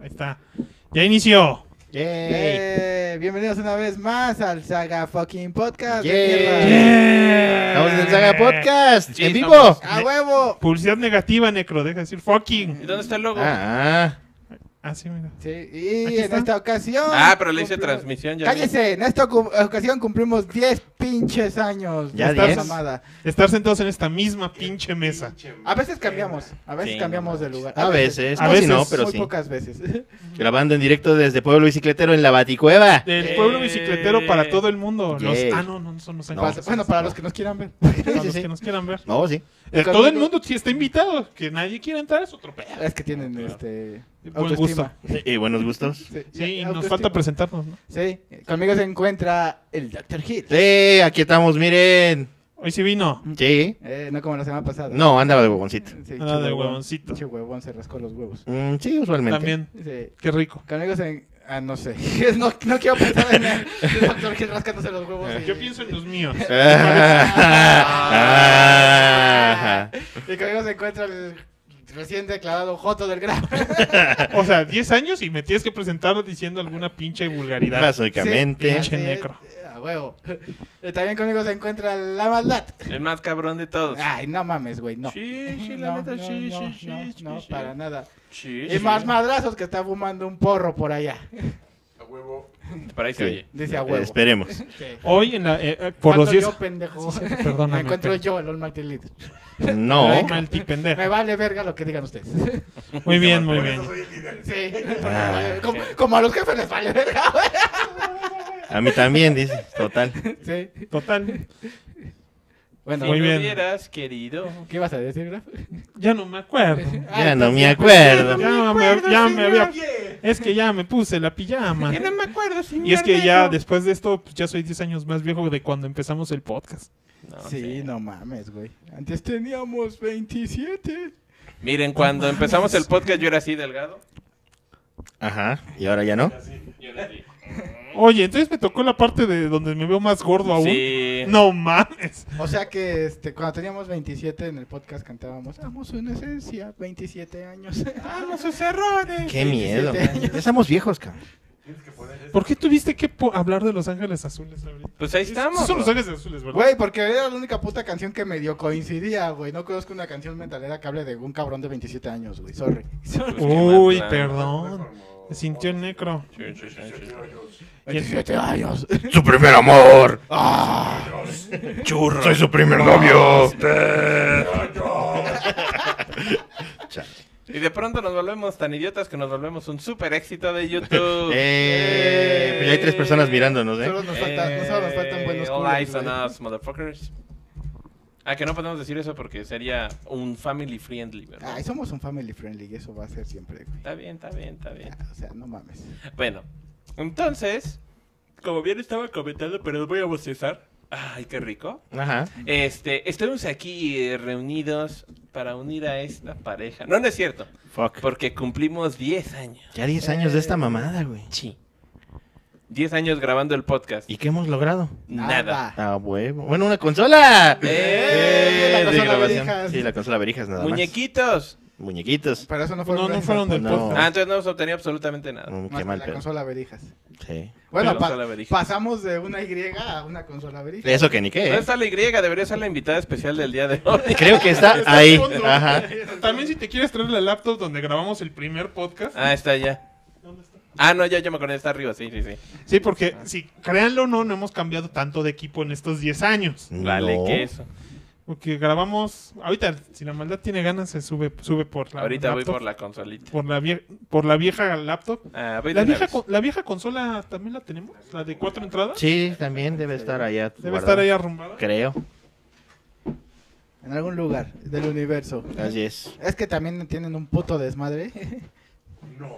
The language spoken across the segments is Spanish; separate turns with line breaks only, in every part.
Ahí está. Ya inició.
Eh, bienvenidos una vez más al Saga Fucking Podcast. de
Yay.
mierda.
Yeah.
Estamos en el
Eh,
Saga Podcast,
Sí,
en vivo.
estamos.
¡A huevo!
Publicidad negativa, Necro. Deja de decir
¿Y
fucking.
dónde está el logo?
Ah,
Ah,
Ah, sí, mira.
Sí, y
Aquí
en
está.
esta ocasión.
Ah, pero le hice
cumplimos-
transmisión ya. vi.
Cállese, en esta ocu- ocasión cumplimos 10 pinches años. de
Ya
esta
10.
mamada.
Estar sentados en esta misma pinche mesa.
A veces cambiamos, a veces
Sí,
cambiamos
no
de lugar.
a veces,
A
casi
veces,
no, pero
muy
sí.
pocas veces.
Grabando en directo desde Pueblo Bicicletero en la Baticueva.
Eh.
Del pueblo bicicletero para todo el mundo. Los-
Yeah.
ah, no, no, son los
Para-
años.
bueno, para los que nos quieran ver.
Para
Sí,
los
sí.
que nos quieran ver.
No, sí.
Eh, todo el mundo sí está invitado. Que nadie quiera entrar es otro pedo.
Es que tienen este.
Buen gusto.
autoestima.
Y buenos gustos.
Sí,
Sí,
ya-
nos
autoestima.
falta presentarnos, ¿no?
Sí, conmigo se encuentra el Dr. Hit.
Sí, aquí estamos, miren.
Hoy sí vino.
Sí.
Eh, no como la semana pasada.
No, andaba de huevoncito.
Ah,
Sí,
Nada de
che huevón.
huevoncito.
Che huevón se rascó los huevos.
Mm, sí, usualmente.
También.
Sí.
Qué rico.
Conmigo se. Ah, no sé. no, no quiero pensar en el doctor Gil rascándose los huevos.
Ah,
y-
Yo pienso en los míos.
Ah, ah, ah.
Y conmigo se encuentra el recién declarado Joto del Gran.
O sea, 10 años y me tienes que presentar diciendo alguna pinche vulgaridad.
Básicamente.
Pinche necro.
A huevo. Eh, También conmigo se encuentra la maldad.
El más cabrón de todos.
Ay, no mames, güey, Ah, no.
Sí, sí, la
No,
neta,
no,
sí,
no,
sí,
no,
sí,
no,
sí, sí.
para nada.
Sí,
Y
sí.
más madrazos que está fumando un porro por allá.
Para ahí se
Sí.
oye.
Dice a
Eh,
huevo.
Esperemos.
Sí.
Hoy en la, eh, eh, por los
Falto
10.
yo, pendejo.
perdóname,
Me encuentro
pero-
yo, el Almighty Leader.
No.
Me
Maltipendeja.
vale verga lo que digan ustedes.
Muy bien, muy bien.
Sí.
Ah.
Eh, Como, como a los jefes les vale verga, güey.
A mí también, dice. Total.
Sí.
Total.
Bueno,
Si
Muy
Muy
bien.
bien. hubieras querido.
¿qué ibas a decir, Graf?
Ya no me acuerdo.
Ya
pues
no me acuerdo.
Ya me, ya me había. Es que ya me puse la pijama.
Que me acuerdo si
Y es que ya después de esto, pues, ya soy 10 años más viejo de cuando empezamos el podcast.
Sí, no mames, güey. Antes teníamos 27.
Miren, cuando empezamos el podcast yo era así delgado.
Ajá. ¿Y ahora ya no?
Yo era así.
Oye, entonces me tocó la parte de donde me veo más gordo aún.
Sí.
No mames.
O sea que este, cuando teníamos 27 en el podcast cantábamos, amos una esencia, 27 años.
Vamos Ah, sus errores.
Qué miedo.
años.
Ya estamos viejos, cabrón.
¿Por qué tuviste que po- hablar de Los Ángeles Azules ahorita?
Pues ahí estamos.
Son Los Ángeles Azules, ¿verdad?
Güey, porque era la única puta canción que medio coincidía, güey. No conozco una canción metalera que hable de un cabrón de 27 años, güey. Sorry.
Pues, qué
Uy,
mal plan.
perdón. Se sintió el necro.
Sí, sí, sí, sí.
27 años. Ah.
Su primer amor.
Churro.
Soy su primer novio.
Y de pronto nos volvemos tan idiotas que nos volvemos un super éxito de YouTube.
Eh, pues ya hay tres personas mirándonos, ¿eh?
Solo nos, falta,
Eh,
solo nos faltan buenos
All
culos,
eyes on
güey.
us, motherfuckers. Ah, que no podemos decir eso porque sería un family friendly, ¿verdad?
Ay, somos un family friendly y eso va a ser siempre, güey.
Está bien, está bien, está bien.
O sea, no mames.
Bueno, entonces, como bien estaba comentando, pero voy a bostezar. Ay, qué rico.
Ajá.
Este, estamos aquí eh, reunidos para unir a esta pareja. No, no es cierto,
Fuck.
porque cumplimos 10 años.
Ya 10 años de esta mamada, güey.
Sí. 10 años grabando el podcast.
¿Y qué hemos logrado?
Nada.
A huevo. Bueno, una consola.
¡Eh!
La
de
consola
grabación.
Berijas.
Sí, la consola verijas nada
Muñequitos.
más. Muñequitos.
Pero eso no fue
No, no
gracias
fueron
a-
del
No.
Ah,
podcast.
entonces no hemos obtenido absolutamente nada.
Mm,
más
qué
que
mal
la
pedo.
consola verijas.
Sí.
Bueno,
Pero-
pa-
consola verijas.
pasamos de una Y a una consola verija.
Eso que ni qué.
¿Dónde
¿eh?
está la Y? Debería ser la invitada especial del día de hoy.
Creo que está
Está al
ahí.
fondo.
Ajá.
También si te quieres traer la laptop donde grabamos el primer podcast.
Ah, está ya. Ah, no, ya, ya me acordé, está arriba, sí, sí, sí.
Sí, porque si créanlo o no, no hemos cambiado tanto de equipo en estos 10 años.
Vale,
No.
que eso.
Porque grabamos, ahorita, si la maldad tiene ganas, se sube, sube por la
Ahorita voy
laptop,
por la consolita.
por la vieja, por la vieja laptop.
Ah, voy de
La
una
vieja,
vez.
con- la vieja consola también la tenemos, la de cuatro entradas.
Sí, también debe estar allá.
Debe
guardado.
estar ahí arrumbada.
Creo.
En algún lugar del universo.
Así es.
Es que también tienen un puto desmadre.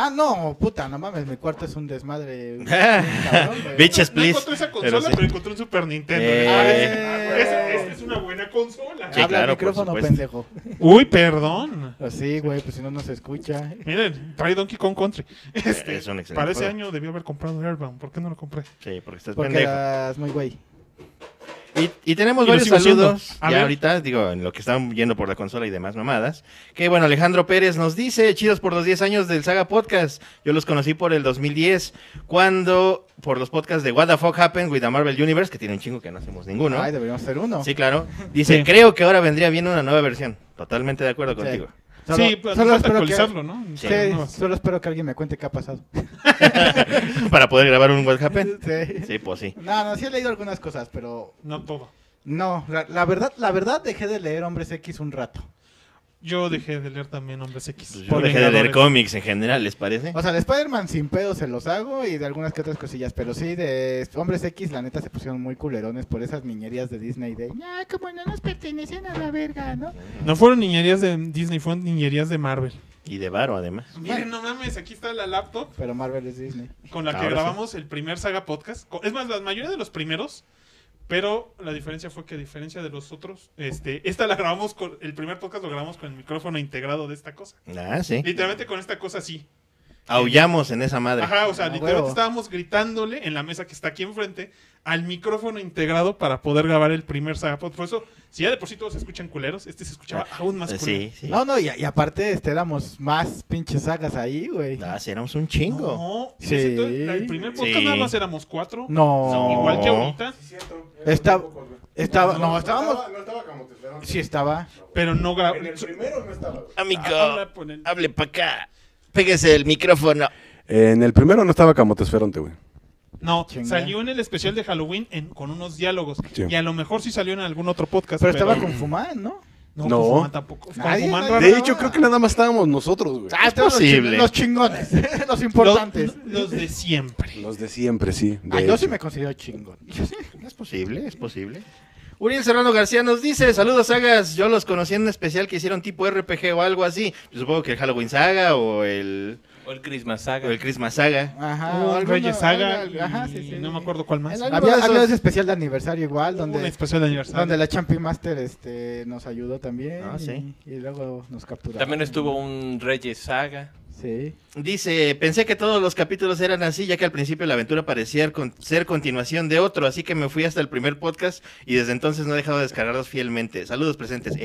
Ah, no, puta, no mames, mi cuarto es un desmadre. bien cabrón, güey.
Bitches,
No
please.
encontré esa
Pero
consola, pero,
sí.
encontré un Super Nintendo.
Eh.
Ah, es- Esa esta es una buena consola.
Sí,
Habla
claro,
al
por
micrófono,
supuesto.
pendejo.
Uy, perdón.
Así, güey, pues si no nos escucha.
Miren, trae Donkey Kong Country. Este,
Es un excelente
para ese
juego.
año debió haber comprado Airbound. ¿Por qué no lo compré?
Sí, porque estás
Porque
pendejo.
eras muy güey.
Y, y tenemos
Y lo
varios
sigo haciendo.
saludos
A
ya
ver.
ahorita, digo, en lo que están yendo por la consola y demás mamadas. Que bueno, Alejandro Pérez nos dice, chidos por los 10 años del Saga Podcast. Yo los conocí por el 2010, cuando por los podcasts de What the Fuck Happened with the Marvel Universe, que tiene un chingo que no hacemos ninguno.
Ay, deberíamos hacer uno.
Sí, claro. Dice,
Sí.
creo que ahora vendría bien una nueva versión. Totalmente de acuerdo
Sí.
contigo.
Solo-
sí, pero
solo
falta
espero que-
actualizarlo, ¿no?
Sí.
Sí,
No.
solo espero que alguien me cuente qué ha pasado.
Para poder grabar un What Happened.
Sí.
Sí, pues sí.
No, no, sí he leído algunas cosas, pero
No todo.
no, la, la verdad, la verdad dejé de leer Hombres X un rato.
Yo dejé de leer también Hombres X.
Pues yo
Por
dejé de leer
Vengadores. Ah.
cómics en general, ¿les parece?
O sea, de Spider-Man sin pedo se los hago y de algunas que otras cosillas, pero sí, de Hombres X la neta se pusieron muy culerones por esas niñerías de Disney de, ah, como no nos pertenecen a la verga, ¿no?
No fueron niñerías de Disney, fueron niñerías de Marvel.
Y de Varo, además.
Miren, no mames, aquí está la laptop
Pero Marvel es Disney.
con la que
Ahora sí.
grabamos el primer Saga Podcast. Co- Es más, la mayoría de los primeros, pero la diferencia fue que a diferencia de los otros, este, esta la grabamos con, el primer podcast lo grabamos con el micrófono integrado de esta cosa.
Ah, sí.
Literalmente con esta cosa así.
Aullamos en esa madre.
Ajá, o sea,
Ah,
literalmente
huevo.
estábamos gritándole en la mesa que está aquí enfrente al micrófono integrado para poder grabar el primer Saga Podcast. Por eso, si ya de por sí todos se escuchan culeros, este se escuchaba aún más culero.
Ah, eh, Sí, sí.
No, no, y, y aparte este, éramos más pinches sagas ahí, güey.
Ah, sí, éramos un chingo.
No,
Sí.
ese to- la- el primer podcast
Sí.
nada más éramos cuatro.
No.
Igual que ahorita,
Está- Estaba, no,
No,
estábamos...
estaba- No estaba como te esperaron.
Sí estaba.
pero no
En el
grabamos.
primero no estaba. güey.
Amigo,
Habla por el-
hable para acá. Pégase el micrófono.
En el primero no estaba Camotesferonte, güey.
No,
Chinga.
salió en el especial de Halloween en- con unos diálogos.
Sí.
Y a lo mejor sí salió en algún otro podcast.
Pero estaba con Fumán, ¿no?
No, con
No.
Fumán tampoco. Con
Nadie,
Fumán
nadie.
raro.
De
De hecho, creo que nada más estábamos nosotros, güey.
Ah, es
Estaban los
posible.
chin- Los chingones, los
Los-
importantes.
Los de siempre.
Los de siempre, sí.
Ah,
de
yo
hecho.
sí me considero chingón.
Es posible, es posible. Uriel Serrano García nos dice, saludos sagas, yo los conocí en un especial que hicieron tipo RPG o algo así. Yo supongo que el Halloween Saga o el,
O el Christmas Saga.
o el Christmas Saga.
Ajá,
Un
alguno-
Reyes Saga.
algo- ajá,
y
sí, sí.
No me acuerdo cuál más.
En algo
Había,
de esos.
había ese especial de aniversario igual,
Hubo Un
donde,
especial de aniversario.
donde la Champion Master este, nos ayudó también.
Ah, sí.
y, y luego nos capturaron.
También estuvo un Reyes Saga.
Sí.
Dice, pensé que todos los capítulos eran así, ya que al principio la aventura parecía con- ser continuación de otro, así que me fui hasta el primer podcast y desde entonces no he dejado de descargarlos fielmente. Saludos presentes.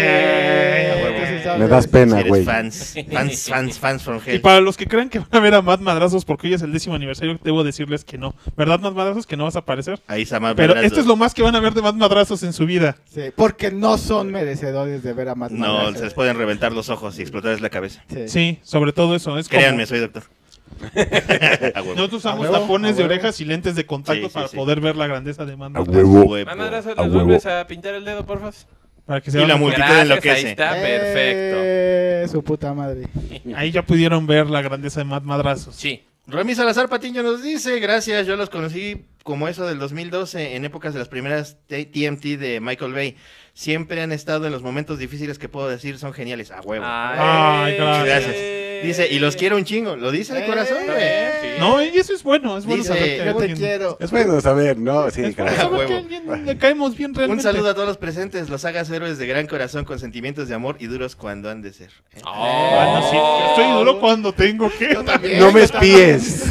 Eh,
Eh,
a huevo.
tú sí
Eh, sabes.
Me das
Si
pena,
eres
güey.
fans, fans, fans, fans from
Y
hell.
para los que crean que van a ver a Mad Madrazos, porque hoy es el décimo aniversario, debo decirles que no. ¿Verdad, Mad Madrazos? Que no vas a aparecer.
Ahí está más
Pero
madrazo.
esto es lo más que van a ver de Mad Madrazos en su vida.
Sí, porque no son merecedores de ver a más
No, se les pueden reventar los ojos y explotarles la cabeza.
Sí, sobre todo eso. Es como-
Créanme, soy doctor. Ah, A huevo.
Nosotros usamos
A huevo,
tapones
a
de
huevo.
orejas y lentes de contacto
Sí, sí,
para
sí.
poder ver la grandeza de Mando.
A huevo.
Huevo.
Madrazo,
A
¿nos
huevo.
vuelves a pintar el dedo, por favor?
Para que se
Y la
vean-
multitud
ahí
enloquece. Eh,
está, Ah, perfecto.
Eh, Su puta madre.
Ahí ya pudieron ver la grandeza de Mad Madrazos.
Sí.
Rami Salazar Patiño nos dice, gracias, yo los conocí como eso del 2012, en épocas de las primeras T- TMT de Michael Bay. Siempre han estado en los momentos difíciles que puedo decir, son geniales, a huevo.
Ay, gracias.
Dice, y los quiero un chingo, lo dice de
Eh,
corazón, güey.
No, y eso es bueno. Es bueno
Dice,
saber que
yo
Yo te
alguien-
quiero.
Es bueno saber, ¿no? Sí,
Es bueno
claro.
saber que
huevo.
alguien le caemos bien
Un
realmente.
saludo a todos los presentes, los hagas héroes de gran corazón con sentimientos de amor y duros cuando han de ser.
Oh.
Ah, no, sí, Estoy duro cuando tengo que.
Eh,
No me espíes.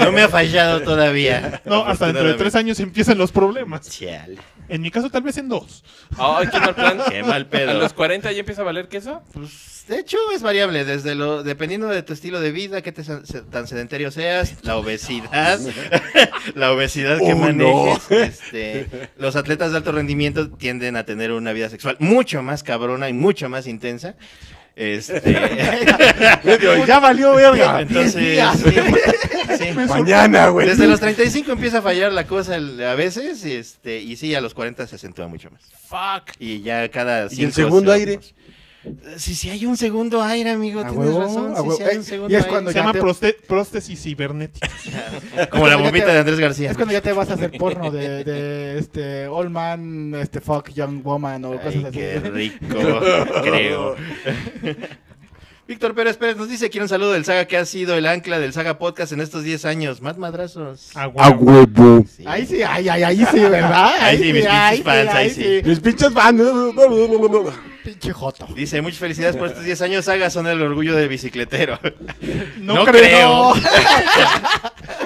No me ha fallado todavía.
No, hasta dentro de tres años empiezan los problemas.
Chale.
En mi caso, tal vez en dos.
Ay, qué mal plan.
Qué mal pedo.
¿A los 40 ya empieza a valer queso?
Pues, de hecho, es variable, desde lo, dependiendo de tu estilo de vida, que te, se- tan sedentario seas, la obesidad, la obesidad que
Oh,
manejes, este, los atletas de alto rendimiento tienden a tener una vida sexual mucho más cabrona y mucho más intensa. Este,
Medio, ya valió, verga.
entonces, sí, sí.
Mañana,
Pues
güey.
Desde los 35 empieza a fallar la cosa el- a veces, este, y sí, a los 40 se acentúa mucho más.
Fuck.
Y ya cada
¿Y el
cinco
segundo
se-
aire?
Si sí hay un segundo aire, amigo,
A
tienes
huevo,
razón.
a
sí, sí
huevo.
hay
Eh,
un segundo
y es
aire.
cuando
Se
ya
llama
te-
proste- próstesis cibernética.
Como la
Es cuando ya
bombita
te-
de Andrés García.
Es cuando ya te vas a hacer porno de, de este Old Man, este Fuck Young Woman o
Ay,
cosas así.
qué rico, creo. Víctor Pérez Pérez nos dice, quiero un saludo del Saga que ha sido el ancla del Saga Podcast en estos 10 años. Más madrazos.
Ah,
A
huevo.
huevo.
Sí.
Ahí sí, ahí, ahí, ahí sí, ¿verdad?
Ahí sí, mis pinches fans, ahí sí.
Mis pinches fans.
Pinche joto.
Dice, muchas felicidades por estos 10 años, Saga, son el orgullo del bicicletero.
No,
No
creo.
creo.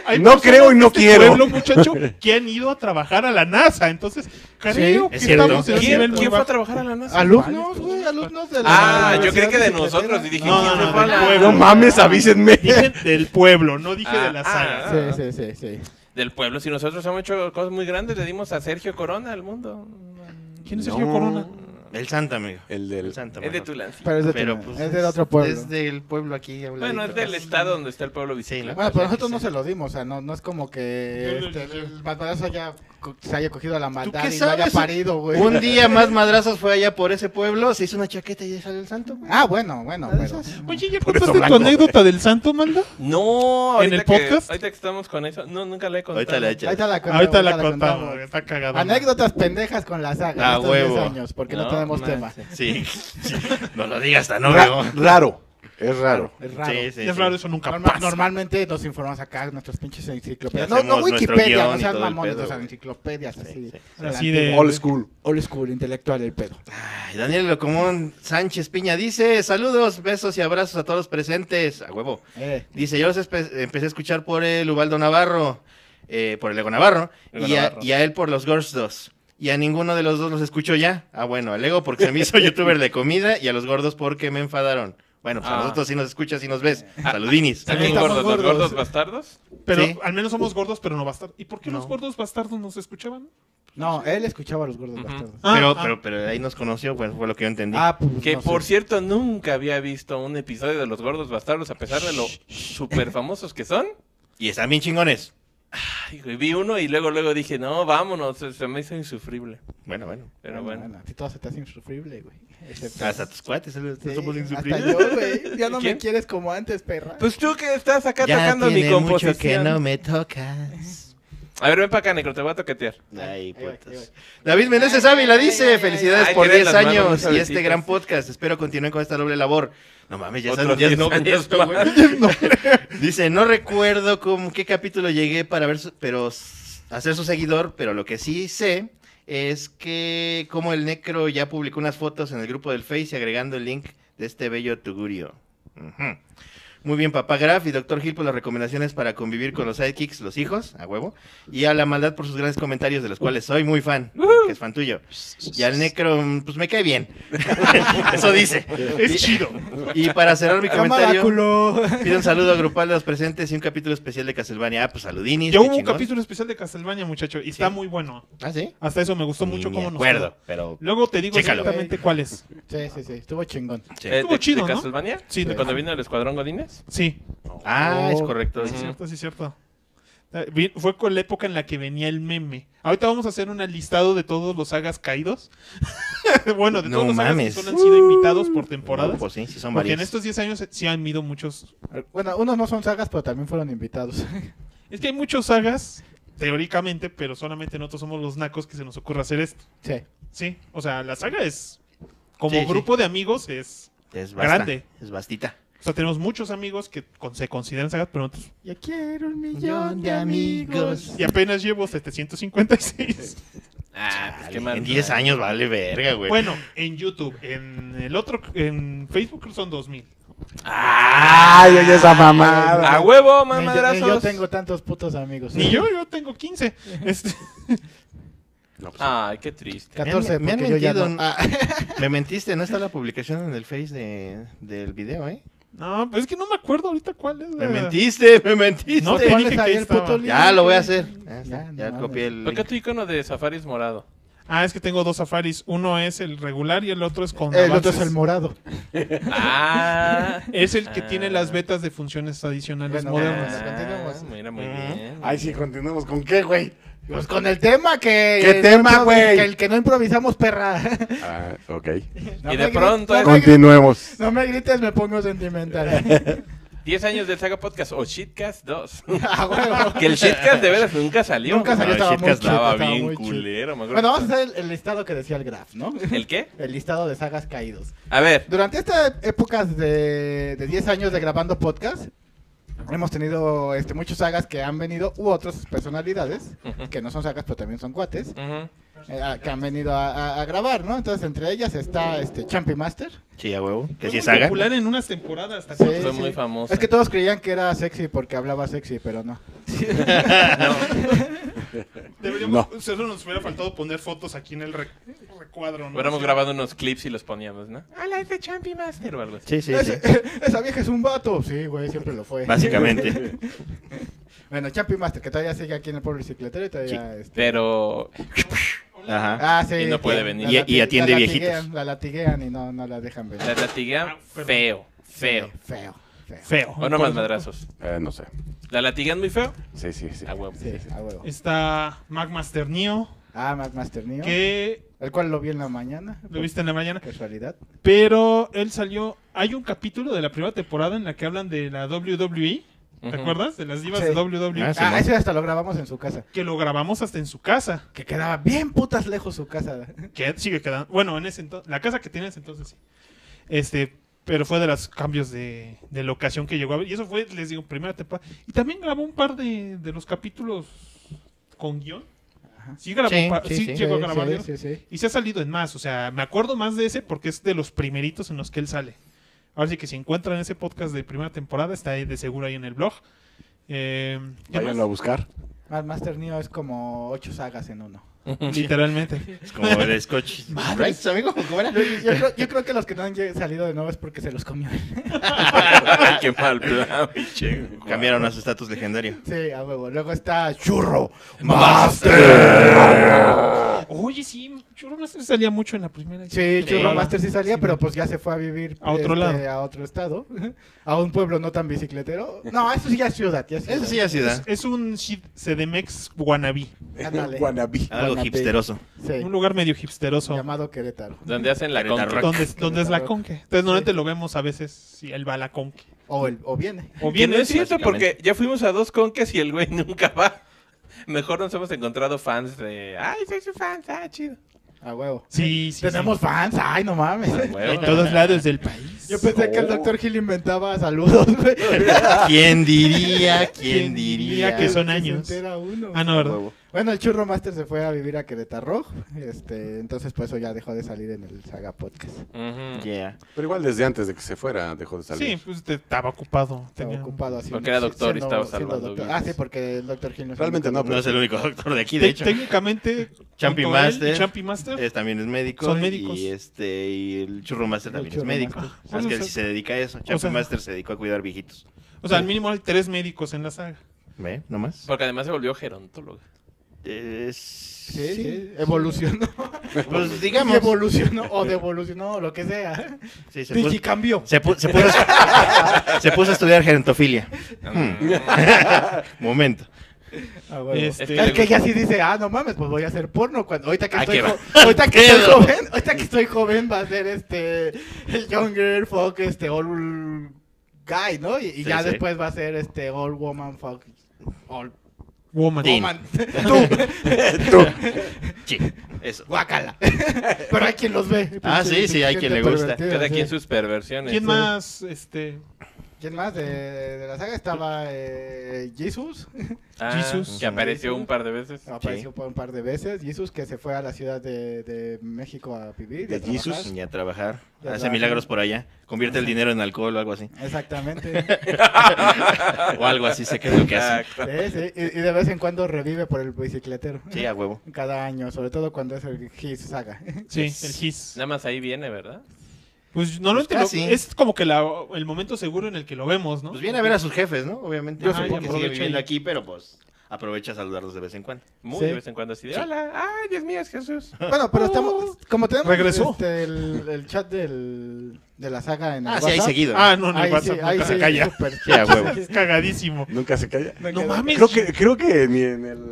hay
No
personas
creo
de
y no
este
quiero.
pueblo, muchacho, que han ido a trabajar a la NASA. Entonces, creo
Sí,
que
es cierto.
estamos en un
¿Quién,
nivel muy
quién fue a
bajo.
trabajar a la NASA?
Alumnos, güey, alumnos de la
Ah, yo creí
Universidad
que de
Yucatera.
nosotros. Y dije,
No,
¿quién
no,
se
no,
fue a
del
la-
pueblo.
No mames, avísenme.
Dije del pueblo, no dije de la
Ah,
saga.
ah.
Sí, sí, sí, sí.
Del pueblo. Si nosotros hemos hecho cosas muy grandes, le dimos a Sergio Corona al mundo.
¿Quién es
No.
Sergio Corona?
El Santa, amigo.
El
El
del.
Santa.
Es de
mano.
Tulancingo.
Pero es de,
Pero,
Tula-
pues,
es de otro pueblo.
Es del pueblo aquí. a un
Bueno, es
ladito.
del estado donde está el pueblo vicino.
Sí, ¿no?
Bueno, pero nosotros
Sí.
no se lo dimos, o sea, no, no es como que
Yo no-
este, el matadazo haya, co- se haya cogido a la maldad
qué
y lo haya
sabes?
parido, güey.
Un día más madrazos fue allá por ese pueblo, se hizo una chaqueta y ya salió el santo. pues güey.
Ah, bueno, bueno,
¿Sabes
pero...
esas?
Oye, ¿ya
Por eso
contaste tu
blanco.
anécdota del santo, manda?
No, ahorita
¿En el
que-
podcast?
ahorita que estamos con eso. No, nunca le he contado.
Ahorita le
Ahí
echas.
está la contamos,
Ahorita
ahí
la
te
contamos,
contamos.
está cagada.
Anécdotas pendejas con la saga
Ah,
de estos 10
huevo.
años, porque no, tenemos tema.
manches.
Sí, sí. no lo digas tan obvio.
Ra- raro. Es raro.
Es raro.
Sí, sí,
Es
sí.
raro, eso nunca
Norma-
pasa.
normalmente nos informamos acá nuestros pinches enciclopedias.
Ya
No, no
hacemos nuestro
Wikipedia,
guión
no
y
sean
todo el
mamones,
pedo,
o sea,
güey.
enciclopedias
Sí,
así.
sí.
Así
Adelante.
de...
Old school.
Old school, intelectual el pedo.
Ay, Daniel Locomón Sánchez Piña dice: Saludos, besos y abrazos a todos los presentes. A huevo.
Eh,
Dice, yo los espe- empecé a escuchar por el Ubaldo Navarro, eh, por el Ego Navarro,
Ego
y, a,
Navarro.
y a él por los Gords 2. Y a ninguno de los dos los escucho ya. Ah, bueno, al Ego porque se me hizo youtuber de comida y a los gordos porque me enfadaron. Bueno, pues a
Ah.
nosotros sí nos escuchas y nos ves. Saludinis.
También
Estamos
gordos, los
gordos.
gordos bastardos.
Pero
Sí. Uh.
al menos somos gordos, pero no bastardos. ¿Y por qué los
No.
gordos bastardos nos escuchaban?
no, él escuchaba a los gordos
Ujú.
bastardos.
Ah,
pero,
ah.
pero, pero de ahí nos conoció, pues fue lo que yo entendí.
Ah, pues,
Que
no
por
sé.
cierto, nunca había visto un episodio de los gordos bastardos, a pesar de lo súper famosos que son.
Y están bien chingones.
Ay, güey, vi uno y luego, luego dije, no, vámonos. Se, se me hizo insufrible.
Bueno, bueno.
Pero
Ah,
bueno.
A ti todo se te hace insufrible, güey. Excepto-
Hasta tus cuates, ¿eh?
Sí,
somos
hasta
insufribles.
yo, güey. Ya no me
¿Quién?
quieres como antes, perra.
Pues tú que estás acá
Ya
tocando mi
tiene mucho
composición.
que no me tocas.
A ver, ven para acá, Necro, te voy a toquetear.
Ay,
Ahí va, ahí
putas.
va.
David Meneses Ávila
Ay, ay,
dice,
ay,
felicidades
ay,
por
tienen
10
las manos muy
años y este
suavecitas.
gran podcast. Espero continúen con esta doble labor. No mames, ya
Otros
sabes, ya es
10
no,
años
esto,
más.
güey. Dice, no recuerdo con qué capítulo llegué para ver, su- pero s- hacer su seguidor, pero lo que sí sé es que como el Necro ya publicó unas fotos en el grupo del Face y agregando el link de este bello tugurio. Ujú. Muy bien, papá Graf y doctor Gil por las recomendaciones para convivir con los sidekicks, los hijos, a huevo, y a la maldad por sus grandes comentarios de los cuales soy muy fan, eh, que es fan tuyo. Y al Necro, mm, pues me cae bien. Eso dice.
Es chido.
Y para cerrar mi
Cámara,
comentario...
culo.
Pido un saludo grupal de los presentes y un capítulo especial de Castlevania. Ah, pues saludinis.
Ya
qué
hubo un
chingón.
capítulo especial de Castlevania, muchacho, y está muy bueno.
Ah, sí.
Hasta eso me gustó
Ni
mucho
me
cómo nos
acuerdo,
quedó.
pero.
Luego te digo
Chécalo.
exactamente cuál es.
Sí, sí, sí. Estuvo chingón.
sí.
Eh,
Estuvo
de,
chido,
de
¿no?
Castlevania?
Sí, de-
Cuando vino el Escuadrón Godines.
sí,
Ah, es
Oh.
correcto. sí,
sí,
sí.
Ujú.
cierto, sí, cierto. Eh, vi- Fue con la época en la que venía el meme. Ahorita vamos a hacer un listado de todos los sagas caídos. bueno, de
No
todos los sagas que
mames.
son- han sido invitados por temporadas.
No, pues sí, sí son
porque en
varios.
estos 10 años sí han ido muchos.
Bueno, unos no son sagas, pero también fueron invitados.
Es que hay muchos sagas, teóricamente, pero solamente nosotros somos los nacos que se nos ocurre hacer esto.
Sí.
Sí, o sea, la saga es. Como
Sí, sí.
grupo de amigos es.
Es basta,
grande.
Es bastita.
O sea, tenemos muchos amigos que con- se consideran sagas, pero nosotros.
Yo quiero un
millón de amigos.
Y apenas llevo 756.
Ah, pues qué mal.
en 10 años vale verga, güey.
Bueno, en YouTube, en el otro, en Facebook son 2000.
Ay, oye esa mamada.
A huevo,
Ni yo, ni
mamadrazos.
Ah, eh, yo tengo tantos putos amigos.
Ni yo, yo tengo 15. Este,
pues, Ah,
Ay, qué triste.
14,
Me han- me
porque
han
yo ya
mentido,
no. Ah,
¿no? Me mentiste, no está la publicación en el Face de, del video, ¿eh?
no, pero es que no me acuerdo ahorita cuál es. la-
Me mentiste, me mentiste.
Ah. No,
¿Cuál
te dije
es ahí
que
el
estaba.
puto
Ya
link?
lo voy a hacer. Ya, está,
Ya, no
ya
mames.
copié el.
¿Por qué tu icono de safari es morado?
Ah, es que tengo dos safaris. Uno es el regular y el otro es con.
Eh,
El otro es
avances.
el morado.
Ah.
Es el que
Ah.
tiene las betas de funciones adicionales
Bueno,
modernas.
bueno.
Ah,
Eh, Continuemos.
mira, muy
Ujú.
bien.
Ay, sí, continuamos. ¿Con qué, güey?
Pues con el tema que.
¿Qué
no
tema,
improvis-
güey?
que El que no improvisamos, perra.
Ah, ok.
No
Y
me
de
gri-
pronto
no
es-
me gri-
Continuemos.
No me grites, me pongo sentimental.
10 años del Saga Podcast o Shitcast 2.
Ah, huevo.
que el Shitcast de veras nunca salió.
Nunca salió,
Ah,
estaba
el
muy
Shitcast
chido,
estaba
estaba
bien
muy chido.
culero. me acuerdo.
Bueno, vamos a hacer el, el listado que decía el Graf, ¿no?
¿El qué?
El listado de sagas caídos.
A ver.
Durante estas épocas de, de 10 años de grabando podcast, hemos tenido este, muchas sagas que han venido u otras personalidades,
Ujú.
que no son sagas pero también son cuates,
Ujú.
eh, a- que han venido a, a- a grabar, ¿no? Entonces, entre ellas está este, Champi Master.
Sí, a huevo. Que
Fue
sí
muy
es saga.
popular en unas temporadas. ¿te
Sí,
acuerdas?
Fue
sí.
muy famosa.
Es que todos creían que era sexy porque hablaba sexy, pero no.
Deberíamos, solo nos hubiera faltado poner fotos aquí en el re- recuadro. ¿no?
Hubiéramos
Sí.
grabado unos clips y los poníamos, ¿no? I like the Champion Master o algo así.
Sí, sí, sí.
Ese- Esa vieja es un vato. Sí, güey, siempre lo fue.
Básicamente.
Bueno, Champi Master, que todavía sigue aquí en el pueblo bicicletero y todavía... este,
Pero
Ajá.
Ah, sí.
Y no puede venir. Y-
y
lati-
atiende
la
viejitos.
latiguean, La latiguean y no, no la dejan
la
venir.
Ah,
latigan
perdón.
feo, feo.
Sí, Feo, feo.
Feo.
O no más madrazos.
Eh, no sé.
La latigan muy feo.
Sí, sí, sí.
A huevo.
Sí, a huevo.
Está Magmaster Neo,
Ah, Mac Master Neo.
que
El cual lo vi en la mañana.
lo viste en la mañana.
por Casualidad.
Pero él salió. Hay un capítulo de la primera temporada en la que hablan de la WWE. ¿Te
Ujú.
acuerdas? De las divas
Sí.
de WWE.
Ah, sí.
Ah, ese hasta lo grabamos en su casa.
Que lo grabamos hasta en su casa.
Que quedaba bien putas lejos su casa.
Que sigue quedando. Bueno, en ese entonces. La casa que tienes entonces sí. Este. Pero fue de los cambios de, de locación que llegó a ver. Y eso fue, les digo, primera temporada. Y también grabó un par de, de los capítulos con guión. Sí, grabó
Sí,
un par-
sí,
sí
sí.
llegó a
Sí,
grabar. guión.
Sí, sí, sí.
Y se ha salido en más, o sea, me acuerdo más de ese porque es de los primeritos en los que él sale. Ahora sí que si encuentran ese podcast de primera temporada, está ahí de seguro ahí en el blog. Eh, ¿qué
Váyanlo a
más?
buscar.
Mac Master Neo es como ocho sagas en uno.
Literalmente.
Es como el Scotch. Right, amigo. ¿Cómo era?
Yo, yo creo, yo creo que los que no han lleg- salido de nuevo es porque se los comió. él.
Ay, qué mal plan, pinche.
Cambiaron a su estatus legendario.
Sí, a huevo. Luego está Churro.
Oye, sí, Churro Master salía mucho en la primera.
Sí, Churro
temporada.
Master sí salía,
Sí,
pero
no.
pues ya se fue a vivir este,
A otro lado.
a otro estado, a un pueblo no tan bicicletero. No, eso sí ya es ciudad, ya es ciudad.
Eso sí ya ciudad.
Es un shit- CDMX wannabe.
Ándale.
Guanabí.
Algo
Guanabí.
hipsteroso.
Sí,
Un lugar medio hipsteroso.
llamado Querétaro.
Donde hacen la
Querétaro
contra.
Rock.
Donde, donde es la conque. Entonces, normalmente lo vemos a veces si él va a la conque.
O, el- o viene.
O
Que
bien
no es cierto
básicamente.
porque ya fuimos a dos conques y el güey nunca va. Mejor nos hemos encontrado fans de. Ay, soy su fans, ah, chido.
A huevo.
Sí, sí.
Tenemos fans, ay, no mames.
Ah, huevo.
En todos lados del país.
Yo pensé que el doctor Gil inventaba saludos, güey.
¿Quién diría? ¿Quién
¿Quién
diría?
diría que son
Se
años?
entera uno.
Ah, no, ¿verdad?
Huevo.
Bueno, el Churro Master se fue a vivir a Querétaro, este, entonces por eso ya dejó de salir en el Saga Podcast.
Ujú.
Yeah.
Pero igual desde antes de que se fuera dejó de
Sí,
salir.
pues te- estaba ocupado.
Estaba
tenía-
ocupado así.
Porque era doctor y estaba
siendo
salvando
doctor.
vidas.
Ah, sí, porque el doctor Gil no es el
Realmente
único
no,
No es el único doctor de aquí, de
Te-
hecho.
Técnicamente,
Champi
junto a él
Master.
y Champi Master.
Es- también es médico.
Son médicos.
Y, este, y el Churro Master
El
también
Churro
es médico.
Master.
Más
Ah,
que
o
él
sea-
sí se dedica a eso. Champion
sea-
Master se dedicó a cuidar viejitos.
O sea, al mínimo hay tres médicos en la saga.
¿Ve? ¿Nomás?
Porque además se volvió gerontólogo.
Es-
Sí, sí, evolucionó.
Pues
Digamos.
digamos.
Evolucionó o devolucionó o lo que sea.
Sí, se, puso,
Digi cambió.
se pu- se puso a- se puso a estudiar gerontofilia.
Hmm.
Ah,
Momento.
Ah, bueno.
Este-
Es que ya sí dice, ah, no mames, pues voy a hacer porno cuando ahorita que
Ah,
estoy,
qué va.
jo- ahorita que estoy
Pedo.
joven, ahorita que estoy joven va a ser este el younger fuck este old guy, ¿no? Y, y
Sí,
ya
sí.
después va a ser este old woman fuck old
Woman.
Sí.
woman. Tú,
Sí, eso.
guácala. Pero hay quien los ve.
Ah, sí, sí, hay
Gente
quien le gusta.
pervertida,
Cada
sí.
quien sus perversiones.
¿Quién más? Este,
¿Quién más de, de la saga estaba eh, Jesus?
Ah,
Jesus.
Que apareció un par de veces.
Apareció por un par de veces. Jesus que se fue a la ciudad de, de México a vivir. y
De
a trabajar.
Jesus.
Y a trabajar.
Ya
Hace
trabaja.
milagros por allá. Convierte el dinero en alcohol o algo así.
Exactamente.
O algo así, sé que es lo que hace.
Exacto.
Sí, sí, Y, y de vez en cuando revive por el bicicletero.
Sí, a huevo.
Cada año, sobre todo cuando es el His Saga.
sí, el His.
Nada más ahí viene, ¿verdad?
Pues normalmente lo-
casi.
es como que la- el momento seguro en el que lo vemos, ¿no?
Pues viene a ver a sus jefes, ¿no? Obviamente.
Yo
Ajá,
supongo que
que sigue
aprovecha
viviendo
ahí.
aquí, pero pues aprovecha a saludarlos de vez en cuando.
Muy
Sí.
de vez en cuando así de. Hola, ay, Dios mío, es Jesús.
Bueno, pero estamos.
Oh.
Como tenemos
Regresó.
este, el, el chat del, de la saga en el
Ah, sí, ahí
WhatsApp,
seguido.
Ah, no, no,
ahí
el WhatsApp
sí,
nunca
ahí
se
sí,
calla.
súper
Sí, a huevo.
Es cagadísimo.
Nunca se calla.
No mames.
Creo que, creo que ni en el.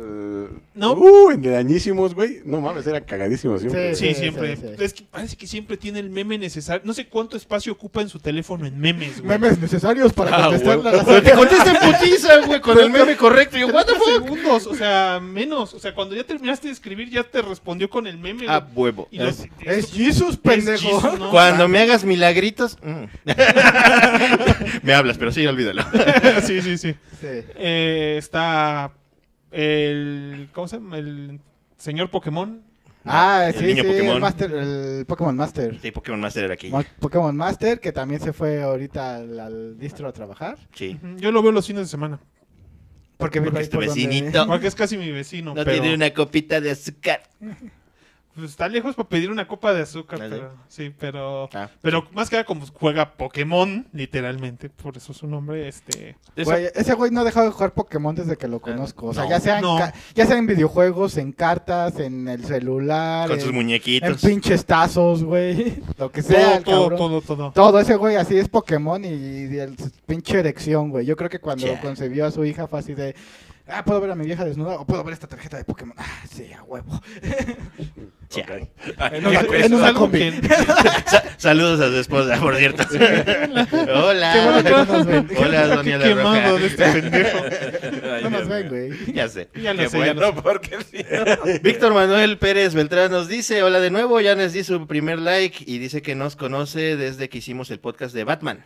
No.
Uh, en el añísimos, güey. No mames, era cagadísimo siempre.
Sí,
Sí,
siempre.
sí, sí.
Es que parece que siempre tiene el meme necesario. No sé cuánto espacio ocupa en su teléfono en memes, güey.
Memes necesarios para
Ah,
contestar
huevo.
la
Pero te
saga.
contesta en putiza, güey, con el meme correcto. Y Yo, what the
30
fuck?
segundos, o sea, menos. O sea, cuando ya terminaste de escribir, ya te respondió con el meme.
A
güey.
huevo.
Y los-
Ah, Es Jesus, pendejo.
Jesus, ¿no?
Cuando me hagas milagritos. mm. me hablas, pero sí, olvídalo.
sí, sí, sí.
Sí.
Eh, está el. ¿Cómo se llama? El señor Pokémon.
Ah,
El
sí,
niño
sí,
Pokémon.
El, Master- el Pokémon Master.
Sí, Pokémon Master era aquí.
Mo- Pokémon Master, que también se fue ahorita al, al distro a trabajar.
Sí.
Yo lo veo los fines de semana.
Porque, vive
Porque este
ahí
es tu
por donde-
vecinito.
Porque es casi mi vecino,
No
pero
tiene una copita de azúcar.
pues, está lejos para pedir una copa de azúcar,
¿Ah, sí?
pero sí, pero
Ah.
pero más que nada como juega Pokémon, literalmente, por eso su nombre, este,
Eso-
Güey, ese güey no ha dejado de jugar Pokémon desde que lo conozco. O sea,
No,
ya, sea en
no.
ca- ya sea en videojuegos, en cartas, en el celular.
Con
en-
sus
En
muñequitos.
pinches tazos, güey. Lo que
todo,
sea. el
todo,
cabrón.
todo, todo,
Todo ese güey así es Pokémon y, y el s- pinche erección, güey. Yo creo que cuando
Ya.
concebió a su hija fue así de, ah, puedo ver a mi vieja desnuda o puedo ver esta tarjeta de Pokémon. Ah, sí, a huevo.
Ya.
Ay,
una-
Eso
eso-
en
es
una
algo
combi.
que-
Sa- saludos a su esposa, por cierto.
Qué bueno que no nos
Hola.
ven.
Hola, doña
Qué
La
quemado de
Roca.
este pendejo.
Ay,
No nos
Dios
ven,
mío.
güey.
Ya sé.
Ya lo
Qué
sé, ya
bueno.
lo sé.
No, porque sí.
Víctor Manuel Pérez Beltrán nos dice, hola de nuevo, ya nos di su primer like y dice que nos conoce desde que hicimos el podcast de Batman.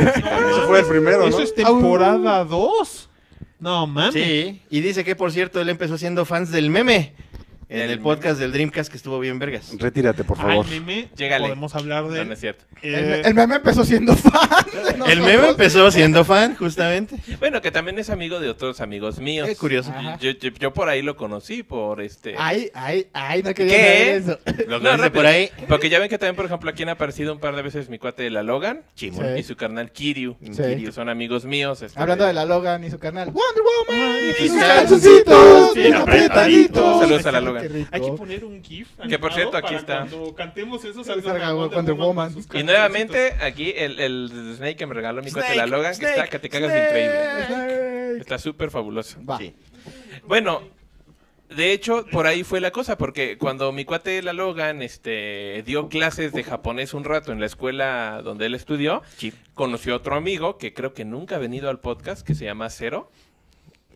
Ese fue el primero,
Eso
¿no?
es temporada 2. No mames.
Sí, y dice que por cierto él empezó siendo fans del meme en el podcast del Dreamcast que estuvo bien vergas.
Retírate, por
Al
favor.
meme
Llégale.
podemos hablar de
No,
él.
no es cierto.
El,
Eh,
me- el meme empezó siendo fan. de
El
nosotros.
meme empezó siendo fan, justamente.
Bueno, que también es amigo de otros amigos míos.
Qué curioso.
Ajá.
Yo, yo- yo por ahí lo conocí, por este...
Ay, ay, ay, no quería
¿Qué?
ver eso.
Lo
No,
conoce
rápido.
por ahí.
Porque ya ven que también, por ejemplo, aquí han aparecido un par de veces mi cuate de la Logan
Chimón.
Sí.
y su carnal Kiryu.
Sí.
Que son amigos míos. este,
Hablando de la Logan y su canal. ¡Wonder Woman!
y
¡Y sus
sus
calzoncitos!
bien
¡Bien apretaditos!
apretaditos.
Saludos a la
Ay,
Logan.
qué rico.
Hay que poner un GIF.
Que, por
animado
cierto, aquí
para
está.
Cuando cantemos eso,
Salga
salga
Wonder Woman.
con sus
Y
cancioncitas.
nuevamente, aquí el, el Snake que me regaló mi cuate de la
Snake,
Logan, que,
Snake,
está, que te cagas de
Snake.
increíble.
Ay.
Está súper fabuloso.
Va.
Sí.
Bueno, de hecho, por ahí fue la cosa, porque cuando mi cuate la Logan este, dio clases de japonés un rato en la escuela donde él estudió,
Sí.
conoció a otro amigo que creo que nunca ha venido al podcast, que se llama Cero,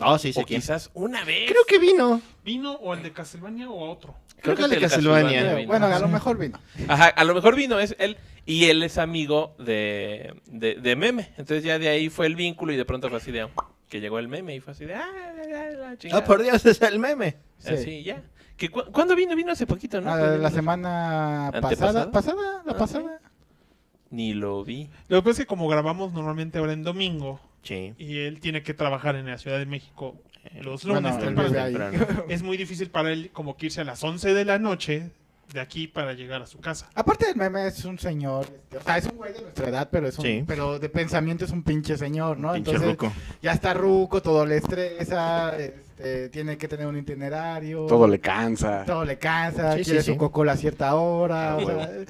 Oh, sí, sí.
o quizás una vez.
Creo que vino.
¿Vino o al de Castlevania o a otro?
Creo que
es
el de
el
Castlevania.
Castlevania.
Pero, Bueno, a lo mejor vino.
Ajá, a lo mejor vino es él y él es amigo de, de, de Meme. Entonces ya de ahí fue el vínculo y de pronto fue así de que llegó el Meme y fue así de ah, la, la, la chingada.
Oh, por Dios, es el meme.
Sí.
Así ya. Que cu- ¿Cuándo vino? Vino hace poquito, ¿no?
Ah,
pues,
la semana pasada.
¿Antepasada?
¿Pasada?
Ah,
¿La
sí.
pasada?
Ni lo vi.
Lo que pasa es que como grabamos normalmente ahora en domingo
Sí.
y él tiene que trabajar en la Ciudad de México eh, los lunes
Bueno, él
temprano,
vive ahí.
es muy difícil para él como que irse a las 11 de la noche de aquí para llegar a su casa.
Aparte del meme, es un señor. este, O sea, es un güey de nuestra edad, pero, es un,
Sí.
pero de pensamiento es un pinche señor, ¿no?
Pinche
Entonces,
ruco.
ya está ruco, todo le estresa, este, tiene que tener un itinerario.
Todo le cansa.
todo le cansa,
Sí, sí,
quiere
sí.
su cocola a cierta hora.
Ah,
o sea,
huevo.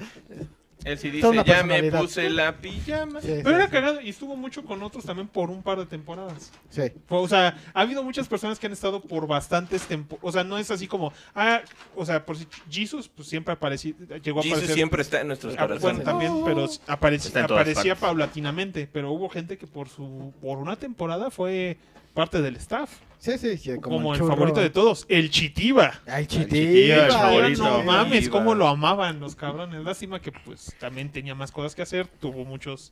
Él sí
Toda
dice,
una
ya me
personalidad".
puse la pijama.
sí, sí,
Pero era
sí.
cagado y estuvo mucho con otros también por un par de temporadas.
Sí.
Fue, O sea, ha habido muchas personas que han estado por bastantes temporadas. O sea, no es así como, ah, o sea, por si Jesus, pues siempre apareció, llegó a
Jesus
aparecer.
siempre está en nuestros
Ah, bueno,
corazones.
también, pero s- aparec-
Está en todas
aparecía
partes.
paulatinamente, pero hubo gente que por su por una temporada fue parte del staff,
Sí, sí, sí,
como,
como,
el
churro.
favorito de todos, el Chitiba.
Ay,
Chitiba,
chitilla.
el favorito.
No mames,
Chitiba.
cómo lo amaban los cabrones. Lástima que pues también tenía más cosas que hacer, tuvo muchos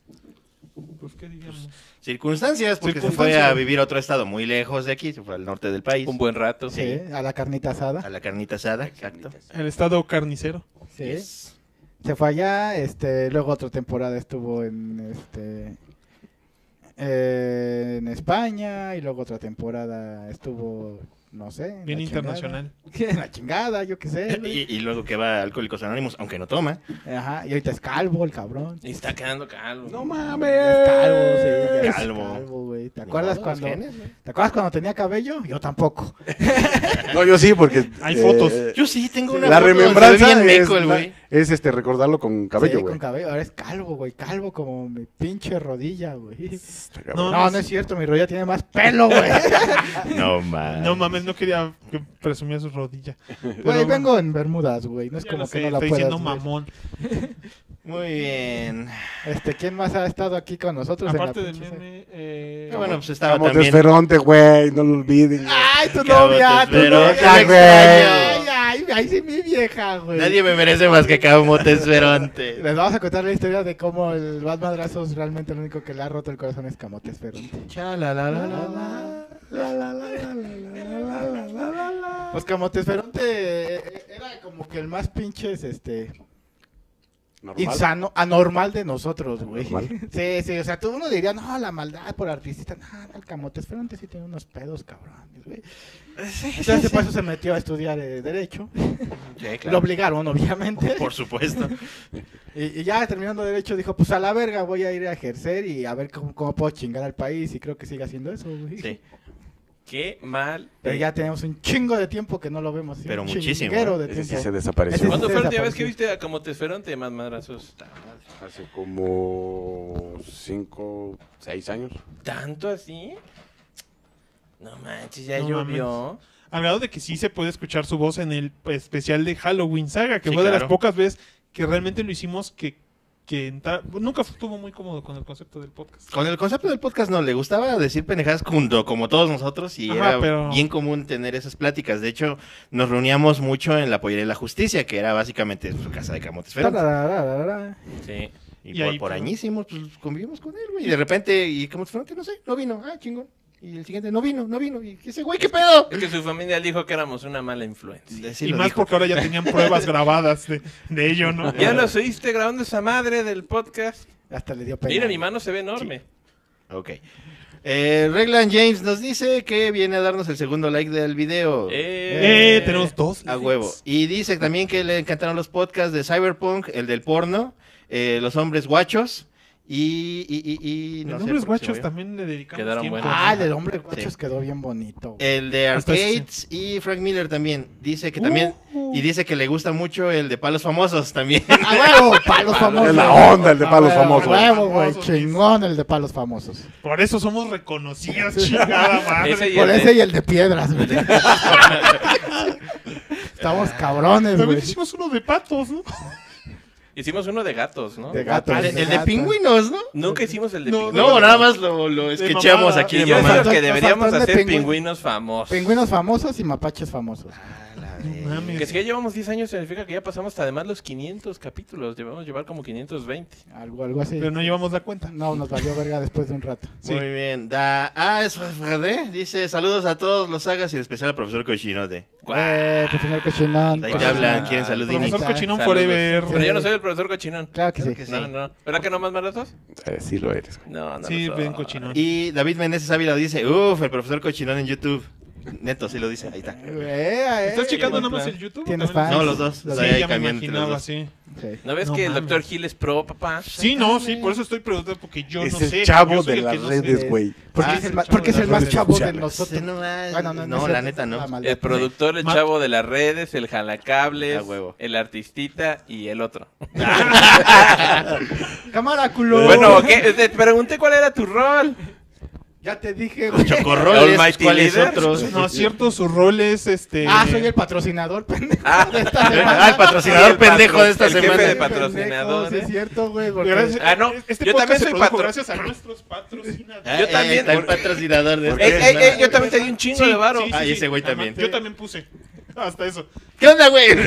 pues qué diríamos?
Circunstancias, porque se fue
Circunstancias.
a vivir a otro estado muy lejos de aquí, se fue al norte del país.
Un buen rato.
Sí, a la carnita
A
asada.
la carnita asada, exacto.
El estado carnicero.
Sí.
Yes.
Se fue allá, este, luego otra temporada estuvo en este eh, en España y luego otra temporada estuvo no sé, en
Bien
la
internacional.
chingada. En la chingada, yo qué sé. güey.
Y, y luego que va a Alcohólicos Anónimos, aunque no toma.
Ajá, y ahorita es calvo el cabrón.
Y está quedando calvo.
No
Ya es calvo, sí, ya
mames.
es
Calvo.
calvo, güey. ¿Te acuerdas
Ni modo, los
cuando
genes, güey.
¿Te acuerdas cuando tenía cabello? Yo tampoco.
No, yo sí, porque. eh,
Hay fotos.
Eh, Yo sí tengo una
La
foto donde
remembranza
se ve bien
es,
meco el
la-
güey.
es, este recordarlo con cabello,
Sí,
güey.
con cabello. Ahora es calvo, güey. Calvo como mi pinche rodilla, güey.
Está cabrón.
No,
No, no es cierto. Mi rodilla tiene más pelo, güey.
No mames.
No mames, no quería que presumía su rodilla.
Güey,
Pero-
vengo en Bermudas, güey. No es
Ya
como
lo sé,
que no la
estoy
puedas
diciendo
ver.
mamón.
Muy bien.
Este, ¿quién más ha estado aquí con nosotros? en la
Aparte del
pinche serie?
meme, eh,
Ah, bueno, pues estaba
Camotes
también.
Ferronte, güey, no lo olviden.
¡Ay, tu
Cabotes
novia! ¡Tu
Verón,
novia,
te
güey! ¡Ay,
extraño.
ay! ¡Ay, sí, mi vieja, güey!
Nadie me merece más que Camotes Feronte.
Les vamos a contar la historia de cómo el Bad Madrazos realmente lo único que le ha roto el corazón es Camotes Ferrante. Pues Camotes Feronte eh, eh, era como que el más pinches, este...
Normal.
Insano, anormal de nosotros, güey.
Anormal.
Sí, sí, o sea, tú uno diría, no, la maldad por artista, no, el camote, Fernández sí tiene unos pedos, cabrones, güey. Entonces, de paso se metió a estudiar eh, Derecho.
Sí,
Lo
claro.
obligaron, obviamente.
Por supuesto.
Y, y ya terminando Derecho dijo, pues a la verga voy a ir a ejercer y a ver cómo, cómo puedo chingar al país. Y creo que sigue haciendo eso, güey.
Sí.
Qué mal.
Pero ya tenemos un chingo de tiempo que no lo vemos. sí,
Pero
un
muchísimo,
chinguero
¿eh?
de
Ese sí
tiempo.
se desapareció.
Ese sí
¿Cuándo
se
fue la última vez que
desapareció.
viste a como te fueron te más madrazos?
Hace como cinco, seis años.
¿Tanto así? No manches, ya
No
llovió.
Al grado de que sí se puede escuchar su voz en el especial de Halloween Saga, que
Sí,
fue de las
claro.
pocas veces que realmente lo hicimos que, que entra- nunca estuvo muy cómodo con el concepto del podcast.
Con el concepto del podcast no, le gustaba decir pendejadas junto, como todos nosotros, y
Ajá,
era
pero-
bien común tener esas pláticas. De hecho, nos reuníamos mucho en la Pollería de la Justicia, que era básicamente su casa de Camotes Fernández.
Tararararara.
Sí.
Y,
Y
por,
ahí,
por
pues,
añísimos, pues convivimos con él, güey. Y de repente, y Camotes Fernández, no sé, no vino, ah, chingón. Y el siguiente, no vino, no vino. Y ese güey, ¿qué pedo?
Es que su familia dijo que éramos una mala influencia.
Sí,
y
lo
más
dijo.
porque ahora ya tenían pruebas grabadas de, de ello, ¿no?
¿Ya lo oíste grabando esa madre del podcast?
Hasta le dio pena.
Mira, mi mano se ve enorme.
Ok. Eh, Reglan James nos dice que viene a darnos el segundo like del video.
Eh,
Eh, tenemos dos.
A huevo. Y dice también que le encantaron los podcasts de Cyberpunk, el del porno, eh, los hombres guachos y... y, y, y- no
Los
sé
hombres
por qué se
guachos
me
también le dedicamos
Quedaron
tiempo.
buenos.
Ah, el del hombre guachos
Sí.
quedó bien bonito.
Eh,
olvidó. El de
Hasta ese
Arcades y Frank Miller también. Dice que también...
Uh.
Y dice que le gusta mucho el de palos famosos también.
¡A Ah, huevo! ¡Palos famosos!
Es la onda, el de
Ah,
palos
bueno,
famosos.
¡A huevo, güey!
Famosos,
¡Chingón el de palos famosos!
Por eso somos reconocidas, chingada
Ese
madre.
y
Por
el de-
ese y el de piedras, güey. Estamos cabrones,
También
güey.
hicimos uno de patos, ¿no?
Hicimos uno de gatos, ¿no?
De gatos.
Ah, el, el de
gatos.
pingüinos, ¿no?
Nunca hicimos el de
No,
pingüinos.
No, nada más lo, lo sketcheamos
mamada.
aquí
Y
de
yo
mamá.
creo
mamada.
Nos
que
faltó- nos
deberíamos
faltó el de
hacer
pingüi-
pingüinos famosos.
Pingüinos famosos y mapaches famosos.
Ah, la
No
verga.
mames.
Que si ya llevamos 10 años significa que ya pasamos hasta además los 500 capítulos. Llevamos llevar como 520.
Algo, algo así.
Pero no llevamos la cuenta.
No, nos valió verga después de un rato.
Sí.
Muy bien. Da, ah, es Fredé. Dice saludos a todos los sagas y en especial al profesor Cochinote.
Eh, pues señor Cochinón.
Ahí te
Cochinón.
hablan, quieren saludinis.
Profesor Cochinón
Saludos.
Forever.
Pero yo no soy el profesor cochinón.
Claro que
Creo
sí.
que sí.
No, no. ¿Verdad que no más baratos?
Eh, sí lo eres, güey.
No, no.
Sí,
lo soy.
ven cochinón.
Y David Meneses Ávila dice, uff, el profesor Cochinón en YouTube. Neto, sí lo dice, ahí está.
Eh, eh,
¿Estás checando
buen
nomás
plan.
el YouTube?
¿Tienes
También-
fans?
No, los dos.
Los
o sea,
Sí,
ahí
ya me
cambian entre los
imaginaba,
dos.
sí.
sí.
¿No ves
No
que el
mames.
doctor Gil es pro, papá?
Sí, no, sí, por eso estoy preguntando, porque yo
es
no
el
sé.
chavo
yo soy
de
el
las
que no sé.
redes, güey.
Porque
Ah,
es
sí,
el, ma-
chavo de
porque es el
las
más
redes
chavo de
sociales.
nosotros.
Sí, no más.
es
No,
cierto,
la neta, no.
la maldad.
El productor, el
Ma-
chavo de las redes, el jalacables,
A huevo.
el artistita y el otro.
Cámara, culo.
Bueno, ¿qué? te pregunté cuál era tu rol.
Ya te dije, güey.
Chocorroles,
Almighty
¿cuáles
Leader.
otros?
No, es cierto, su rol es este.
Ah, soy el patrocinador, pendejo.
Ah,
Ah, el patrocinador eh.
El patro-
pendejo de esta
el jefe
semana.
de
Pendejo,
patrocinadores.
sí es cierto, güey. porque-
Gracias-
Ah, no,
Este
yo
podcast
también
se
soy
produjo
patro-
Gracias a nuestros patrocinadores.
Ah,
Yo
eh,
también,
está el
porque-
patrocinador de esta
Ey, ey, ey,
semana.
eh, yo también tenía un chingo de varo.
Ah, y ese güey
Además,
también.
Yo también puse. Hasta eso.
¿Qué onda, güey?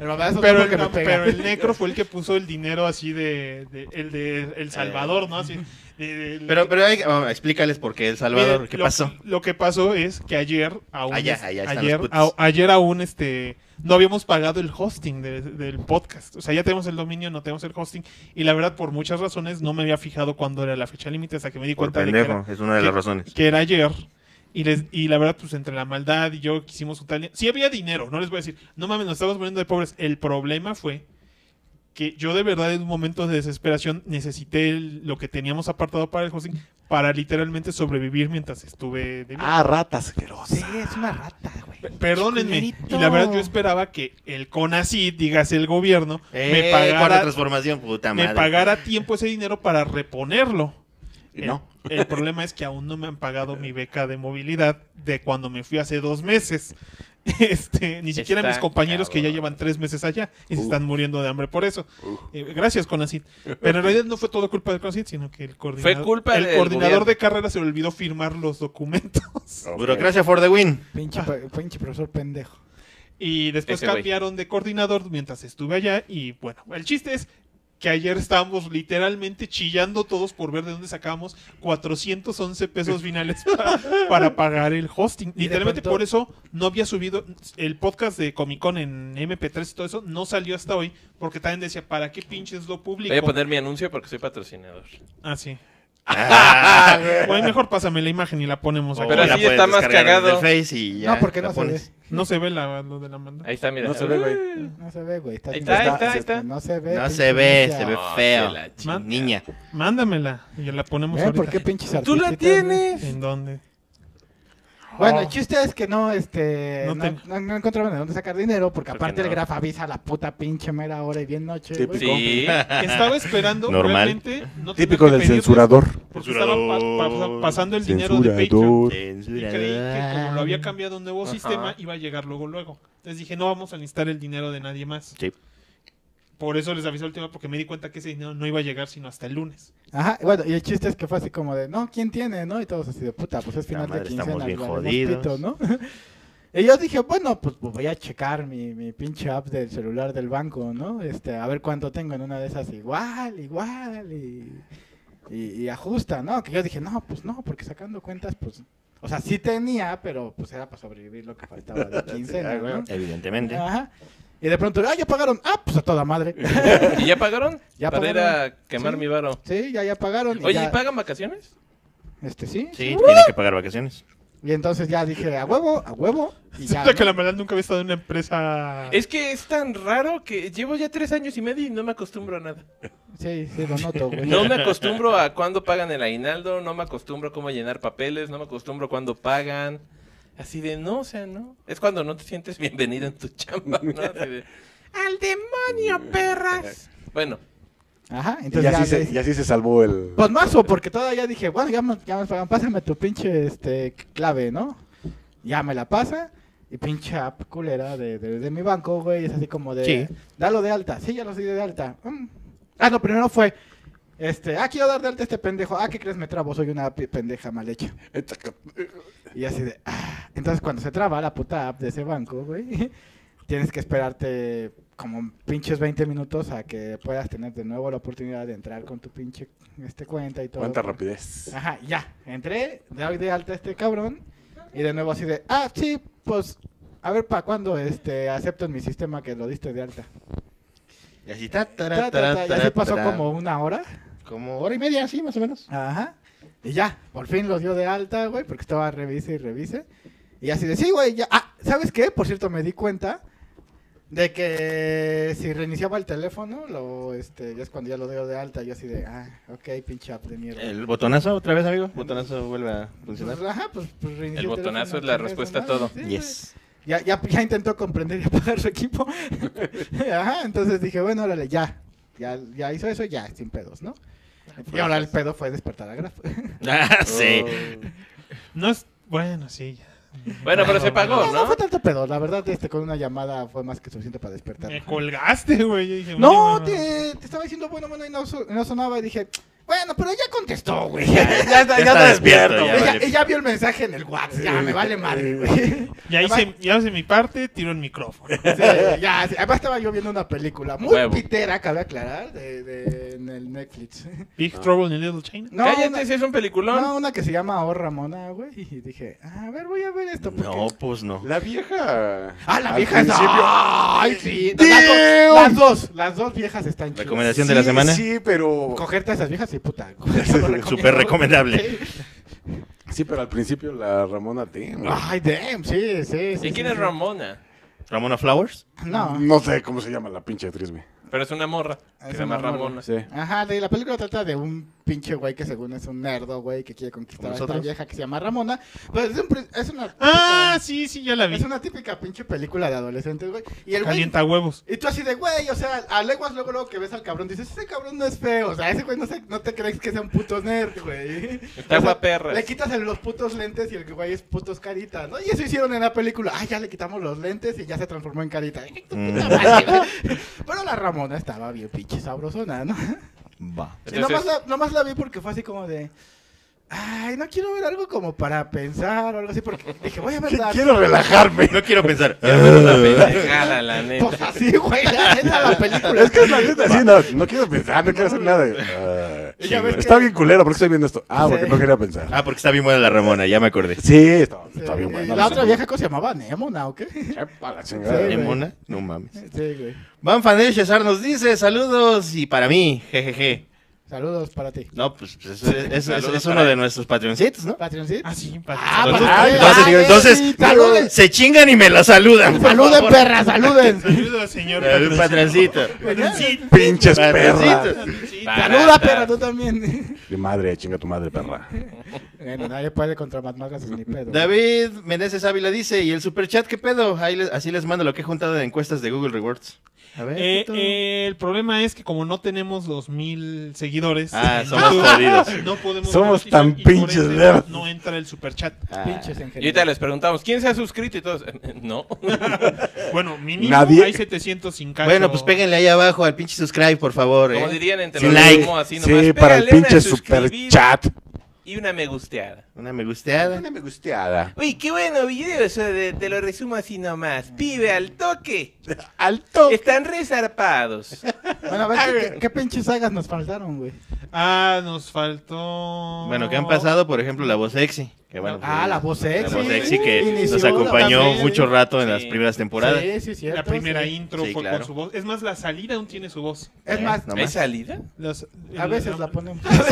El mamazo
Pero
fue
el,
que me
no,
pega.
pero el necro fue el que puso el dinero así de, de- el de El Salvador, ¿no? Así, de- de-
Pero, pero hay- oh, explícales por qué El Salvador,
Miren,
¿qué
lo-
pasó?
Lo que pasó es que ayer aún
Allá,
es-
allá están
ayer,
los putos.
a- ayer aún este no habíamos pagado el hosting de- del podcast. O sea, ya tenemos el dominio, no tenemos el hosting y la verdad por muchas razones no me había fijado cuándo era la fecha límite hasta que me di cuenta de que era,
es una de
las
razones.
que era ayer. Y, les, y la verdad, pues entre la maldad y yo quisimos un tal... Sí había dinero, no les voy a decir. No mames, nos estamos poniendo de pobres. El problema fue que yo de verdad en un momento de desesperación necesité el- lo que teníamos apartado para el hosting para literalmente sobrevivir mientras estuve de viaje.
Ah, rata asquerosa.
Sí, es una rata, güey.
P- Perdónenme.
Culerito.
Y la verdad yo esperaba que el CONACYT, dígase el gobierno, me
Eh, cuarta
pagara,
transformación, puta
me
madre.
pagara a tiempo ese dinero para reponerlo.
Y no.
Eh, El problema es que aún no me han pagado mi beca de movilidad de cuando me fui hace dos meses. Este, ni siquiera
Está
mis compañeros que ya
cabrón.
llevan tres meses allá y se
Uh.
están muriendo de hambre por eso.
Uh.
Eh, gracias, Conacit. Pero en realidad no fue todo culpa de Conacit, sino que el coordinador,
culpa
el
del
coordinador
gobierno.
de carrera se le olvidó firmar los documentos.
Ok.
Burocracia for the win.
Pinche, pe- pinche profesor pendejo.
Y después
Ese güey.
cambiaron de coordinador mientras estuve allá. Y bueno, el chiste es que ayer estábamos literalmente chillando todos por ver de dónde sacábamos 411 pesos finales pa- para pagar el hosting.
de
Literalmente
pronto-
por eso no había subido el podcast de Comic Con en MP3 y todo eso, no salió hasta hoy, porque también decía, ¿para qué pinches lo publico?
Voy a poner mi anuncio porque soy patrocinador.
Ah, sí.
Ah, güey.
Güey, mejor pásame la imagen y la ponemos
O
aquí.
Oh. Pero
la
así
puedes
está más
descargar
cagado.
del Face y ya
No, porque
la
no se ve.
pones.
No se ve la, lo de la manda.
Ahí está, mira.
No se ve, güey.
No se ve, güey. Está
Ahí está, ahí está, ahí está.
No se ve.
No
pinche
se ve,
niña.
se ve
No,
feo.
que la
Ah, chingada.
Niña.
Mándamela y la ponemos
¿Eh?
ahorita.
¿Por qué pinches
Tú la
artistas,
tienes.
¿En dónde?
güey? Bueno,
Oh.
el chiste es que no, este,
No
no,
tengo.
no- no encontraban de dónde sacar dinero, porque,
Porque
aparte
no.
el graf avisa a la puta pinche mera hora y bien noche, güey.
Típico.
Sí.
Estaba esperando
Normal.
realmente. No tener
Típico
que
del
pedirles,
censurador.
Porque estaba pa- pa- pasando el dinero de Patreon.
Censurador.
Y creí que como lo había cambiado a un nuevo
Ajá.
sistema, iba a llegar luego, luego. Entonces dije, no vamos a necesitar el dinero de nadie más.
Sí.
Por eso les avisé el tema, porque me di cuenta que ese dinero no iba a llegar sino hasta el lunes.
Ajá, bueno, y el chiste es que fue así como de, no, ¿quién tiene, no? Y todos así de, puta, pues es final
madre,
de quincena.
estamos bien
le haremos
jodidos.
pito, ¿no? y yo dije, bueno, pues voy a checar mi, mi pinche app del celular del banco, ¿no? Este, a ver cuánto tengo en una de esas, igual, igual, y, y, y ajusta, ¿no? Que yo dije, no, pues no, porque sacando cuentas, pues, o sea, sí tenía, pero pues era para sobrevivir lo que faltaba de quincena, ¿no?
Evidentemente.
Ajá. Y de pronto, ah, ya pagaron, ah, pues a toda madre.
¿Y ya pagaron?
Ya
Para ir
pagaron.
a quemar
Sí.
mi varo.
sí, ya, ya pagaron. y
Oye,
ya-
¿y pagan vacaciones?
Este, sí,
Sí, tiene que pagar vacaciones.
Y entonces ya dije, a huevo, a huevo, y ya.
Siento
¿no?
que la verdad nunca había estado en una empresa.
Es que es tan raro que llevo ya tres años y medio y no me acostumbro a nada.
Sí, sí, lo noto, güey.
No me acostumbro a cuándo pagan el aguinaldo, no me acostumbro a cómo llenar papeles, no me acostumbro a cuándo pagan. Así de, no, o sea, no. Es cuando no te sientes bienvenido en tu chamba, ¿no? Así de, ¡Al demonio, perras! Bueno,
Ajá,
Y
entonces ya,
así,
le
se,
dije,
y así se salvó el.
Pues mazo, porque todavía dije, bueno, ya me, ya me pagan, pásame tu pinche este, clave, ¿no? Ya me la pasa. Y pinche app culera de, de, de mi banco, güey, es así como de,
Sí.
dalo de alta. Sí, ya lo di de alta. Mm. Ah, lo primero fue, este, ah, quiero dar de alta a este pendejo. Ah, ¿qué crees? Me trabo, soy una pi- pendeja mal hecha. Y así de. ah. Entonces, cuando se traba la puta app de ese banco, güey, tienes que esperarte como pinches 20 minutos a que puedas tener de nuevo la oportunidad de entrar con tu pinche este cuenta y todo.
Cuánta rapidez.
Ajá, ya. Entré, doy de alta a este cabrón. Y de nuevo así de, ah, sí, pues, a ver para cuándo este, acepto en mi sistema que lo diste de alta.
Y así, ta, ta,
Ta,
ta,
ta, ta,
ta,
y así
ta,
pasó
ta.
como una hora.
Como hora y media, sí, más o menos.
Ajá. Y ya, por fin los dio de alta, güey, porque estaba revise y revise. Y así de, sí, güey, ya. Ah, ¿sabes qué? Por cierto, me di cuenta de que si reiniciaba el teléfono, lo, este, ya es cuando ya lo dio de alta. Yo así de, ah, ok, pinche app de mierda.
Eh,
El botonazo otra vez, amigo. Botonazo vuelve a funcionar.
Pues, ajá, pues, pues reinició
El botonazo es
teléfono,
la
chingue su
respuesta a
madre.
todo.
Sí, güey.
Yes.
Ya, ya, ya intentó comprender y apagar su equipo. Ajá, entonces dije, bueno, órale, ya. Ya, ya hizo eso, ya, sin pedos, ¿no? Y ahora el pedo fue despertar a Graf.
Ah, sí.
Oh.
No es. Bueno, sí. ya.
bueno, pero se pagó,
No, no
¿no?
fue tanto pedo. La verdad, este, con una llamada fue más que suficiente para despertar.
Me colgaste, güey. Yo dije,
No,
bueno,
te, te estaba diciendo bueno, bueno, y no, so- no sonaba. Y dije, bueno, pero ya contestó, güey.
Ya está, despierto.
Ella,
ya vale.
ella vio el mensaje en el WhatsApp. Ya, me vale madre, güey.
Ya hice, ya hice mi parte, tiro el micrófono.
Sí, ya, sí. Además, estaba yo viendo una película muy
Huevo.
pitera, cabe aclarar, de, de- en el Netflix.
Big Trouble in Little China.
No,
Cállate,
una,
si es un peliculón.
no, una que se llama Oh Ramona, güey. Y dije, "Ah, a ver, voy a ver esto. Porque...
No, pues no.
La vieja.
Ah, la
al
vieja es.
principio-
Ay, sí. No, Las dos, las dos, las dos viejas están chidas.
Recomendación de la
Sí,
semana.
Sí, pero.
Cogerte a esas viejas, sí, puta.
Súper recomendable.
Sí, pero al principio la Ramona te.
Ay, damn, sí, sí. sí
¿Y quién
sí,
es
sí.
Ramona?
Ramona Flowers.
No.
No sé cómo se llama la pinche actriz, güey.
Pero es una morra.
Ah,
Que
es
se llama
una morra.
Ramona.
Sí.
Ajá, de, la película trata de un pinche güey que según es un nerdo, güey, que quiere conquistar a esta
¿Nosotros?
vieja que se llama Ramona. Pero es, un pri- es una...
Ah, sí, sí, ya la vi.
Es una típica pinche película de adolescentes, güey. Y el güey...
Calienta huevos.
Y tú así de, güey, o sea, a leguas luego, luego que ves al cabrón, dices, ese cabrón no es feo, o sea, ese güey no, se- no te crees que sea un puto nerd, güey.
Está
O sea,
guaperras.
Le quitas el- los putos lentes y el güey es putos caritas, ¿no? Y eso hicieron en la película. Ah, ya le quitamos los lentes y ya se transformó en carita. Ay, tu
Mm,
puta madre, güey. Pero la Ramona estaba bien pinche sabrosona, ¿no?
Va.
Y
Entonces,
nomás, la, nomás la vi porque fue así como de. ay, no quiero ver algo como para pensar o algo así, porque dije, voy a ver Dark.
Quiero relajarme.
No quiero pensar.
Ya me dio una pendejada, la neta.
Pues así, güey, la neta, la película.
Es que es la neta, sí, no, no quiero pensar, no quiero hacer nada. Ah,
Y ya ves
está
que-
bien culero, ¿por qué estoy viendo esto? Ah, porque
Sí.
no quería pensar.
Ah, porque está bien buena la Ramona, ya me acordé.
Sí, está,
Sí,
está bien
y
bueno.
Eh, la otra vieja, ¿cómo se llamaba? ¿Nemona o qué?
Chepa, la chingada.
Sí.
¿Ramona? No mames.
Sí, güey.
Van Fanel Cesar nos dice saludos y para mí, jejeje.
Saludos para ti.
No, pues pues, es, es- es-
Saludos
es
para
uno
él.
de nuestros patroncitos, ¿no?
Patreoncito.
Ah, sí, padre.
Ah,
Entonces,
para él.
entonces,
Ah,
digo,
eh,
entonces,
sí, saluden.
se chingan y me la saludan. por
Saluden,
favor.
perra, saluden.
Saludos, señor.
Salud, patroncito.
Patroncito.
Pinches perras.
Patroncito.
Saluda,
Barata.
perra, tú también.
Mi madre, chinga tu madre, perra.
bueno, nadie puede contra más magas ni pedo.
David Meneses Ávila dice, ¿y el superchat qué pedo? Ahí les- así les mando lo que he juntado de encuestas de Google Rewards. A ver.
Eh,
puto.
eh, el problema es que como no tenemos los mil seguidores,
Ah,
en
somos
YouTube,
jodidos.
No podemos
Somos
monetizar
tan
y por
pinches
ende
nerds.
No entra el superchat.
Ah.
Pinches en
Y ahorita
general.
les preguntamos, ¿quién se ha suscrito? Y todos, no.
Bueno, mínimo
Nadie.
hay 700 sin cacho.
Bueno, pues péguenle ahí abajo al pinche subscribe, por favor.
Como
¿eh?
dirían entre
Sí,
los
like.
como así nomás.
Sí, para
pégale
el
una
pinche super
suscribida
chat.
Y una me gusteada.
Una me gusteada.
me gusteada.
Uy, qué bueno video eso, de- te lo resumo así nomás. Pibe al toque.
Alto.
Están resarpados.
Bueno, a ver, ¿qué, qué- qué pinches sagas nos faltaron, güey?
Ah, nos faltó.
Bueno, ¿qué han pasado? Por ejemplo, la voz sexy. Que bueno, pues,
Ah, la voz sexy.
La voz sexy que
Inició
nos acompañó
también.
mucho rato en las
Sí.
primeras temporadas.
Sí, sí, cierto,
La primera
sí.
intro
Sí,
fue
claro.
con su voz. Es más, la salida aún tiene su voz.
Es más,
No
¿Hay
más.
salida?
Las-
a
el-
veces la ponemos.
Ah,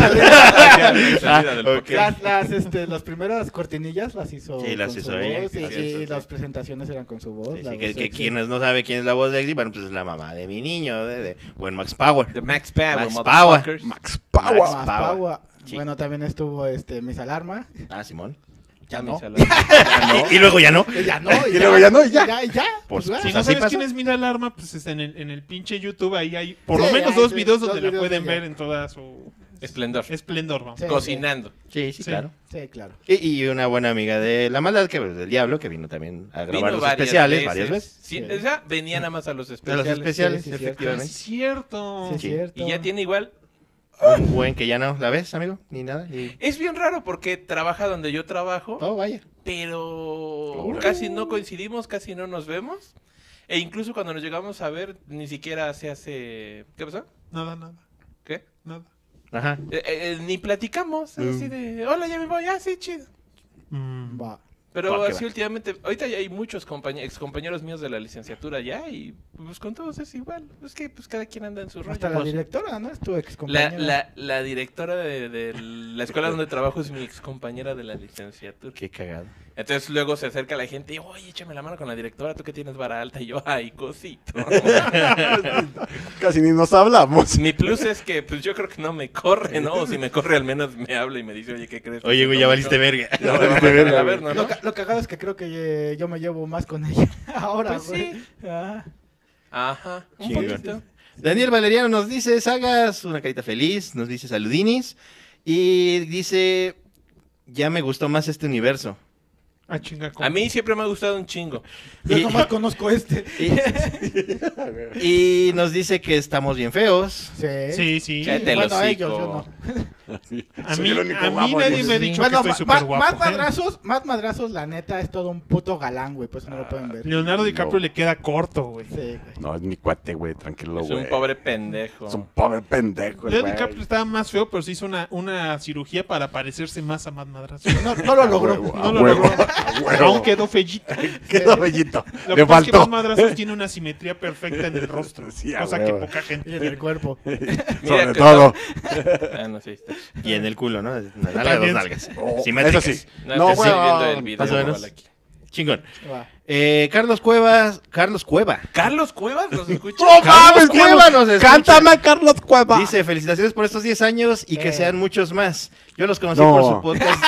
salida del
ok.
podcast.
Las, las, este, las primeras cortinillas las hizo.
Sí, las
con
hizo
su
ella,
voz, y,
las hizo,
y
sí.
las presentaciones eran con su voz.
Sí,
la
que,
voz
que
sexy.
quienes no saben quién es la voz sexy, bueno, pues es la mamá de mi niño, de, de- bueno, Max Power.
The Max Power,
Max
motherfuckers.
Max Power.
Max Paua.
Más Paua.
Sí.
Bueno, también estuvo este, Miss Alarma.
Ah, Simón.
Ya
no.
me saludó.
Y, y luego ya no.
Y ya no,
Y luego ya no, y ya.
Ya, ya.
Por
pues,
Si
Pues
no
así
sabes
pasa.
quién es Mira Alarma, pues está en el, en el pinche YouTube ahí hay por
Sí,
lo menos
hay
dos
de-
videos
dos
donde la
videos
pueden
de ella.
ver en toda su
Esplendor.
esplendor, vamos.
Sí.
Cocinando.
Sí,
Sí. claro.
Sí, claro.
Y, y una buena amiga de la maldad, que pues, del diablo, que vino también a grabar
Vino
los
varias
especiales varias veces.
Sí,
Sí.
ya venía nada más a los
De los
especiales.
especiales,
sí, sí,
Ah, sí,
efectivamente.
es cierto.
Sí,
Sí.
es cierto.
Y ya tiene igual.
Un buen que ya no la ves, amigo, ni nada. y-
Es bien raro porque trabaja donde yo trabajo.
Oh, vaya.
pero
Ahora.
casi no coincidimos, casi no nos vemos. E incluso cuando nos llegamos a ver, ni siquiera se hace... ¿Qué pasó?
Nada, nada,
¿Qué?
nada.
Ajá.
Eh, eh, ni platicamos,
Mm.
así de... Hola, ya me voy, ah, sí, chido.
Mm.
Ah, Va.
Pero
Va, que
así
va.
últimamente, ahorita ya hay muchos compañe- excompañeros míos de la licenciatura ya y pues con todos es igual. Es que pues cada quien anda en su rollo.
Hasta la
Pues,
directora, ¿no? Es tu ex
la,
compañera.
la- la directora de, de la escuela donde trabajo es mi excompañera de la licenciatura.
Qué cagado.
Entonces luego se acerca la gente y, oye, échame la mano con la directora, tú que tienes vara alta. Y yo, ay, cosito.
Casi ni nos hablamos.
Mi plus es que, pues yo creo que no me corre, ¿no? O si me corre, al menos me habla y me dice, oye, ¿qué crees?
Oye, güey, ya
No,
valiste
no,
verga.
no, no, no, no, a ver, no,
Lo,
no.
ca- lo cagado es que creo que eh, yo me llevo más con ella ahora,
Pues
güey.
sí.
Ah,
Ajá, un
Chingón.
poquito.
Daniel Valeriano nos dice sagas, una carita feliz, nos dice saludinis y dice ya me gustó más este universo.
Ah, chinga, ¿cómo?
A mí siempre me ha gustado un chingo.
yo
Y-
nomás conozco este.
Y, y nos dice que estamos bien feos.
Sí.
Sí, sí.
Cállate el
bueno,
hocico.
ellos, yo no.
A
Soy
mí,
el único
a mí
guapo,
nadie
dices.
me ha dicho
Bueno,
que
ma-
estoy ¿eh?
ma-
súper guapo.
más madrazos, más madrazos, la neta, es todo un puto galán, güey, pues no lo pueden ver.
Leonardo DiCaprio
No.
le queda corto, güey.
Sí, güey.
No, es mi cuate, güey, tranquilo,
Es
güey.
un pobre pendejo.
Es un pobre pendejo,
Leonardo
güey.
DiCaprio estaba más feo, pero se hizo una, una cirugía para parecerse más a Mad Madrazo.
No, no lo
A
logró.
huevo,
No
a
lo
huevo,
logró.
a
Aún
huevo.
quedó fellito.
Quedó bellito.
Lo que
Le
pasa es que Mad
faltó.
Madrazo tiene una simetría perfecta en el rostro.
Sí, a
cosa
huevo.
que poca gente
Y en el
tiene.
cuerpo.
Mira
Sobre
que-
todo.
Ah, no, sí, está.
Y en el culo, ¿no? Una nalga, dos
También.
nalgas.
Oh,
Simétricas.
Eso sí.
No,
No,
estoy
bueno,
viendo el video.
más o menos.
igual aquí.
Chingón.
Va.
Eh, Carlos Cuevas, Carlos Cueva.
Carlos Cuevas nos escucha.
¡No
Carlos
mames,
Cueva nos
Cueva!
escucha.
¡Cántame, Carlos Cueva!
Dice, felicitaciones por estos 10 años y que
Sí.
sean muchos más. Yo los conocí
Eh. No.
por su podcast,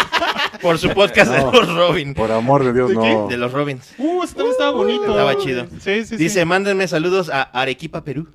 por su podcast
No.
de los Robin.
Por amor de Dios,
¿De qué?
no.
De los Robins.
Uh, ese también estaba bonito.
Estaba chido.
Sí, sí,
Dice,
sí.
mándenme saludos a Arequipa, Perú.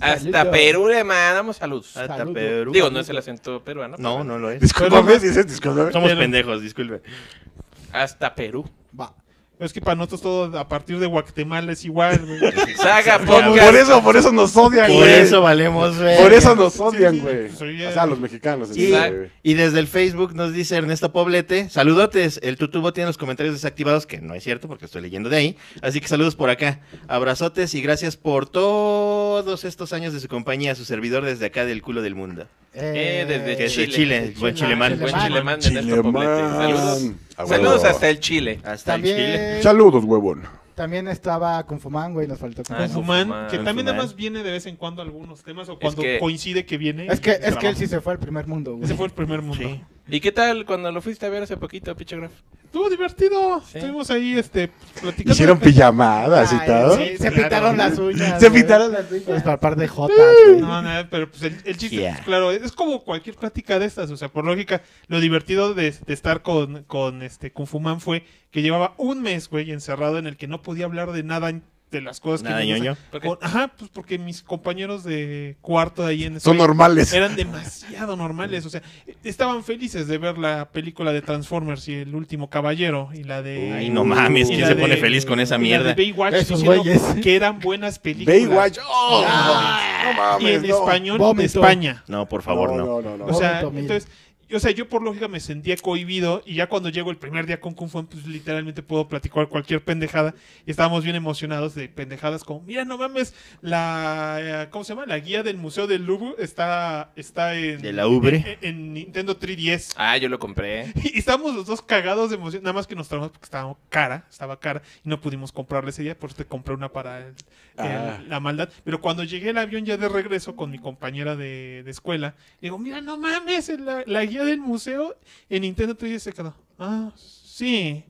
Hasta
Saludos.
Perú le mandamos saludos.
Hasta
Saludos.
Perú.
Digo, no es el acento peruano.
No,
pero
no lo es.
Discúlpame, dices, discúlpame.
Somos
Pero-
pendejos, disculpe.
Hasta Perú.
Va.
Pero es que para nosotros todo a partir de Guatemala es igual, güey.
Saga
Por
Podcast.
eso, por eso nos odian,
Por
güey.
eso valemos, güey.
Por eso nos
Sí,
odian,
sí,
güey.
soy, eh,
O sea, los mexicanos. en
Sí.
general, güey.
Y desde el Facebook nos dice Ernesto Poblete, saludotes, el tutubo tiene los comentarios desactivados, que no es cierto porque estoy leyendo de ahí, así que saludos por acá, abrazotes y gracias por todos estos años de su compañía, su servidor desde acá del culo del mundo.
Eh, desde
Desde
Chile.
Chile, buen chilemán.
Buen chilemán de Ernesto
Chilemán.
Poblete. Saludos.
Ah, huevo.
Saludos hasta el Chile.
Hasta el Chile.
También,
Saludos, huevón.
también estaba con Fumán, güey, nos faltó
Ah,
Con
Kung Fu Man.
Fumán,
Fumán,
que
con
también
Fumán.
además viene de vez en cuando algunos temas o cuando
que-
coincide que viene.
Es que, es
trabaja.
que él sí se fue al primer mundo, güey.
Ese fue el primer mundo.
Sí.
¿Y qué tal cuando lo fuiste a ver hace poquito, Pichograf?
Estuvo divertido.
Sí.
Estuvimos ahí este, platicando.
Hicieron pijamadas y
Ay,
todo.
sí, se
Claro,
pintaron
güey.
las uñas.
Se
güey.
pintaron las
Pues para par de jotas, güey.
No, nada, pero pues el, el chiste,
Yeah.
pues, claro, es como cualquier plática de estas, o sea, por lógica, lo divertido de, de estar con, con este Kung Fu Man fue que llevaba un mes, güey, encerrado en el que no podía hablar de nada de las cosas
Nada
que me
ñoño.
gustan.
¿Por qué?
Con- ajá, pues porque mis compañeros de cuarto de ahí en
Son normales.
eran demasiado normales, o sea, estaban felices de ver la película de Transformers y El último caballero y la de
Ay, no mames,
y
¿quién
la
se
de-
pone feliz con esa
y la de
mierda?
Baywatch
Esos
diciendo
güeyes.
que eran buenas películas.
Baywatch. Oh, no mames.
y en
no.
español de
Vómito.
España.
No, por favor, no.
no, no,
O sea,
Vómito, mil.
entonces, o sea, yo por lógica me sentía cohibido y ya cuando llego el primer día con Kung Fu, pues literalmente puedo platicar cualquier pendejada y estábamos bien emocionados de pendejadas como, mira, no mames, la, eh, ¿cómo se llama? La guía del Museo del Louvre está, está en,
De la Ubre.
en, en Nintendo 3DS.
Ah, yo lo compré.
Y estábamos los dos cagados de emoción, nada más que nos traumamos porque estaba cara, estaba cara y no pudimos comprarle ese día, por eso te compré una para el- el-
Ah.
la maldad. Pero cuando llegué al avión ya de regreso con mi compañera de, de escuela, digo, mira, no mames, en la, la guía del museo en Nintendo 3DS se quedó. Ah, sí.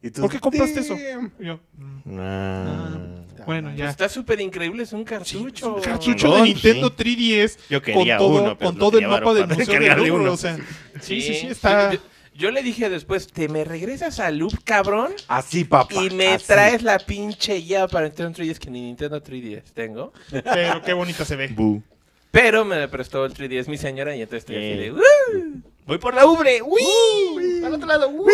Y tú-
¿Por qué compraste eso?
Damn.
Y yo, "Mm,
Ah.
bueno, ya.
Está súper increíble, es un cartucho.
Cartucho de
chingón,
Nintendo
sí.
3DS
Yo
con
quería
todo,
uno, pero
con
lo
todo el
quería
mapa
varo
del
para
museo del
descargarle
Louvre,
uno.
o sea, sí, sí, sí, está.
Yo, yo le dije después, ¿te me regresas a Loop, cabrón?
Así, papá.
Y me
así.
traes la pinche guía para Nintendo 3DS que ni Nintendo 3DS tengo.
Pero qué bonita se ve.
Bu.
Pero me la prestó el 3DS mi señora y entonces estoy así
Eh.
de... "Uh, Voy por la ubre, ¡Uy! al otro lado, ¡uy!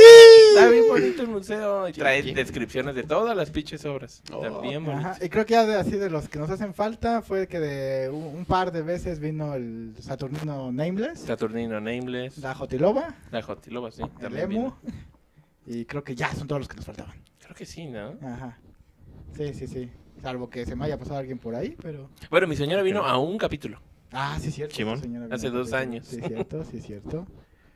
Está bien bonito el museo y trae descripciones de todas las pinches obras. Está bien bonito.
Ajá, Y creo que ya de, así de los que nos hacen falta fue que de un, un par de veces vino el Saturnino Nameless,
Saturnino Nameless,
la Jotiloba,
la Jotiloba, sí.
el
también
Emu,
vino.
y creo que ya son todos los que nos faltaban.
Creo que sí, ¿no?
Ajá. Sí, sí, sí. Salvo que se me haya pasado alguien por ahí, pero...
Bueno, mi señora vino a un capítulo.
Ah, sí, cierto.
Simón.
tu señora vino
Hace dos
por ahí.
años.
Sí, cierto, sí, cierto.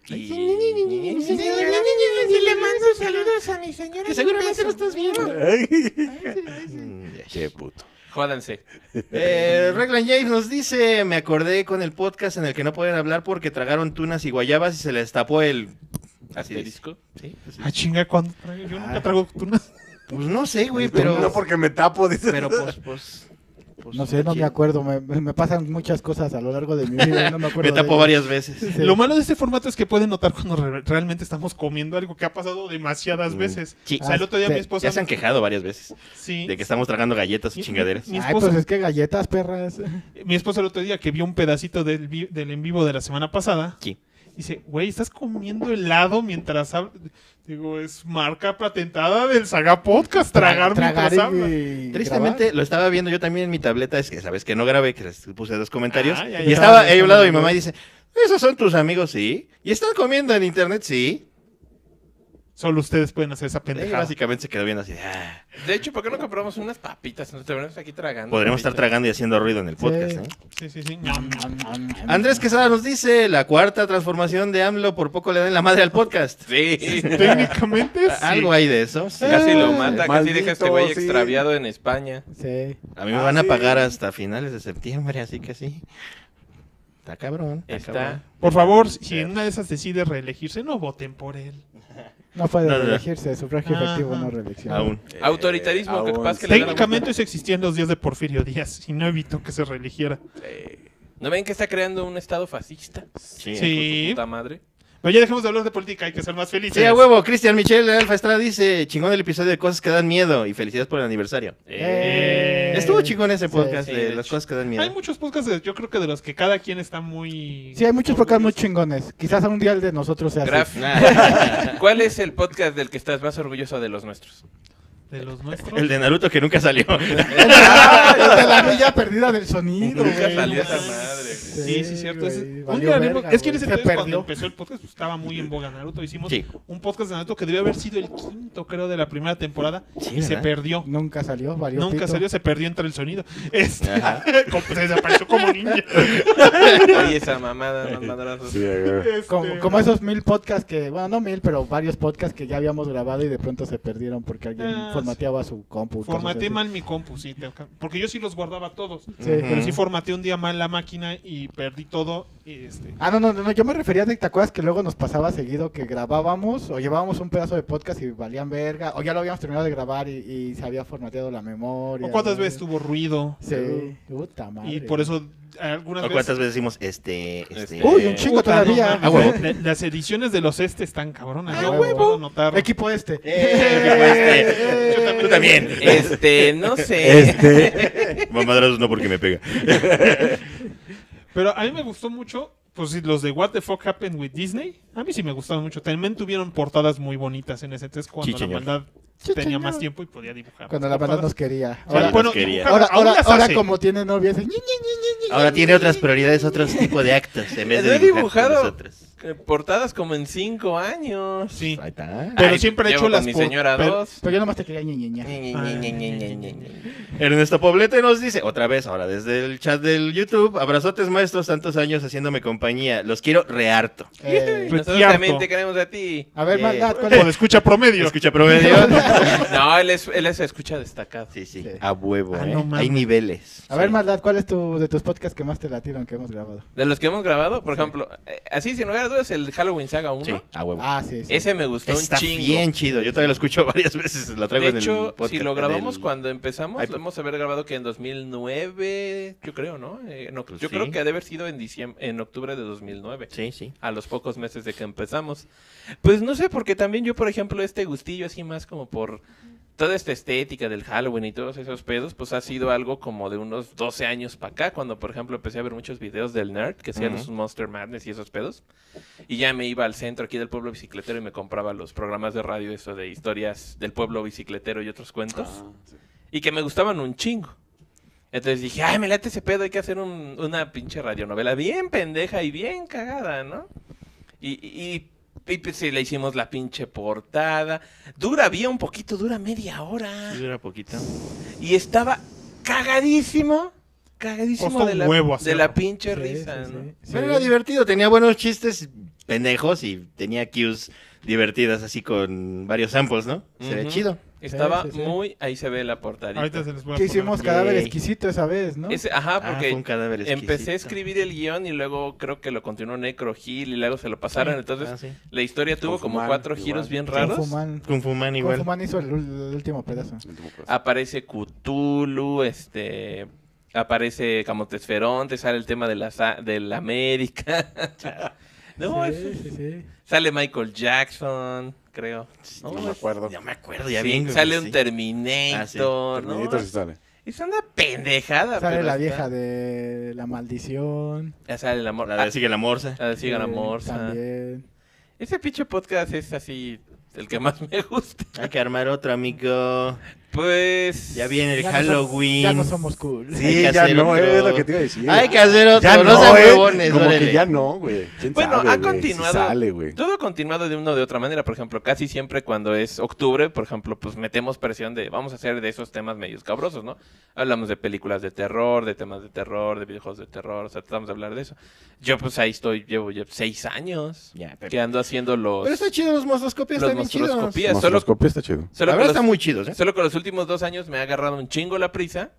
Y-
le mando saludos a mi señora. Que seguramente lo estás viendo.
Mm, ya.
Qué puto.
Jódanse.
Eh, Reglan James nos dice, me acordé con el podcast en el que no pueden hablar porque tragaron tunas y guayabas y se les tapó el... Así dice.
Asterisco. Sí.
Ah, chinga, cuando yo nunca traigo tunas.
Pues no sé, güey, pero...
No porque me tapo, dice.
Pero pues, pues... pues,
No sé, no me
chido.
acuerdo. Me, me- me pasan muchas cosas a lo largo de mi vida. No me acuerdo.
Me
de
tapó
ellas.
varias veces.
Sí.
Lo malo de este formato es que pueden notar cuando re- realmente estamos comiendo algo que ha pasado demasiadas
Mm.
veces.
Sí.
O sea, el otro día
Ah,
mi
sí.
esposa.
Ya se han quejado varias veces
Sí.
de que estamos tragando galletas y
Mi-
chingaderas.
Mi
Ay,
esposa,
pues es que galletas, perras.
mi esposa el otro día que vio un pedacito del, vi- del en vivo de la semana pasada.
Sí.
Dice, güey, estás comiendo helado mientras hablas. Digo, es marca patentada del Saga Podcast, tragar, mientras hablas.
y- y
Tristemente
grabar.
lo estaba viendo yo también en mi tableta, es que sabes que no grabé, que les puse dos comentarios.
Ah, ya,
y
ya.
estaba ahí a un lado de mi mamá y dice, esos son tus amigos, sí. Y están comiendo en internet, sí.
Solo ustedes pueden hacer esa
Y
pendejada.
básicamente se quedó viendo así. de, "Ah".
De hecho, ¿por qué no compramos unas papitas? Nos tenemos aquí tragando.
podremos estar
papitas.
tragando y haciendo ruido en el
Sí.
podcast. ¿eh?
Sí, sí, sí.
Andrés Quesada nos dice, la cuarta transformación de AMLO por poco le dan la madre al podcast.
Sí.
Técnicamente sí.
Algo hay de eso. sí.
Casi lo
Eh,
mata, casi
maldito,
deja a este güey
sí.
extraviado en España.
Sí.
A mí me
Ah,
van a
sí.
pagar hasta finales de septiembre, así que sí. Está cabrón. Está.
Está.
cabrón.
Por favor, si en una de esas decide reelegirse, no voten por él.
No fue de
No, no, no.
reelegirse, sufragio
Ajá.
efectivo, no reelección.
Aún.
Autoritarismo,
aún.
capaz que le dan la
Técnicamente eso existía en los días de Porfirio Díaz y no evitó que se reeligiera.
¿No ven que está creando un estado fascista?
Sí.
Sí.
Hijo de su Puta madre.
Pero ya dejemos de hablar de política, hay que ser más felices.
Sí, a huevo, Cristian Michel de Alfa Estrada dice, chingón el episodio de cosas que dan miedo y felicidades por el aniversario.
Eh,
Eh,
Estuvo chingón ese
sí,
podcast
sí,
de,
de
las
hecho.
cosas que dan miedo.
Hay muchos podcasts, de- yo creo que de los que cada quien está muy.
Sí, hay muchos podcasts muy
orgulloso.
chingones. Quizás un día el de nosotros sea
Graf,
así.
Nah.
¿cuál es el podcast del que estás más orgulloso de los nuestros?
De los nuestros.
El de Naruto que nunca salió.
Ah, el de la milla perdida del sonido,
Nunca
güey.
no
salió esa
mames.
madre.
Sí, sí,
Sí,
cierto.
güey,
Ese- un
valió
día haremos-
verga,
es que en
güey.
ese
Se
entonces, cuando
perdió.
empezó el podcast, pues, estaba muy en boga Naruto. Hicimos
Sí.
un podcast de Naruto que debió haber sido el quinto, creo, de la primera temporada.
Sí,
y se
¿verdad?
perdió.
Nunca salió, valió
Nunca
pito.
salió, se perdió entre el sonido.
Ah.
Este,
Ajá.
como- se desapareció como ninja.
Oye, esa mamada, unos madrazos.
Sí, eh. güey.
Este,
Como, como esos mil podcasts que, bueno, no mil, pero varios podcasts que ya habíamos grabado y de pronto se perdieron porque alguien
Ah, sí.
formateaba su compu. cosas
Formateé
así.
mal mi compu, sí, te- porque yo sí los guardaba todos.
Sí,
Ujú.
Pero sí formateé un día mal la máquina y perdí todo. y, este,
Ah, no, no, no, yo me refería a ¿te acuerdas que luego nos pasaba seguido que grabábamos o llevábamos un pedazo de podcast y valían verga? O ya lo habíamos terminado de grabar y, y se había formateado la memoria.
¿O cuántas
¿no?
veces tuvo ruido?
Sí, puta madre.
Y por eso algunas
¿O
veces...
cuántas veces decimos este, este?
Este.
Uy, un chingo
Puta,
todavía.
no
Ah,
mames.
huevo.
La- Las ediciones de los este están cabronas.
Ah,
yo
huevo.
puedo notar.
Equipo este.
Eh,
Eh,
Tú también.
Este, no sé.
Este.
Mamadrazos no porque me pega.
Pero a mí me gustó mucho, pues sí, los de What the Fuck Happened with Disney. A mí sí me gustaron mucho. También tuvieron portadas muy bonitas en ese test cuando
Sí,
la
señor.
maldad
Sí,
tenía
señor.
más tiempo y podía dibujar.
Cuando la banda
portadas.
nos quería.
Sí,
Ahora,
bueno,
quería.
dibujar,
ahora,
aún
ahora,
las
ahora
hace.
como tiene novia, es ñi, ñi, ñi, ñi, ñi, ñi.
Ahora tiene otras prioridades, otros tipos de actos. En vez
No
de
he
dibujar con
dibujado.
nosotros.
Eh, Portadas como en cinco años.
Sí.
Ahí está.
Pero
Ay,
siempre he
llevo
hecho
con
las
mi
por-
señora
pero-
dos.
Pero yo nomás te quería ñi, ñi, ñi.
Eh.
Ñe, Ñe, Ñe, Ñe, Ñe, Ñe, Ñe, Ñe.
Ernesto Poblete nos dice, otra vez, ahora desde el chat del YouTube, abrazotes maestros, tantos años haciéndome compañía, los quiero reharto.
Eh,
Pues,
Nosotros
Cierto.
también te queremos a ti.
a ver,
eh,
maldad, ¿cuál
Por
es?
escucha promedio.
Escucha promedio.
No, él es, él es escucha destacado.
Sí, sí,
Sí.
a huevo,
Ah,
¿eh?
no mames.
Hay niveles.
A ver,
Sí.
maldad, ¿cuál es tu de tus podcasts que más te latieron que hemos grabado?
De los que hemos grabado, por ejemplo, eh, así sin lugar a dudas, el Halloween Saga 1.
Sí, a huevo.
Ah, sí, sí.
Ese me gustó
Está
un chingo.
bien chido, yo todavía lo escucho varias veces, lo traigo
De
en el
hecho,
podcast
si lo grabamos
del-
cuando empezamos,
Ay,
lo hemos haber grabado que en 2009, yo creo, ¿no? Eh, no,
Pues
yo
sí.
creo que ha de haber sido en diciembre, en octubre de 2009.
Sí, sí.
a los pocos meses de que empezamos. Pues no sé, porque también yo, por ejemplo, este gustillo así más como por toda esta estética del Halloween y todos esos pedos, pues ha sido algo como de unos 12 años para acá, cuando por ejemplo empecé a ver muchos videos del nerd que hacían
Ujú.
los Monster Madness y esos pedos. Y ya me iba al centro aquí del pueblo bicicletero y me compraba los programas de radio, eso de historias del pueblo bicicletero y otros cuentos y que me gustaban un chingo. Entonces dije, ay, me late ese pedo, hay que hacer un- una pinche radionovela bien pendeja y bien cagada, ¿no? Y, y, y, pues, sí, le hicimos la pinche portada. Dura bien un poquito, dura media hora.
Dura poquito.
Y estaba cagadísimo, cagadísimo
Costó
de
un
la,
huevo
de
hacerlo.
la pinche
Sí,
risa,
sí,
¿no?
sí.
Pero era
Sí.
divertido, tenía buenos chistes pendejos y tenía cues divertidas así con varios samples, ¿no? Sería
Ujú.
chido.
Estaba
sí, sí.
muy, ahí se ve la portadita.
Ahorita se les voy a
Que
poner.
hicimos
Yay.
cadáver exquisito esa vez, ¿no?
Ese- ajá,
Ah,
porque
fue un cadáver
empecé a
exquisito.
escribir el guión y luego creo que lo continuó Necro Hill y luego se lo pasaron. Entonces
Ah, sí.
La historia tuvo como
Fuman,
cuatro
igual.
giros bien
Con
raros.
Kung Fu Man.
Kung Fu Man
Kung
igual.
Fu Man hizo el, ul- el último pedazo.
Ah, Aparece Cthulhu, este aparece Camotesferón, te sale el tema de la sa- de la América. no,
sí,
es-
sí, sí.
sale Michael Jackson, creo.
No me acuerdo.
No me acuerdo, ya
Sí,
bien. güey,
sale
sí.
un Terminator,
Ah, sí,
¿no?
Terminator sí sale.
Es una pendejada,
Sale
pero
la
está-
vieja de La Maldición.
Ah, sale la mor-
La de Sigue la Morsa.
ah, la de Sigan a
eh,
Morsa.
También.
Ese pinche podcast es así el que más me gusta.
Hay que armar otro, amigo.
Pues
Ya viene el
Ya no so-
Halloween.
ya no somos cool.
Hay
Sí,
que
ya
hacer
no,
otro.
es lo que te iba a decir.
Hay que hacer otro,
Ya
no,
no,
sean
eh,
huevones,
Como
órale.
que ya no, güey. ¿Quién
Bueno,
sabe,
ha
güey? Sí
continuado.
sale, güey.
Todo ha continuado de una o de otra manera. Por ejemplo, casi siempre cuando es octubre, por ejemplo, pues metemos presión de vamos a hacer de esos temas medios cabrosos, ¿no? Hablamos de películas de terror, de temas de terror, de videojuegos de terror, o sea, tratamos de hablar de eso. Yo pues ahí estoy, llevo ya seis años
Ya, pero-
que ando haciendo los...
Pero está chido, los monstruoscopios
Los
están bien chidos.
monstruoscopias.
Como
solo-
Oscopio está chido.
La
solo,
verdad
que los,
están muy chidos, ¿eh?
solo que los últimos dos años me ha agarrado un chingo la prisa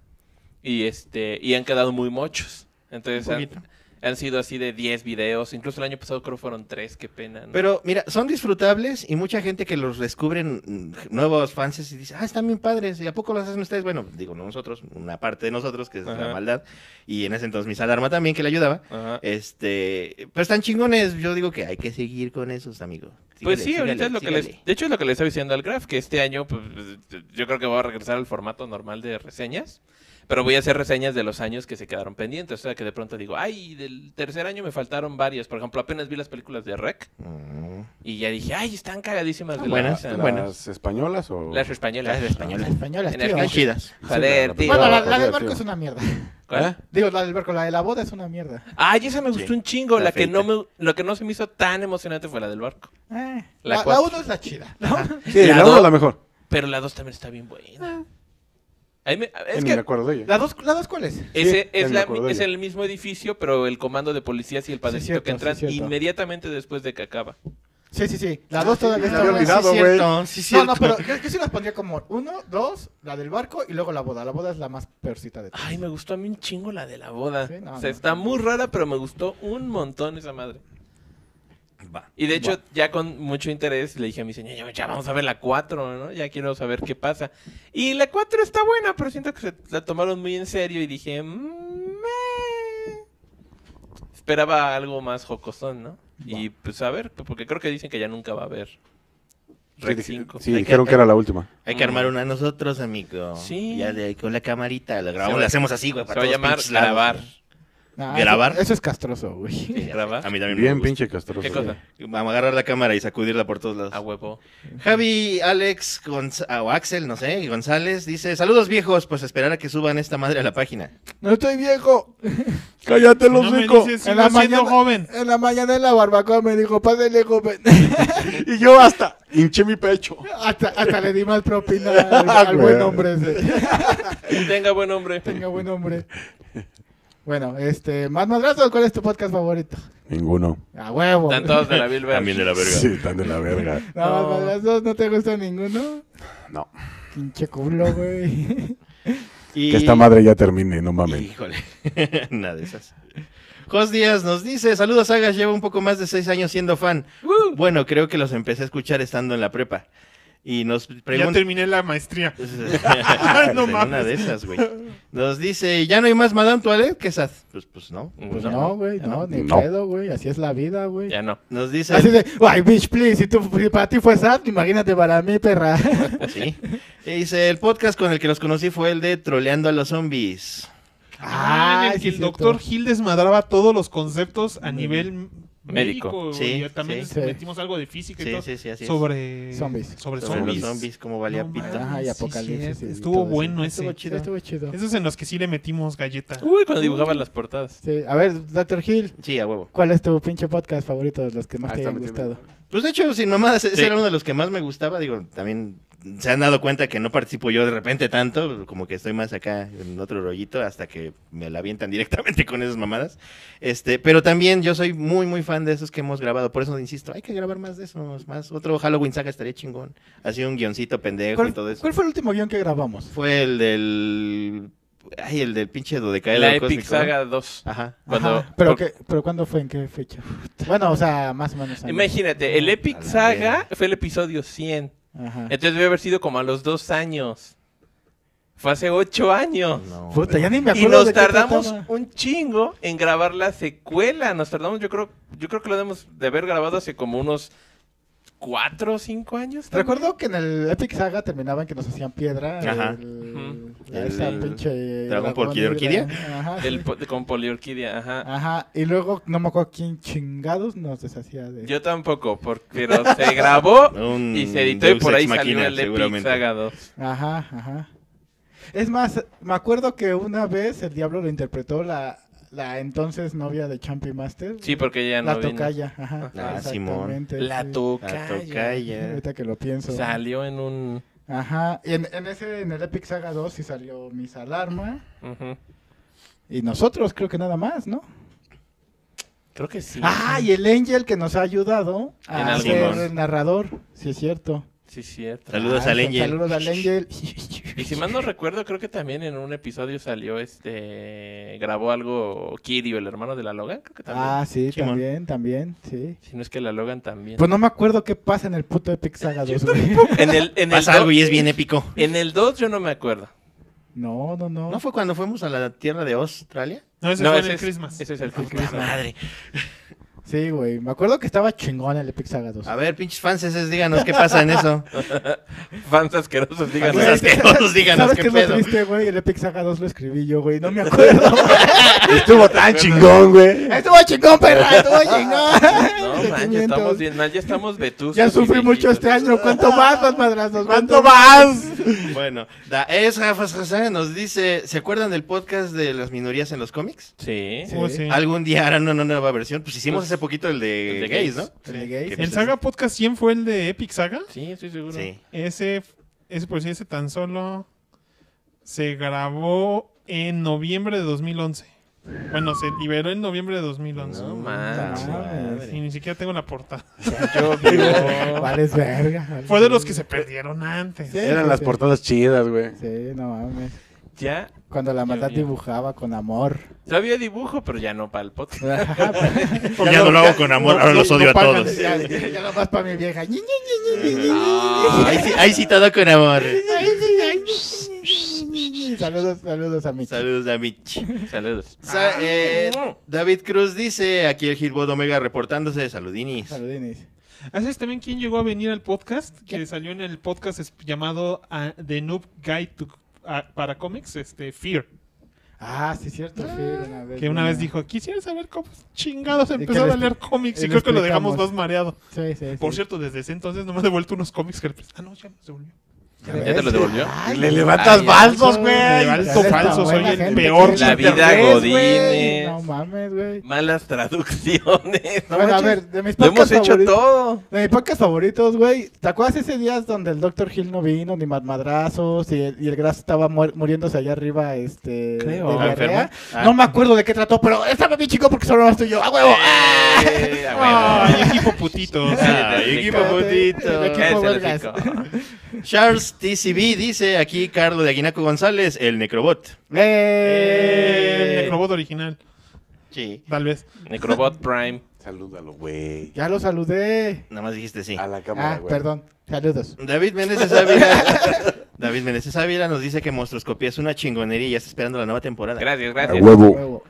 y este y han quedado muy mochos. Entonces
Un
han,
poquito.
han sido así de 10 videos, incluso el año pasado creo fueron tres, qué pena. ¿no?
Pero mira, son disfrutables y mucha gente que los descubren mm, nuevos fans y dice, ah, están bien padres, ¿y a poco los hacen ustedes? Bueno, digo, no nosotros, una parte de nosotros, que es la
Ajá. Ah.
maldad, y en ese entonces mis alarma también, que le ayudaba.
Ajá.
Este, pero están chingones, yo digo que hay que seguir con esos, amigos.
Pues sí, ahorita es lo que les, de hecho es lo que le estaba diciendo al Graf, que este año pues, yo creo que va a regresar al formato normal de reseñas, Pero voy a hacer reseñas de los años que se quedaron pendientes. O sea, que de pronto digo, ay, del tercer año me faltaron varias. Por ejemplo, apenas vi las películas de Rec
Mm.
y ya dije, ay, están cagadísimas de la
buenas,
risa".
¿Las españolas o...?
Las españolas. Las españolas.
Españolas,
En
tío.
Están
Argentina.
chidas.
Joder, tío.
Bueno, la, la
Joder,
del barco
tío.
es una mierda.
¿Cuál?
¿Eh?
Digo, la del barco, la de la boda es una mierda.
Ay, esa me gustó
Sí,
un chingo.
la
La que,
feita.
no me, lo que no se me hizo tan emocionante fue la del barco.
Eh,
La
La, la
cuatro.
uno es la chida. La uno-
Sí,
La
la uno
dos.
la mejor.
Pero la 2 también está bien buena. Ahí me-
Eh,
es
Ni me
que
acuerdo de ella.
¿La dos, la dos cuál es?
ese
Sí, ya
es,
me
la-
acuerdo de
es
ella.
el mismo edificio, pero el comando de policías y el padrecito
cierto,
que entran
sí, cierto.
inmediatamente después de que acaba.
Sí, sí, sí. La dos todavía
la
está
había
buena.
olvidado,
sí,
güey.
cierto, sí,
No,
cierto.
no, pero yo, yo sí las pondría como uno, dos, la del barco y luego la boda. La boda es la más peorcita de todas.
Ay, me gustó a mí un chingo la de la boda.
Sí, no,
o sea,
no.
está muy rara, pero me gustó un montón esa madre.
Va.
Y de hecho, ya con mucho interés le dije a mi señora, ya, ya vamos a ver la 4, ¿no? Ya quiero saber qué pasa. Y la 4 está buena, pero siento que se la tomaron muy en serio y dije, "Mm, meh". esperaba algo más jocosón, ¿no? Y pues a ver, porque creo que dicen que ya nunca va a haber. Rec
Sí,
cinco.
sí, dijeron que era la última.
Hay que armar una nosotros, amigo.
Sí.
Ya de ahí con la camarita. La grabamos,
Se va-
la hacemos así, güey.
Se
para
va a
todos
llamar
pinches lados,
grabar.
güey.
Ah,
¿Grabar?
Eso, eso es castroso, güey.
Grabar.
A mí también me
Bien
gusta.
pinche castroso.
¿Qué cosa?
Vamos a agarrar la cámara y sacudirla por todos lados.
A huevo.
Javi, Alex Gonz- ah, o Axel, no sé, González dice: Saludos viejos, pues esperar a que suban esta madre a la página.
No estoy viejo.
¡Cállate
No
los
me
ricos!
dices,
En la
sigo siendo
mañana-
joven.
En la mañana en la barbacoa me dijo, pásale, joven.
Y yo hasta hinché mi pecho.
hasta, hasta le di más propina al, al buen hombre ese.
Tenga buen hombre.
Tenga buen hombre. Bueno, este, más madrazos, ¿cuál es tu podcast favorito?
Ninguno.
A huevo.
Están todos de la Bilber.
También de la verga.
Sí, tan de la verga.
No, más
No.
madrazos, ¿no te gusta ninguno?
No.
Pinche culo, güey.
Y-
Que esta madre ya termine, no mames.
Híjole, nada de esas. Jos Díaz nos dice, saludos sagas, llevo un poco más de seis años siendo fan.
Uh.
Bueno, creo que los empecé a escuchar estando en la prepa. Y nos
Ya
pregunta...
terminé la maestría.
no
No
Una
mames.
de esas, güey. Nos dice, ¿ya no hay más Madame Toilette? ¿Qué esas? Pues, pues no.
Pues no, güey,
ya
no, ni
No.
pedo, güey. Así es la vida, güey.
Ya no.
Nos
Ah,
dice...
Así de, ay, bitch, please, si, tú, si para ti fue sad, imagínate para mí, perra.
Sí. Y dice, el podcast con el que los conocí fue el de Troleando a los Zombies.
Ah, en el
Ay,
que el
sí, cierto.
doctor Gil desmadraba todos los conceptos a nivel
Médico.
médico. güey.
Sí,
Y también
sí.
les metimos algo de física y
Sí,
todo.
sí, sí, así es.
sobre
Zombies.
Sobre
Sobre los
zombies.
zombies, como valía
No
pito.
mames.
Ajá, y
Sí,
Apocalipsis.
sí,
y
estuvo
todo
bueno
eso.
ese.
Estuvo chido, estuvo chido.
Esos en los que sí le metimos galleta.
Uh.
Uy, cuando dibujaban las portadas.
Sí, a ver, Dr. Hill,
Sí, a huevo.
¿cuál es tu pinche podcast favorito de los que más
Ah,
te
está
hayan
metiendo.
gustado?
Pues de hecho, sin mamadas, ese
Sí.
era uno de los que más me gustaba. Digo, también se han dado cuenta que no participo yo de repente tanto, como que estoy más acá en otro rollito hasta que me la avientan directamente con esas mamadas. Este, pero también yo soy muy, muy fan de esos que hemos grabado. Por eso insisto, hay que grabar más de esos, más. Otro Halloween saga estaría chingón. Así un guioncito pendejo y
¿Cuál,
todo eso.
cuál fue el último guión que grabamos?
Fue el del. Ay, el del pinche dodecaedro
La Epic
cósmico, ¿no?
Saga 2.
Ajá.
Cuando-
Ajá, ¿Pero,
por-
qué, ¿Pero cuándo fue? ¿En qué fecha? Bueno, o sea, más o menos. año.
Imagínate,
Ah,
el Epic
A la
Saga fue el episodio 100.
Ajá.
Entonces debe haber sido como a los dos años. Fue hace ocho años.
No.
Puta, ya ni me
Y
acuerdo.
nos
de qué
tardamos
trataba.
un chingo en grabar la secuela. Nos tardamos, yo creo, yo creo que lo debemos de haber grabado hace como unos cuatro o cinco años. también.
Recuerdo que en el Epic Saga terminaban que nos hacían piedra.
Ajá.
El,
Ujú.
esa
El
pinche.
dragón por
hidra.
orquídea.
Ajá. sí.
El po- de- con Poliorquidia, ajá.
Ajá. Y luego no me acuerdo quién chingados nos deshacía de.
Yo tampoco, porque pero se grabó
Un
y se editó y
Mm, Deus
por
Ex
ahí
Machina,
salió el Epic
seguramente.
Saga 2.
Ajá, ajá. Es más, me acuerdo que una vez el diablo lo interpretó la, la entonces novia de Champi Master.
Sí, porque ya no
la
vino.
tocaya, ajá.
Ah,
exactamente,
La
sí.
La
tocaya.
tocaya.
Ahorita que lo pienso.
Salió en un...
Ajá. Y en, en ese, en el Epic Saga 2 sí salió Mis Alarma.
Ujú.
Y nosotros creo que nada más, ¿no?
Creo que sí.
Ah, y el Angel que nos ha ayudado
En
a
algo.
ser
Simón.
el narrador. Sí, es cierto.
Sí, cierto.
Saludos
Ah,
al Angel.
Saludos al Angel.
Y si mal no recuerdo, creo que también en un episodio salió este. Grabó algo Kirio, el hermano de la Logan. Creo que también.
Ah, sí,
Simón.
también, también, sí.
Si no es que la Logan también.
Pues no me acuerdo qué pasa en el puto Epic Saga 2, güey.
En el, en el
Pasa
do-
algo y es bien épico.
En el 2 yo no me acuerdo.
No, no, no.
¿No fue cuando fuimos a la tierra de Australia?
No, ese
No,
fue
ese
en el
es-
Christmas.
Ese es el
Christmas.
Christmas.
Madre.
Sí, güey. Me acuerdo que estaba chingón el Epic Saga 2.
A ver, pinches fanses, díganos qué pasa en eso.
Fans asquerosos, díganos.
Fans asquerosos, díganos
¿Sabes
qué
qué es lo
pedo.
triste, güey? El Epic Saga 2 lo escribí yo, güey. No me acuerdo.
Estuvo tan chingón, güey.
estuvo chingón, perra. Estuvo chingón.
No, man, ya estamos bien mal, ya estamos vetustos.
Ya sufrí mucho este
viejitos.
año. ¿Cuánto más, los madrazos?
¿Cuánto
más?
más?
Bueno, da es Rafa Sazana nos dice, ¿se acuerdan del podcast de las minorías en los cómics?
Sí.
Sí.
Oh, sí.
Algún día harán una nueva versión. Pues hicimos hace poquito el de,
El de
gays,
gays.
¿no? pues
¿El gay?
¿Qué?
¿El Saga Podcast 100 fue el de Epic Saga?
Sí, estoy seguro.
Sí.
Ese, ese por si ese tan solo se grabó en noviembre de 2011. Bueno, se liberó en noviembre de 2011.
No manches,
No,
y
madre.
ni siquiera tengo la portada.
Vales verga. vales
Fue de
verga.
los que se perdieron antes.
Sí.
Eran las portadas chidas, güey.
Sí, no mames.
Ya.
Cuando la maldad
mío.
dibujaba con amor.
Sabía dibujo, pero ya no para el podcast.
Ya no lo hago con amor, ahora los odio a
pagan,
todos.
Ya, ya, ya nomás para mi vieja. Ñi, ñi, ñi, ñi, ñi, ñi,
Ah,
Ahí sí, ahí sí todo con amor.
ñi. Saludos, saludos a mi
Saludos a Mitch.
Saludos.
Sa- eh, David Cruz dice, aquí el Gilbot Omega reportándose, saludinis.
Saludines.
Ah, ¿Sabes también quién llegó a venir al podcast? Que salió en el podcast es- llamado ah, The Noob Guide to- ah, para cómics, este, Fear.
Ah, sí, cierto. sí, una vez,
Que una
vino.
vez dijo, quisiera saber cómo chingados
que
empezar
lo
a leer
expli-
cómics.
y
Y
lo
creo que lo dejamos
explicamos.
más mareado.
Sí, sí, sí.
Por cierto, desde ese entonces no me ha devuelto unos cómics que... Ah, no, ya me los devolvió.
¿Ya te lo devolvió?
Ay,
Le levantas
Ay,
falsos,
güey.
Le vale.
güey.
ya
Alto
ves la
falso, soy
buena
el
gente
peor
que es
La vida
internet, güey.
godines.
No mames, güey.
Malas traducciones. no
bueno, a
manches.
ver, de mis
Lo hemos
podcasts
hecho
favoritos-
todo.
De mis podcasts favoritos, güey. ¿Te acuerdas ese día donde el Dr. Hill no vino, ni más madrazos, y el, y el Gras estaba muer- muriéndose allá arriba, este.
Creo.
de
Ah,
diarrea?
enfermo. Ah.
No me acuerdo de qué trató, pero estaba bien chico porque solo eras tú y yo. ¡A huevo! ¡Ah!
Eh, a huevo.
Ay, equipo putito.
Ay, Ah, equipo
El
bonito.
equipo
Cállese el
vergas.
hocico.
Charles TCB dice, aquí Carlos de Aguinaco González, el necrobot.
El
¡Eh!
Necrobot original,
Sí.
tal vez.
Necrobot Prime.
Salúdalo, güey.
Ya lo saludé.
Nada más dijiste sí.
A la cámara,
Ah,
güey.
perdón. Saludos.
David Meneses Ávila. David Meneses Ávila nos dice que Monstruoscopía es una chingonería y ya está esperando la nueva temporada.
Gracias,
A
gracias.
huevo.
Huevo.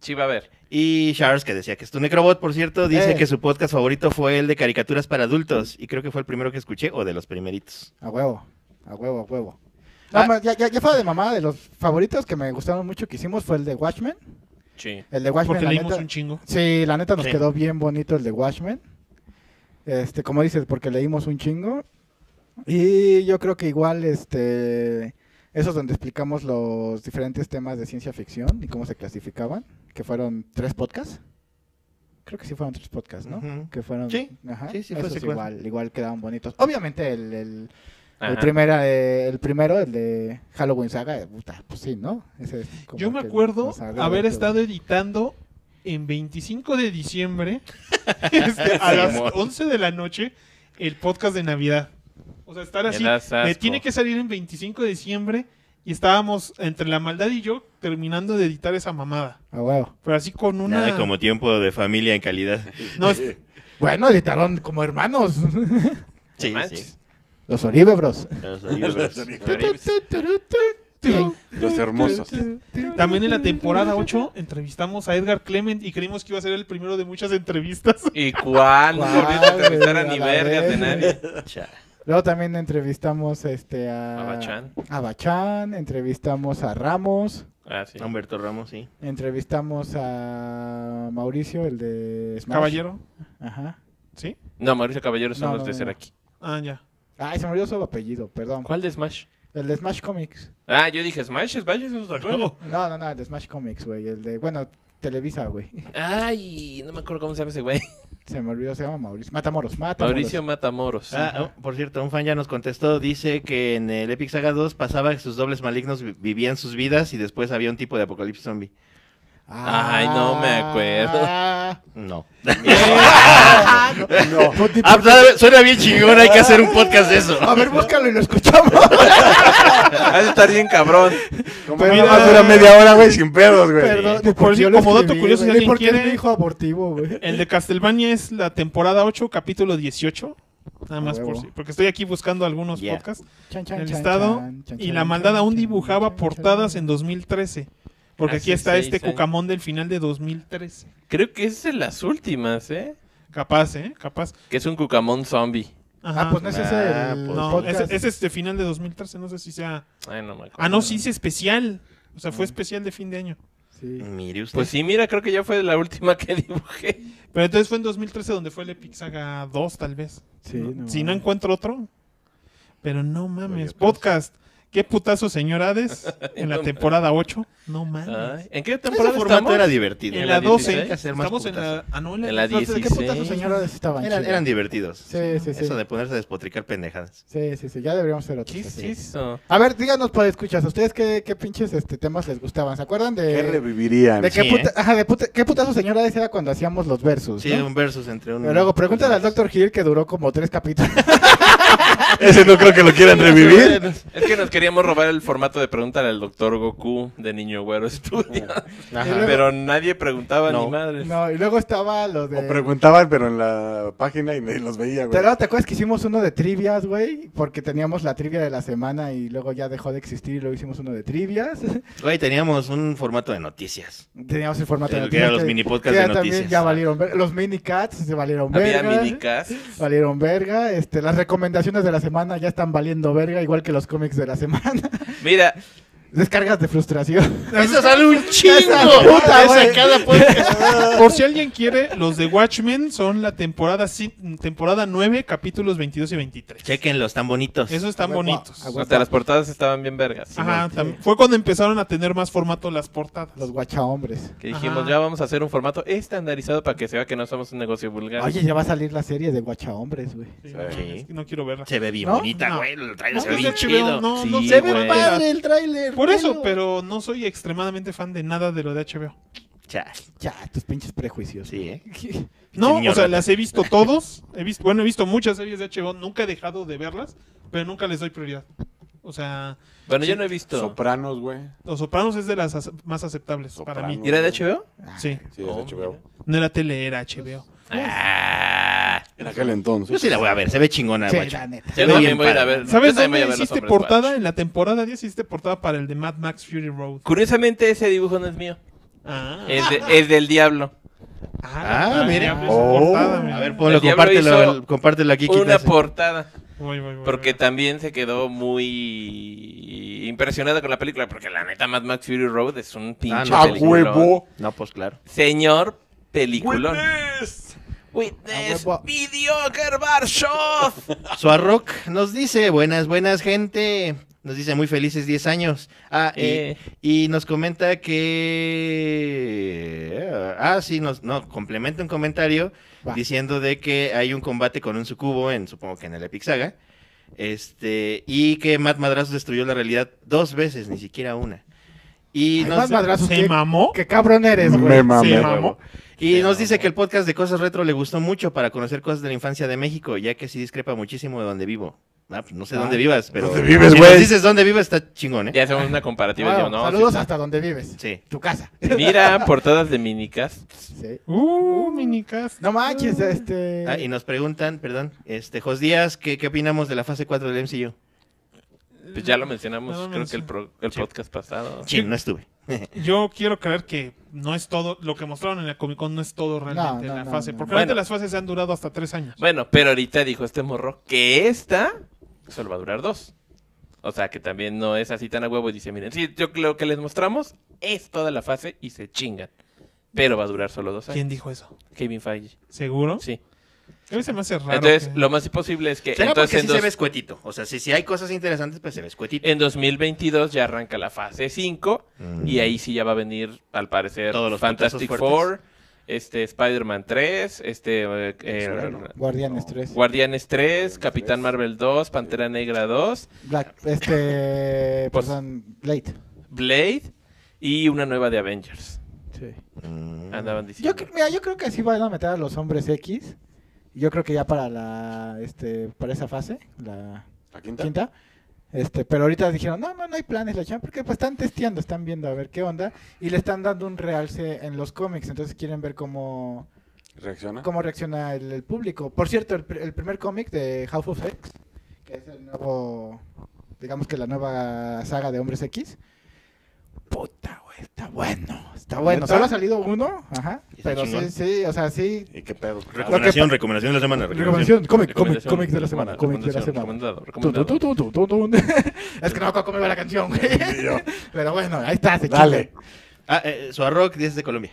Sí, va a ver.
Y Charles, que decía que es tu necrobot, por cierto, dice
Eh.
que su podcast favorito fue el de caricaturas para adultos. Y creo que fue el primero que escuché, o de los primeritos.
A huevo, a huevo, a huevo. No,
Ah.
ma- ya, ya, ya fuera de mamá, de los favoritos que me gustaron mucho que hicimos fue el de Watchmen.
Sí.
El de Watchmen,
Porque
la
leímos
neta.
un chingo.
Sí, la neta nos
Sí.
quedó bien bonito el de Watchmen. Este, como dices, porque leímos un chingo. Y yo creo que igual, este, esos donde explicamos los diferentes temas de ciencia ficción y cómo se clasificaban, que fueron tres podcasts. Creo que sí fueron tres podcasts, ¿no?
Ujú.
Que fueron.
Sí,
ajá,
sí, sí fue
esos
secuencia.
igual, igual quedaban bonitos. Obviamente el- el, el,
Ajá.
primera, eh, el primero, el de Halloween Saga, eh, puta, pues sí, ¿no? Ese es como
Yo me
que
acuerdo
nos agarra
haber
todo.
estado editando en 25 de diciembre este, a las
Simón.
11 de la noche el podcast de Navidad. O sea, estar
Me
así.
das
Me
asco.
tiene que salir en 25 de diciembre y estábamos entre la maldad y yo terminando de editar esa mamada.
A huevo.
Pero así con una...
Nada como tiempo de familia en calidad.
No, es-
Bueno, editaron como hermanos.
Sí,
manches.
sí.
Los Oribe Bros.
Los libros.
Los hermosos.
También en la temporada 8 entrevistamos a Edgar Clement y creímos que iba a ser el primero de muchas entrevistas.
¿Y cuál? No
¿Cuál,
volviste a entrevistar a
güey?
ni
A la
vergas de
vez.
nadie.
Chale.
Luego también entrevistamos este, a...
A Bachán.
A Bachán, entrevistamos a Ramos,
Ah, sí.
Humberto Ramos, sí.
entrevistamos a Mauricio, el de Smash.
Caballero,
Ajá.
¿sí?
No, Mauricio Caballero son
No,
los
no,
de
no.
Seraki.
Ah, ya.
Ay, se me olvidó su apellido, perdón.
¿Cuál de Smash?
El de Smash Comics.
Ah, yo dije Smash, Smash es otro juego.
No, no, no, el de Smash Comics, güey. El de, bueno, Televisa, güey.
Ay, no me acuerdo cómo se llama ese güey.
Se me olvidó, se llama Mauricio. Matamoros, Matamoros.
Mauricio Matamoros.
Ah, oh, por cierto, un fan ya nos contestó, dice que en el Epic Saga 2 pasaba que sus dobles malignos vi- vivían sus vidas y después había un tipo de apocalipsis zombie.
Ay, no me acuerdo.
Ah,
No.
Eh,
no. Puti-
Ah, suena- suena bien chingón, hay que hacer un podcast de eso.
A ver, búscalo y lo escuchamos.
Ha de estar bien cabrón.
Como
Pero-
nada más dura media hora, güey, sin pedos, güey.
Perdón, ni
Por
porque
si-
yo lo
como dato
escribí,
curioso, si
güey, ni
alguien
porque es
quiere-
mi hijo abortivo, güey.
El de Castlevania es la temporada 8, capítulo 18. Nada
A
más por
huevo.
si. Porque estoy aquí buscando algunos
Yeah.
podcasts.
Chan, chan,
El
chan,
estado
chan, chan,
y
chan,
la maldad aún
chan,
dibujaba
chan,
portadas
chan.
en 2013. Porque
Hace
aquí está
seis
este
años.
cucamón del final de 2013.
Creo que es de las últimas, ¿eh?
Capaz, ¿eh? Capaz.
Que es un cucamón zombie.
Ajá.
Ah, pues no ese es
Ah,
el
pues
No,
podcast.
ese, ese es de final de 2013, no sé si sea...
Ay, no me acuerdo.
Ah, no, sí es especial. O sea, fue especial de fin de año.
Sí.
Mire usted.
Pues sí, mira, creo que ya fue la última que dibujé.
Pero entonces fue en 2013 donde fue el Epic Saga 2, tal vez.
Sí, no.
Si no encuentro otro. Pero no mames.
Oye, pues.
Podcast. ¿Qué putazo, señor Hades? En la
No
temporada 8. No mames.
Ay, ¿En qué
Ese
temporada
formato
estamos?
era divertido. ¿eh?
En
¿En
la
la
12.
16?
Hacer más
Estamos en la...
putazo.
Ah, no,
En la
Entonces, ¿de qué
16.
putas señoras estaban?
Eran,
chidas?
eran divertidos.
Sí, sí, sí.
Eso de ponerse a despotricar pendejadas.
Sí, sí, sí. Ya deberíamos hacer otro.
¿Qué es eso?
A ver, díganos para escuchas, ¿a ustedes qué, qué pinches este, temas les gustaban? ¿Se acuerdan
¿Qué
de,
revivirían?
Eh, de qué,
Sí,
puta,
¿eh?
ajá, de puta- qué putazo señora ese era cuando hacíamos los versus?
Sí,
¿no?
un versus entre un.
Pero luego pregúntale al Dr. Hill que duró como tres capítulos.
Ese no creo que lo quieran revivir.
Es que nos queríamos robar el formato de preguntar al doctor Goku de Niño Güero Studio.
luego-
Pero nadie preguntaba
No.
ni madre.
no, y luego estaba lo de...
O preguntaban, pero en la página y nadie los veía,
¿Te,
güey.
luego, ¿Te acuerdas que hicimos uno de trivias, güey? Porque teníamos la trivia de la semana y luego ya dejó de existir y luego hicimos uno de trivias.
Güey, teníamos un formato de noticias.
Teníamos el formato
El
de
que era
noticias
los
que-
mini podcasts de
que ya también
noticias.
Ya valieron ver- Los mini cats se valieron
Había
verga.
minicas.
Valieron verga, este, las recomendaciones de la semana ya están valiendo verga, igual que los cómics de la semana.
Mira,
Descargas de frustración.
Eso sale un
Esa
chingo.
puta,
Esa
güey.
cada podcast.
Por si alguien quiere, los de Watchmen son la temporada, cin- temporada 9, capítulos 22 y 23.
Chequenlos, tan bonitos.
Esos están
A huevo,
bonitos.
a huevo.
hasta las portadas estaban bien vergas.
Ajá,
sí.
tam- fue cuando empezaron a tener más formato las portadas.
Los guachahombres.
Que dijimos,
Ajá.
ya vamos a hacer un formato estandarizado para que se vea que no somos un negocio vulgar.
Oye, ya va a salir la serie de guachahombres, güey.
Sí,
Sí.
no, es que no quiero verla.
Se ve bien
¿No?
bonita,
No.
güey. Lo traes
No, pues
bien
es HBO,
chido.
no, no
Sí,
se
güey.
ve padre.
el tráiler!
Por eso,
velo.
pero no soy extremadamente fan de nada de lo de HBO.
Chas.
Ya, tus pinches prejuicios.
Sí, ¿eh?
No,
niño
o sea,
rata.
las he visto todos. He visto, bueno, he visto muchas series de HBO, nunca he dejado de verlas, pero nunca les doy prioridad. O sea,
bueno, yo no he visto.
Sopranos, güey.
Los Sopranos es de las ace- más aceptables para mí.
¿Y era de HBO?
Sí,
Sí, es
Oh,
de HBO.
no era tele, era HBO.
Ah,
En aquel
yo
entonces.
sí la voy a ver. Se ve chingona,
Sí,
güey.
la neta.
Se
Yo
ve
también
bien
voy a ir a
padre.
ver. yo
¿Sabes
también voy
dónde
a ver los
hiciste
hombres
portada?
guachos.
En la temporada 10 hiciste portada para el de Mad Max Fury Road.
Curiosamente, ese dibujo no es mío.
Ah,
Es, de- es del diablo.
Ah, mira.
esa
Oh.
portada, mira.
A ver, ponlo,
El diablo
compártelo,
hizo
compártelo aquí.
Una
quítase.
portada.
Voy, voy, voy,
Porque
voy.
también se quedó muy impresionada con la película. Porque la neta, Mad Max Fury Road es un
Ah,
pinche
no,
¡A
peliculón.
huevo!
No, pues claro.
Señor peliculón.
A
Witness
huevo.
Video Gerbarshoff.
Suarrock nos dice, buenas, buenas gente. Nos dice muy felices 10 años. Ah, y,
Eh.
y nos comenta que... Ah, sí, nos, no, complementa un comentario
Va.
diciendo de que hay un combate con un sucubo en, supongo que en el Epic Saga. Este, y que Matt Madrazo destruyó la realidad dos veces, ni siquiera una. Y
Ay,
nos-
más madrazos
¿Se
que...
mamó?
¡Qué cabrón eres,
Me
güey!
Sí,
mamé.
mamá.
Huevo.
mamó.
Y
Se
nos dice
mamó.
que el podcast de Cosas Retro le gustó mucho para conocer cosas de la infancia de México, ya que sí discrepa muchísimo de donde vivo. Ah, pues no sé
Ah,
dónde vivas, pero.
¿dónde vives,
si
güey?
nos dices dónde vives, está chingón, ¿eh?
Ya hacemos una comparativa.
Wow,
yo, no,
saludos
sí
hasta donde vives.
Sí.
Tu casa.
está. Mira, portadas de minicas.
Sí.
Uh, minicast. Uh.
No manches, este...
Ah, y nos preguntan, perdón, este, Jos Díaz, ¿qué, qué opinamos de la fase 4 del MCU?
Pues ya lo mencionamos,
No lo
creo que el,
mencioné.
pro- el podcast pasado.
Chin, no estuve.
Yo quiero creer que no es todo, lo que mostraron en la Comic Con no es todo realmente
No, no,
la
no,
fase.
no.
Porque
Bueno.
realmente las fases han durado hasta tres años.
Bueno, pero ahorita dijo este morro que esta solo va a durar dos. O sea, que también no es así tan a huevo y dice, miren, sí, yo lo que les mostramos es toda la fase y se chingan. Pero va a durar solo dos años.
¿Quién dijo eso?
Kevin Feige.
¿Seguro?
Sí.
A mí se me hace raro.
Entonces,
que-
lo más posible es que
Será porque
entonces
sí
en,
se
dos-
ve escuetito. O sea, si, si hay cosas interesantes, pues se ve escuetito.
en 2022 ya arranca la fase 5
Mm.
y ahí sí ya va a venir, al parecer,
Todos los
Fantastic
putazos
Four,
fuertes.
este Spider-Man 3, este... eh, eh,
Guardianes 3.
Guardianes 3, Capitán Marvel 2, Pantera Negra 2,
Black... Este...
Pues-
Perdón, Blade.
Blade y una nueva de Avengers.
Sí.
Mm.
Andaban
Yo,
diciendo.
cre- mira, yo creo que sí van a meter a los hombres X. Yo creo que ya para la este para esa fase, la
¿La quinta?
quinta. Este, pero ahorita dijeron, "No, no, no hay planes la chingada", porque pues están testeando, están viendo a ver qué onda y le están dando un realce en los cómics, entonces quieren ver cómo
¿Reacciona?
cómo reacciona el, el público. Por cierto, el, pr- el primer cómic de House of X, que es el nuevo, digamos que la nueva saga de Hombres X. Puta, güey. Está bueno, está bueno.
¿Neta?
Solo ha salido uno, ajá.
Está
Pero sí,
chingón.
sí, o sea, sí.
¿Y qué pedo?
Recomendación, recomendación de la semana.
Recomendación, cómic, cómic,
Recomendación,
cómic de la semana, cómic de la
recomendación,
semana.
recomendado,
Tu, tu,
recomendado.
tu, tu, tu, tu, tu. Es que no me acuerdo cómo iba la canción, güey. Pero bueno, ahí está, se
Dale.
Ah, eh, Suarrock, 10 de Colombia.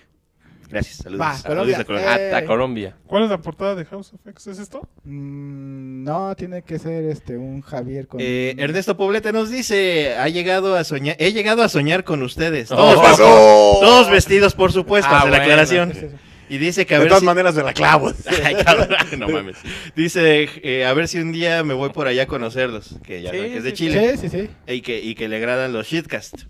Gracias, saludos.
Va,
Saludos
Colombia,
de Colombia.
eh.
Hasta Colombia.
¿Cuál es la portada de House of X? ¿Es esto?
Mm, No, tiene que ser este un Javier con.
Eh, Ernesto Poblete nos dice, ha llegado a soñar, he llegado a soñar con ustedes. Todos,
Oh.
vestidos,
¡Pasó!
todos vestidos, por supuesto,
Ah,
hace la
bueno.
aclaración. Y dice que a
De Ah,
ver
todas
si...
maneras, de la clavo.
Ay, cabrón, no mames. Dice, eh, a ver si un día me voy por allá a conocerlos, que ya
Sí,
saben que es de
sí,
Chile,
Sí, sí, sí.
y, que, y que le agradan los shitcast.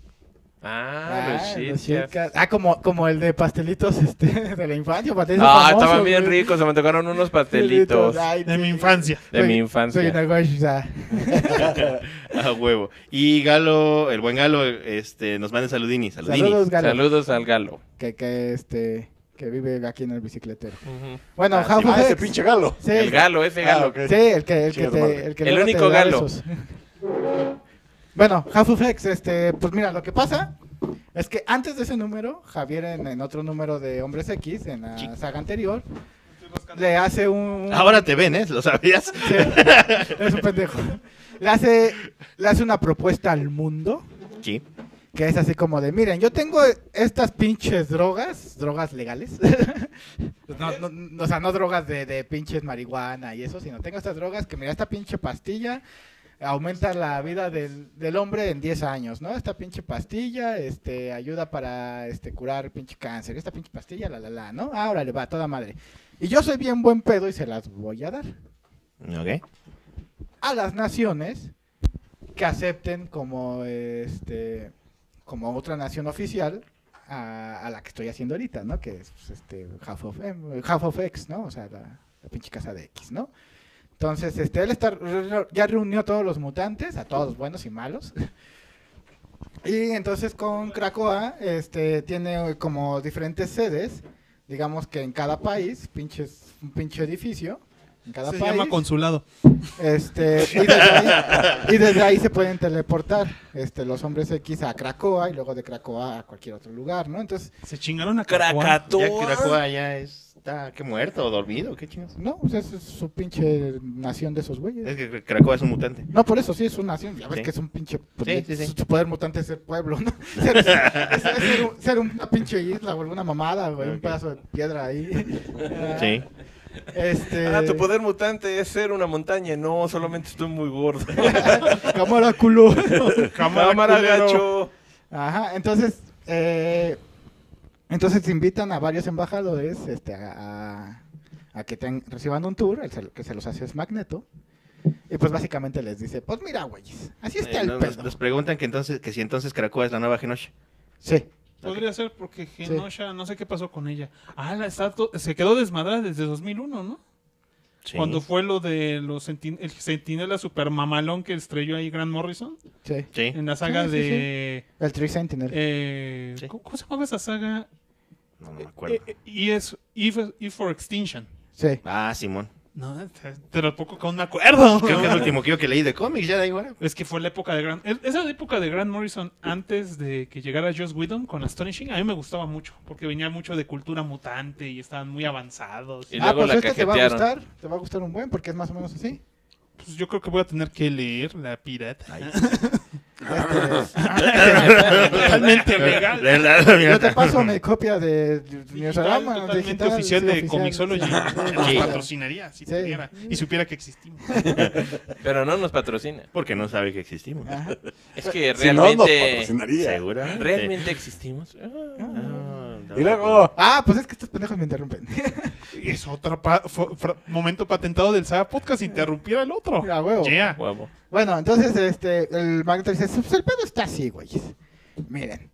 Ah, los
los
shitcast.
shitcast. Ah, como, como el de pastelitos este, de la infancia. pastelitos
Ah,
famosos,
estaban bien
güey.
ricos, se me tocaron unos pastelitos
Ay,
De
sí.
mi infancia.
de
Soy-
mi
Soy
infancia.
una gocha.
A huevo. Y Galo, el buen Galo, este, nos manda saludini, saludini.
Saludos, Galo.
Saludos al galo.
Que, que, este, que vive aquí en el bicicletero.
Ujú.
Bueno,
Ah, sí,
House of
Ah, ese
X.
pinche galo.
Sí,
El galo, ese
Ah,
galo.
ok.
pues, Sí, el que, el que
Chinga tu
te,
madre.
el que
El
luego te
único
da
galo.
besos. bueno, Half of X, este, pues mira, lo que pasa es que antes de ese número, Javier en, en otro número de Hombres X, en la
Sí.
saga anterior, le hace un...
Ah,
Ahora te ven, ¿eh? ¿Lo sabías?
Sí, es un pendejo. Le hace, le hace una propuesta al mundo
Sí.
que es así como de, miren, yo tengo estas pinches drogas, drogas legales. No, no, no, o sea, no drogas de, de pinches marihuana y eso, sino tengo estas drogas que, mira, esta pinche pastilla aumenta la vida del, del hombre en 10 años, ¿no? Esta pinche pastilla este, ayuda para este, curar pinche cáncer. Esta pinche pastilla, la, la, la, ¿no? Ah, órale, va, toda madre. Y yo soy bien buen pedo y se las voy a dar
Ok.
a las naciones que acepten como este como otra nación oficial a, a la que estoy haciendo ahorita, ¿no? Que es pues, este Half of, M, Half of X, ¿no? O sea, la, la pinche casa de X, ¿no? Entonces, este, él está, ya reunió a todos los mutantes, a todos los buenos y malos. Y entonces con Krakoa, este, tiene como diferentes sedes, digamos que en cada país, pinches, un pinche edificio, en cada
Se
país.
llama consulado.
Este, y, desde ahí, y desde ahí se pueden teleportar este, los hombres X a Cracoa y luego de Cracoa a cualquier otro lugar, ¿no? Entonces,
Se chingaron a Cracoa.
Krakatoa.
Ya Kirakoa ya está, que muerto o dormido, qué chingados.
no, o sea, es su pinche nación de esos güeyes.
Es que Krakoa es un mutante.
No, por eso sí es una nación. Ya ves
Sí.
que es un pinche. pues,
Sí, sí, sí.
Su poder mutante es ser pueblo, ¿no? Ser, es- es ser un- ser una pinche isla, o una mamada, güey. Un
Ok.
pedazo de piedra ahí.
Sí.
Este.
Ah, tu poder mutante es ser una montaña. No, solamente estoy muy gordo.
Cámara culo.
Cámara
culero.
gacho.
Ajá, entonces, eh, entonces invitan a varios embajadores este, a, a- a que ten- reciban un tour, el se- que se los hace es Magneto. Y pues básicamente les dice, pues mira, güeyes, así está
Eh,
el
no, nos,
pedo.
nos preguntan que entonces que si entonces Krakoa es la nueva Genosha.
Sí,
Podría ser porque Genosha, no sé qué pasó con ella. Ah, la está to- se quedó desmadrada desde 2001, ¿no?
Sí.
Cuando fue lo de los sentin- el sentinela super mamalón que estrelló ahí Grant Morrison
sí.
Sí.
en la saga
Sí, sí,
de...
El Tree Sentinel.
eh,
Sí.
¿Cómo cómo se llamaba esa saga?
No, no me acuerdo.
Eh, eh, y es E for- E for Extinction.
Sí.
Ah, Simón.
No, te- te lo poco con un acuerdo.
Creo que es el último que yo que leí de cómics, ya da igual.
Es que fue la época de Grant. es- Esa época de Grant Morrison, antes de que llegara Joss Whedon con Astonishing, a mí me gustaba mucho. Porque venía mucho de cultura mutante y estaban muy avanzados.
Y
ah,
luego
pues
la
este te va a
cajetearon.
gustar, te va a gustar un buen porque es más o menos así.
Pues yo creo que voy a tener que leer La Pirata.
Este,
Totalmente legal.
De la- mira.
yo te paso mi copia de
Digital,
Newsarama,
totalmente
digital,
oficial
sí,
de
oficial,
Comixology.
sí.
Nos
Sí.
patrocinaría si
Sí.
tuviera y supiera que existimos.
Pero no nos patrocina.
Porque no sabe que existimos.
Ajá.
Es que
Si no, nos
realmente.
patrocinaría.
¿Segura?
¿Realmente existimos? Ah.
Y luego,
Ah, pues es que estos pendejos me interrumpen.
Es otro pa- fo- fra- momento patentado del Saga Podcast. Interrumpir al otro.
A huevo.
Yeah.
Huevo.
Bueno, entonces este, el Magneto dice, "Pues el pedo está así, güeyes. Miren,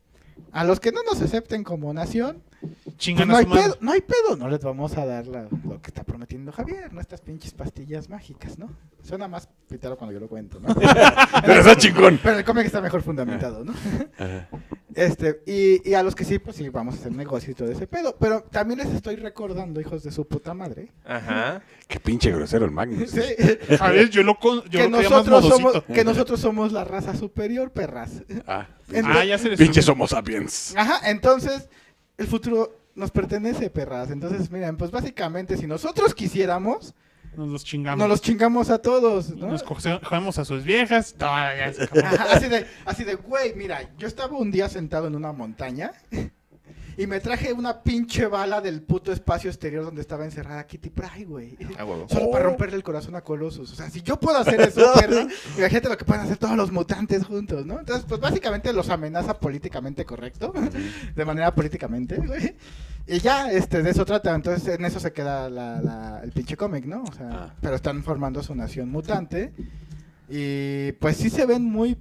a los que no nos acepten como nación, pues
Chingan
no
a
hay
su madre.
pedo, no hay pedo, no les vamos a dar la- lo que está prometiendo Javier, ¿no? Estas pinches pastillas mágicas, ¿no? Suena más pitero cuando yo lo cuento, ¿no?
pero está chingón.
Pero el cómic está mejor fundamentado, ¿no? Este, y, y a los que sí, pues sí, vamos a hacer negocio y todo ese pedo. Pero también les estoy recordando, hijos de su puta madre.
Ajá.
Qué pinche grosero el Magnus.
A ver, yo lo, con- yo
que,
lo quería más
nosotros somos,
modosito.
que nosotros somos la raza superior, perras.
Ah,
Ah, ya se les...
pinches homo sapiens.
Ajá, entonces el futuro nos pertenece, perras. Entonces, miren, pues básicamente si nosotros quisiéramos,
Nos los chingamos.
nos los chingamos a todos, ¿no?
Nos coge- cogemos a sus viejas. No, ya se acabó.
Ajá, así de, así de, güey, mira, yo estaba un día sentado en una montaña y me traje una pinche bala del puto espacio exterior donde estaba encerrada Kitty Pryde, güey.
Ah, huevo.
Solo para romperle el corazón a Colossus. O sea, si yo puedo hacer eso, perra, imagínate lo que pueden hacer todos los mutantes juntos, ¿no? Entonces, pues básicamente los amenaza políticamente correcto, de manera políticamente, güey. Y ya, este, de eso trata. Entonces, en eso se queda la- la- el pinche cómic, ¿no? O sea,
Ah.
pero están formando su nación mutante. Y pues sí se ven muy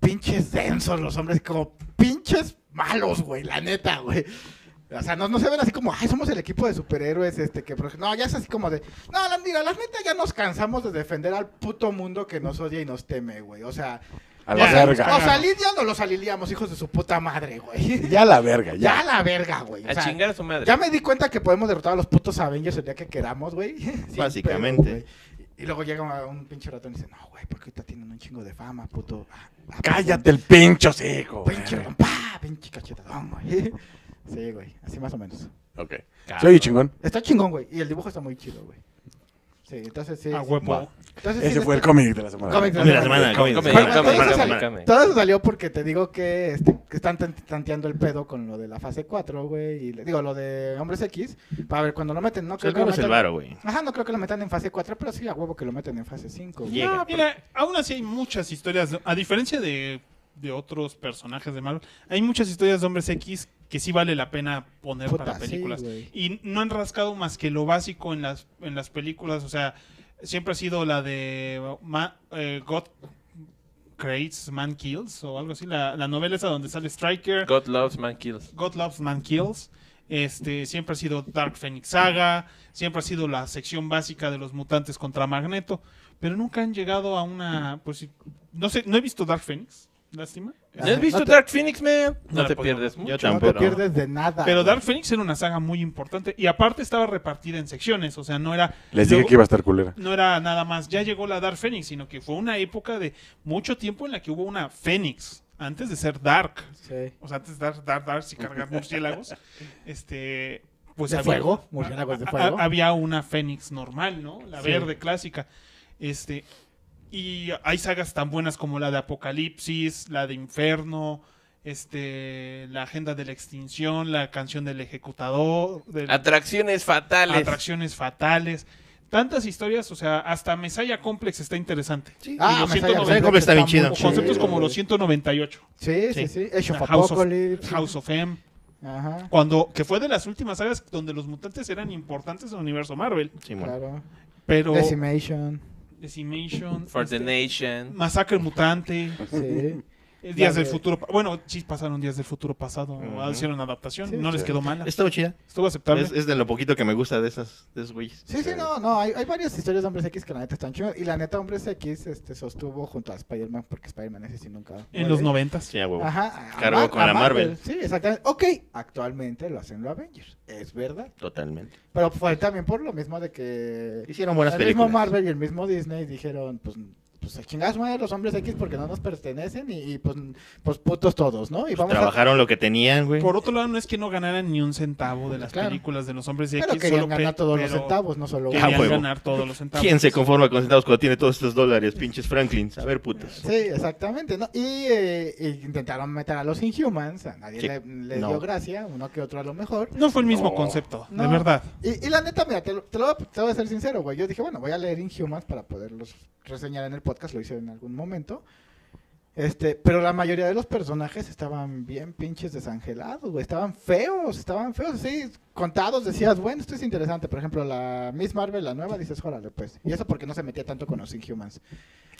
pinches densos los hombres, como pinches malos, güey, la neta, güey. O sea, no, no se ven así como, ay, somos el equipo de superhéroes, este, que... pro- No, ya es así como de... No, la, mira, la neta ya nos cansamos de defender al puto mundo que nos odia y nos teme, güey. O sea,
A la
Ya,
verga.
o salir ya no los alineamos, hijos de su puta madre, güey.
Ya a la verga,
Ya a
ya.
la verga, güey. O
A
sea,
chingar a su madre.
ya me di cuenta que podemos derrotar a los putos Avengers el día que queramos, güey. Sin
Básicamente.
pedo, güey. y luego llega un- un pinche ratón y dice, no, güey, porque ahorita tienen un chingo de fama, puto. Ah, ah,
Cállate el pincho seco.
Pinche ratón, pa, pinche cachetadón, güey. Sí, güey, así más o menos.
Ok. Se oye chingón.
Está chingón, güey. Y el dibujo está muy chido, güey. Sí, entonces sí.
A
sí.
huevo.
Va.
Entonces, sí, este,
Ese fue el
está-
cómic de la semana.
Cómic
Come la semana, come,
Come,
come,
Bueno,
come,
come, come,
entonces sal-
come.
come.
Todo eso salió porque te digo que, este, que están tan- tanteando el pedo con lo de la fase 4, güey. Y le digo, lo de Hombres X. Para ver, cuando lo meten, no creo que lo
Sacamos el
metan.
varo, güey.
Ajá, no creo que lo metan en fase 4, pero sí a huevo que lo meten en fase 5. güey.
Llega.
No, mira, aún así hay muchas historias, a diferencia de, de otros personajes de Marvel, hay muchas historias de hombres X que sí vale la pena poner
Puta,
para películas.
sí, güey.
y no han rascado más que lo básico en las, en las películas, o sea, siempre ha sido la de Ma- eh, God Creates, Man Kills o algo así, la, la novela esa donde sale Striker,
God loves man kills.
God Loves Man Kills. Este, siempre ha sido Dark Phoenix Saga, siempre ha sido la sección básica de los mutantes contra Magneto, pero nunca han llegado a una, pues sí, no sé, no he visto Dark Phoenix, lástima.
¿No has
Ajá,
visto
no te-
Dark Phoenix, man? No,
No,
te
pues,
pierdes mucho.
Yo
No te
tampoco.
pierdes de nada.
Pero
güey.
Dark Phoenix era una saga muy importante y aparte estaba repartida en secciones, o sea, no era
Les dije
luego-
que iba a estar culera.
no era nada más ya llegó la Dark Phoenix, sino que fue una época de mucho tiempo en la que hubo una Phoenix antes de ser Dark.
Sí.
O sea, antes de dar, dar, dar y cargar murciélagos. este. Pues ah,
¿De fuego? ¿Murciélagos de fuego?
había una Fénix normal, ¿no? La
Sí.
verde clásica. Este. Y hay sagas tan buenas como la de Apocalipsis, la de Inferno, este, la Agenda de la Extinción, la canción del Ejecutador, del-
Atracciones fatales.
Atracciones Fatales. Tantas historias, o sea, hasta Messiah Complex está interesante.
Ah,
Y los
me sale
190
Complex está bien chido.
o
muy
conceptos
chido,
como
güey.
los 198.
Sí,
Sí.
sí, sí. Age of
House of,
Apocalypse.
House of M.
Ajá,
Cuando, que fue de las últimas sagas donde los mutantes eran importantes en el universo Marvel.
Simón.
claro.
Pero
Decimation.
Decimation,
For
este,
the Nation.
Masacre Mutante,
Sí.
eh, Días
La de-
del Futuro. pa- Bueno, sí pasaron Días del Futuro pasado.
Ujú.
Hicieron adaptación.
Sí,
no les
sí.
quedó mala.
Estuvo chida.
Estuvo aceptable.
Es, es de lo poquito que me gusta de esas, de esos güeyes.
Sí, sí, no, no, hay, hay varias historias de Hombres X que la neta están chingadas. Y la neta Hombres X este, sostuvo junto a Spider-Man, porque Spider-Man ese sí nunca...
en
muere.
los noventas.
Sí, a huevo.
Ajá. a- a
Cargó
Mar-
con
a
la Marvel.
Sí, exactamente. Ok, actualmente lo hacen los Avengers, es verdad.
Totalmente.
Pero fue también por lo mismo de que...
Hicieron buenas
el
películas.
mismo Marvel y el mismo Disney dijeron, pues... Pues a chingadas madre los hombres X porque no nos pertenecen y, y, pues, pues putos todos, ¿no? Y vamos a
Trabajaron lo que tenían, güey.
Por otro lado, no es que no ganaran ni un centavo de las
Claro.
películas de los hombres de
Pero
X.
querían
solo
ganar
pe-
todos los
pero
centavos, no solo
Querían
Ah, huevo.
ganar todos los centavos.
¿Quién se conforma con centavos cuando tiene todos estos dólares, pinches Franklins? A ver, putos.
Sí, exactamente, ¿no? Y, eh, y intentaron meter a los Inhumans, a nadie
Sí,
le, les
no.
dio gracia, uno que otro a lo mejor.
No fue el mismo
Oh.
No.
concepto,
No.
de verdad.
Y, y la neta, mira, te, lo- te lo voy a- te voy a ser sincero, güey. Yo dije, bueno, voy a leer Inhumans para poderlos reseñar en el podcast, lo hice en algún momento. Este, pero la mayoría de los personajes estaban bien pinches desangelados, güey. Estaban feos, estaban feos, sí, contados. Decías, bueno, esto es interesante. Por ejemplo, la Miss Marvel, la nueva, dices, órale, pues. Y eso porque no se metía tanto con los Inhumans.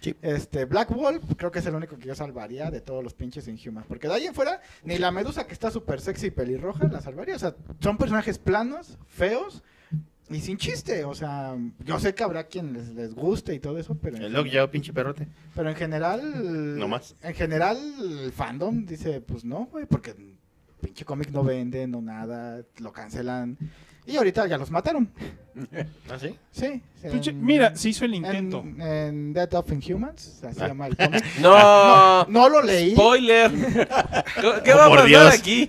Sí.
Este, Black Wolf, creo que es el único que yo salvaría de todos los pinches Inhumans. Porque de ahí en fuera, ni la medusa que está súper sexy y pelirroja la salvaría. O sea, son personajes planos, feos, Y sin chiste, o sea, yo sé que habrá quien les, les guste y todo eso, pero en,
El log ya, pinche perrote.
pero en general...
No más.
En general, el fandom dice, pues no, güey, porque pinche cómic no vende, no nada, lo cancelan. Y ahorita ya los mataron.
¿Ah, sí?
Sí.
Pinche-
en-
mira, se hizo el
en-
intento.
En, Death of Inhumans, así se
Ah.
llama el cómic.
No,
No lo leí.
spoiler. ¿Qué- ¿Qué
Oh,
va a
Ah, por
pasar
Dios.
aquí?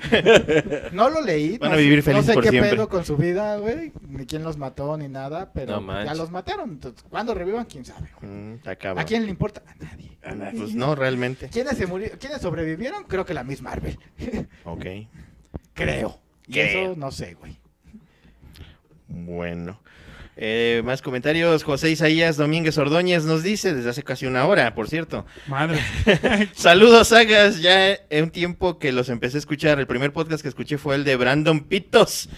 No lo leí.
Van
no
a
sé-
vivir felices
No sé
por
qué
siempre.
pedo con su vida, güey. Ni quién los mató ni nada, pero
No manches.
ya los mataron. Entonces, ¿cuándo revivan? ¿Quién sabe? güey.
Mm, está cabrón.
¿A quién le importa? A nadie.
Ah, nah, Pues no, realmente.
¿Quiénes, se murieron? ¿Quiénes sobrevivieron? Creo que la Miss Marvel.
Ok.
Creo. Y
Creo.
eso no sé, güey.
Bueno. Eh, más comentarios. José Isaías Domínguez Ordóñez nos dice, desde hace casi una hora, por cierto.
Madre.
Saludos, sagas. Ya en un tiempo que los empecé a escuchar, el primer podcast que escuché fue el de Brandon Pitos.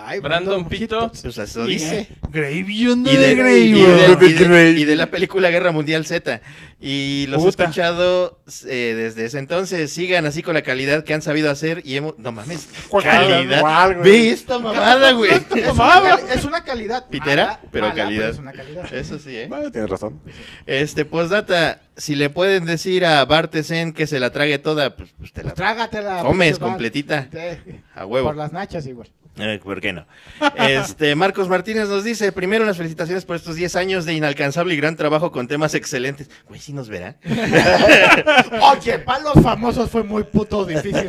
Ay,
Brandon Pito.
Pues eso dice.
Graveyard de
Y de, y
¿eh? Grey.
de-
Grey,
y de-
Grey.
y de la película Guerra Mundial Z. Y los
Puta.
he escuchado eh, desde ese entonces. Sigan así con la calidad que han sabido hacer. Y hemos. No mames.
Pues,
Calidad.
Igual, güey.
Ve esta mamada, güey.
Es una, cali- es una calidad.
Pitera,
mala,
pero
mala,
calidad.
es una calidad.
Eso sí, ¿eh?
Bueno, tienes razón.
Este, postdata. Si le pueden decir a Bartesen que se la trague toda, pues, pues te la
Pues trágatela.
comes
pinche Val.
completita.
Sí.
A
Por
huevo.
las nachas igual.
Eh, ¿Por qué no? Este, Marcos Martínez nos dice, primero las felicitaciones por estos 10 años de inalcanzable y gran trabajo con temas excelentes. Güey, sí nos verá.
Oye, para los famosos fue muy puto difícil.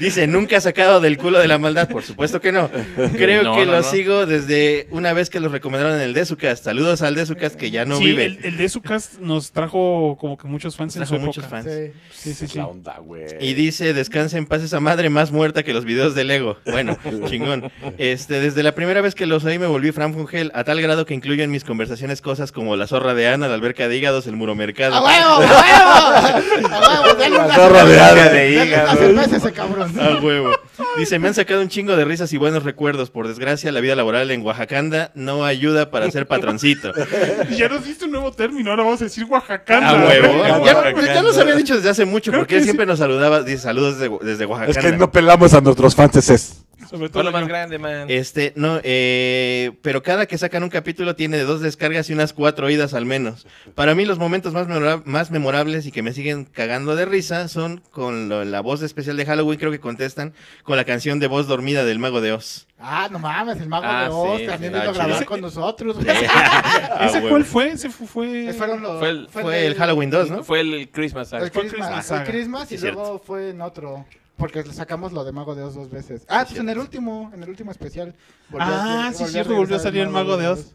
Dice, nunca sacado del culo de la maldad. Por supuesto que no. Creo
No,
que
no,
lo
no.
sigo desde una vez que los recomendaron en el Desucast. Saludos al Desucast que ya no
sí,
vive.
el, el de su cast nos trajo como que muchos fans
Trajo
en su
muchos
época.
fans.
Sí.
Sí, sí,
Es
sí.
la onda, güey.
Y dice, descansa en paz esa madre más muerta que los videos de Lego. Bueno, chingón. Este, desde la primera vez que los oí me volví Fran Fungel, a tal grado que incluyo en mis conversaciones cosas como la zorra de Ana, la alberca de hígados, el muro mercado.
¡Ah,
¡A huevo! ¡A huevo! ¡A huevo! Dale
La
una
zorra de
cerveza,
hada de
dale
hígado.
Una cerveza a ese cabrón.
A huevo. Dice, me han sacado un chingo de risas y buenos recuerdos. Por desgracia, la vida laboral en Oaxacanda no ayuda para ser patroncito.
Y ya nos diste un nuevo término, ahora vamos a decir pues, Oaxacana.
A huevo.
güey.
Ya, ya nos había dicho desde hace mucho,
Creo
porque
que
él
sí.
siempre nos saludaba, dice saludos desde, desde
Es
Oaxacanda.
que no pelamos a nuestros fans. Es.
Sobre todo
Fue lo más
yo.
grande, man.
Este, no, eh, pero cada que sacan un capítulo tiene de dos descargas y unas cuatro oídas al menos. Para mí los momentos más, memora- más memorables y que me siguen cagando de risa son con lo- la voz especial de Halloween, creo que contestan, con la canción de voz dormida del Mago de Oz.
Ah, no mames, el mago
Ah,
de Oz
sí,
también
sí,
vino a
ah,
grabar
chido.
con nosotros. güey.
Ah,
¿Ese
huevo.
cuál fue? Ese fu- fue.
Fueron los-
Fue el-
Fue el Halloween 2, ¿no?
Fue el Christmas.
El
Act.
fue
Christmas,
Christmas
el
Saga.
Christmas y
Sí,
luego fue en otro. Porque sacamos lo de Mago de Oz dos veces. Ah, pues en el último, en el último especial. volvió
Ah, sí,
volvió
cierto, volvió a
regresar
salir el Mago de Oz.